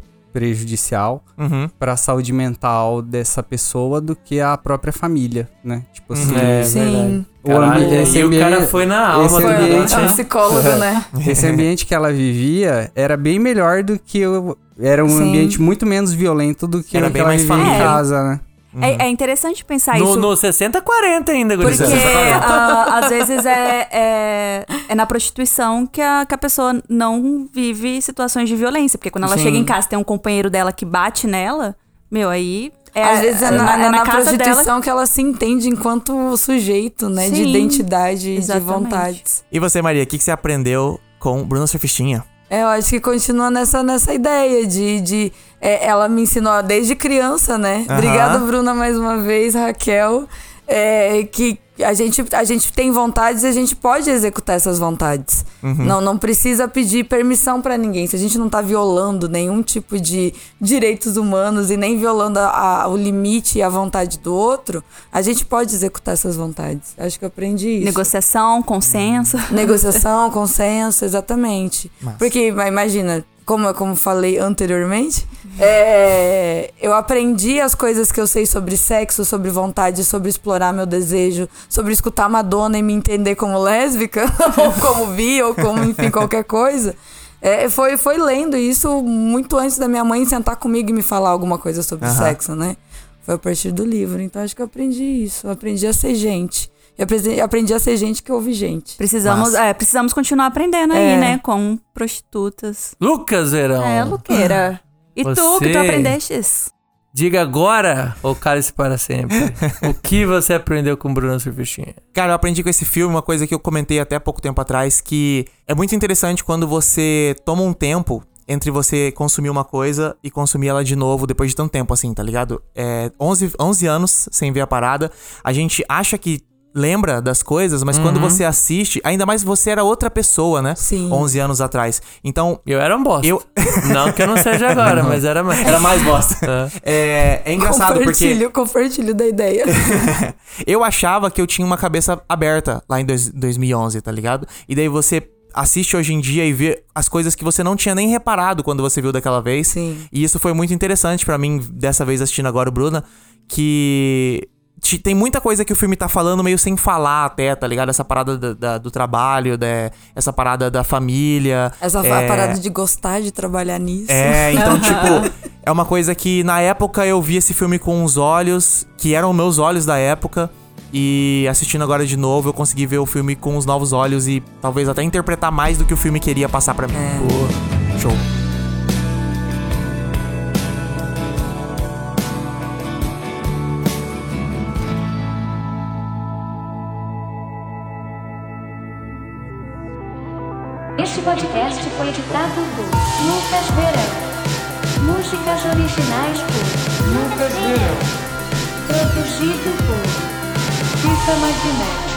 Speaker 6: prejudicial
Speaker 3: Uhum.
Speaker 6: para a saúde mental dessa pessoa do que a própria família, né? Tipo assim,
Speaker 4: É,
Speaker 7: Sim.
Speaker 6: o ambi-
Speaker 4: Caralho,
Speaker 6: esse
Speaker 4: e o
Speaker 6: ambiente-
Speaker 4: cara foi na alma
Speaker 6: esse
Speaker 4: do
Speaker 6: ambiente-
Speaker 4: negócio, né?
Speaker 7: Psicólogo, né?
Speaker 6: esse ambiente que ela vivia era bem melhor do que eu, era um
Speaker 7: Sim.
Speaker 6: ambiente muito menos violento do que
Speaker 3: Era
Speaker 6: era
Speaker 3: bem
Speaker 6: que ela
Speaker 3: mais
Speaker 6: vivia em
Speaker 5: familiar.
Speaker 6: casa, né?
Speaker 5: É, é interessante pensar
Speaker 4: No,
Speaker 5: isso.
Speaker 4: no 60-40 ainda,
Speaker 5: Porque
Speaker 4: gurizada.
Speaker 5: ah, às vezes é, é, é na prostituição que a, que a pessoa não vive situações de violência. Porque quando ela
Speaker 4: Sim.
Speaker 5: chega em casa tem um companheiro dela que bate nela, meu, aí. É,
Speaker 7: Às vezes é, na,
Speaker 5: é
Speaker 7: é na
Speaker 5: casa
Speaker 7: prostituição
Speaker 5: dela.
Speaker 7: que ela se entende enquanto sujeito, né? de
Speaker 5: Sim,
Speaker 7: identidade e de
Speaker 5: exatamente.
Speaker 7: vontades.
Speaker 3: E você, Maria, o que, que você aprendeu com Bruno Surfistinha?
Speaker 7: É, eu acho que continua nessa, nessa ideia de. de é, ela me ensinou desde criança, né?
Speaker 3: Aham.
Speaker 7: Obrigada, Bruna, mais uma vez, Raquel. É, que a gente, a gente tem vontades e a gente pode executar essas vontades. Não, não precisa pedir permissão pra ninguém. Se a gente não tá violando nenhum tipo de direitos humanos e nem violando a- a- o limite e a vontade do outro, a gente pode executar essas vontades. Acho que eu aprendi isso.
Speaker 5: Negociação, consenso.
Speaker 7: Negociação, consenso, exatamente. Porque, ma- imagina, como eu como falei anteriormente, é, eu aprendi as coisas que eu sei sobre sexo, sobre vontade, sobre explorar meu desejo, sobre escutar Madonna e me entender como lésbica, ou como bi, ou como, enfim, qualquer coisa. É, foi, foi lendo isso muito antes da minha mãe sentar comigo e me falar alguma coisa sobre
Speaker 3: Aham.
Speaker 7: sexo, né? Foi a partir do livro. Então acho que eu aprendi isso. Eu aprendi a ser gente. Eu apresen- eu aprendi a ser gente que ouve gente.
Speaker 5: Precisamos, é, precisamos continuar aprendendo
Speaker 7: É.
Speaker 5: aí, né? Com prostitutas.
Speaker 4: Lucas Verão.
Speaker 5: É, Luqueira. E tu, que
Speaker 4: Então, Você-
Speaker 5: tu aprendeste?
Speaker 4: Diga agora, ou cale-se para sempre, o que você aprendeu com Bruno Surfistinha?
Speaker 3: Cara, eu aprendi com esse filme uma coisa que eu comentei até pouco tempo atrás, que é muito interessante quando você toma um tempo entre você consumir uma coisa e consumir ela de novo depois de tanto tempo, assim, tá ligado? É 11, 11 anos sem ver a parada, a gente acha que lembra das coisas, mas quando você assiste, ainda mais você era outra pessoa, né?
Speaker 7: Sim.
Speaker 3: 11 anos atrás. Então,
Speaker 4: Eu era um bosta.
Speaker 3: Eu-
Speaker 4: Não que eu não seja agora, mas era mais. Era mais bosta.
Speaker 3: é, é engraçado porque...
Speaker 7: compartilho, compartilho da ideia.
Speaker 3: Eu achava que eu tinha uma cabeça aberta lá em dois- 2011, tá ligado? E daí você assiste hoje em dia e vê as coisas que você não tinha nem reparado quando você viu daquela vez.
Speaker 7: Sim.
Speaker 3: E isso foi muito interessante pra mim, dessa vez assistindo agora o Bruna, que te- tem muita coisa que o filme tá falando meio sem falar até, tá ligado? Essa parada da- da- do trabalho, da- essa parada da família.
Speaker 7: Essa
Speaker 3: é,
Speaker 7: parada de gostar de trabalhar nisso.
Speaker 3: é, então, tipo, é uma coisa que na época eu vi esse filme com os olhos, que eram meus olhos da época. E assistindo agora de novo, eu consegui ver o filme com os novos olhos e talvez até interpretar mais do que o filme queria passar pra mim. Boa. Show.
Speaker 13: Este podcast foi editado por Lucas Verão. Músicas originais por Lucas Verão. Produzido por
Speaker 1: Fita magnética.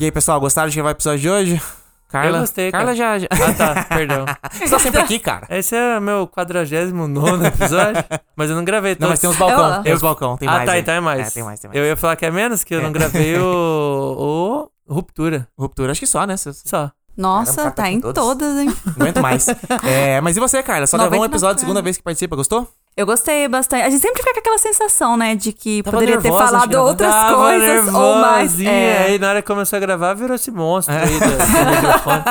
Speaker 3: E aí, pessoal, gostaram de que vai o episódio de hoje? Carla?
Speaker 4: Eu gostei, cara.
Speaker 3: Carla já. já...
Speaker 4: Ah, tá, perdão.
Speaker 3: Você tá sempre aqui, cara.
Speaker 4: Esse é meu 49 episódio, mas eu não gravei
Speaker 3: Não,
Speaker 4: todos.
Speaker 3: mas tem uns balcão.
Speaker 5: Eu-
Speaker 3: Tem uns balcão, tem
Speaker 4: ah,
Speaker 3: mais.
Speaker 4: tá,
Speaker 3: aí.
Speaker 4: então é mais.
Speaker 3: É, tem mais, tem mais.
Speaker 4: Eu ia falar que é menos, que eu não gravei o, o Ruptura,
Speaker 3: Ruptura, acho que só, né? Se- se-
Speaker 4: só.
Speaker 5: Nossa,
Speaker 3: Caramba, o cara tá
Speaker 5: tá
Speaker 3: com
Speaker 5: em
Speaker 3: todas.
Speaker 5: todas, hein?
Speaker 3: Não aguento mais. É, mas e você, Carla? Só gravou um
Speaker 5: 99
Speaker 3: episódio, segunda
Speaker 5: cara.
Speaker 3: vez que participa, gostou?
Speaker 5: Eu gostei bastante. A gente sempre fica com aquela sensação, né? De que
Speaker 4: Tava
Speaker 5: poderia
Speaker 4: nervosa,
Speaker 5: ter
Speaker 4: acho que
Speaker 5: falado
Speaker 4: tava-
Speaker 5: outras
Speaker 4: Tava
Speaker 5: coisas ou mais.
Speaker 4: nervosinha.
Speaker 5: É.
Speaker 4: Aí na hora que começou a gravar, virou esse monstro aí do, do microfone.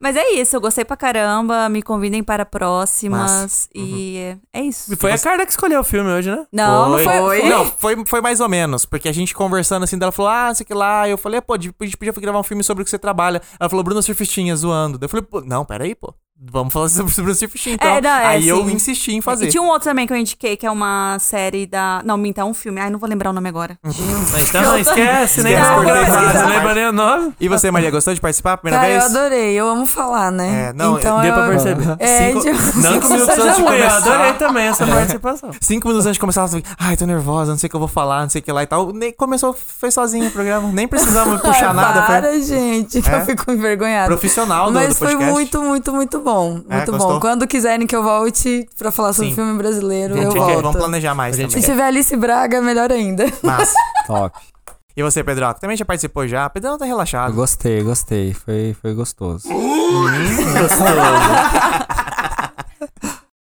Speaker 5: Mas é isso, eu gostei pra caramba. Me convidem para próximas. E é, é isso.
Speaker 4: Uhum. E foi a Carla que escolheu o filme hoje, né?
Speaker 5: Não, não foi- foi?
Speaker 3: Não, foi, foi mais ou menos. Porque a gente conversando assim, dela falou, ah, sei que lá. Eu falei, pô, a gente podia gravar um filme sobre o que você trabalha. Ela falou, Bruna Surfistinha, zoando. Daí Eu falei, pô, não, peraí, pô. Vamos falar sobre Bruna Surfistinha, então.
Speaker 5: É, não, é,
Speaker 3: Aí eu
Speaker 5: sim.
Speaker 3: insisti em fazer.
Speaker 5: E tinha um outro também que eu indiquei, que é uma série da. Não, minta, é um filme. Ai, não vou lembrar o nome agora.
Speaker 4: Então não esquece, nem
Speaker 3: tá, Esquece,
Speaker 4: tá
Speaker 3: cortei essa
Speaker 4: gravado,
Speaker 3: parte.
Speaker 4: não lembra nem o nome.
Speaker 3: E você, Maria, gostou de participar a primeira
Speaker 7: Cara, eu
Speaker 3: vez?
Speaker 7: adorei, eu amo falar, né?
Speaker 3: É, não,
Speaker 7: então,
Speaker 3: deu pra
Speaker 7: eu-
Speaker 3: perceber.
Speaker 7: É,
Speaker 3: Cinco-
Speaker 7: tipo,
Speaker 3: não que
Speaker 7: você
Speaker 3: mil
Speaker 7: já
Speaker 3: opções de
Speaker 7: ama.
Speaker 3: comer,
Speaker 4: Eu adorei também
Speaker 3: É.
Speaker 4: essa participação.
Speaker 3: Cinco minutos antes de começar, ela falou, ai, tô nervosa, não sei o que eu vou falar, não sei o que lá e tal. Nem começou, fez sozinho o programa. Nem precisava
Speaker 5: É,
Speaker 3: puxar
Speaker 7: Ai,
Speaker 3: nada.
Speaker 7: Para,
Speaker 3: foi-
Speaker 7: gente, que
Speaker 3: É?
Speaker 7: eu fico envergonhada.
Speaker 3: Profissional do- do
Speaker 7: Mas foi
Speaker 3: podcast.
Speaker 7: muito, muito, muito bom. Muito
Speaker 3: É,
Speaker 7: bom.
Speaker 3: gostou?
Speaker 7: Quando quiserem que eu volte pra falar sobre
Speaker 3: Sim.
Speaker 7: filme brasileiro, eu
Speaker 3: Gente,
Speaker 7: volto.
Speaker 3: vamos planejar mais
Speaker 7: Se
Speaker 3: também.
Speaker 7: tiver Alice Braga, melhor ainda.
Speaker 3: Mas,
Speaker 6: Top.
Speaker 3: e você, Pedroca, também já participou já? Pedroca tá relaxado.
Speaker 6: Gostei, gostei. Foi, foi gostoso.
Speaker 3: Gostoso.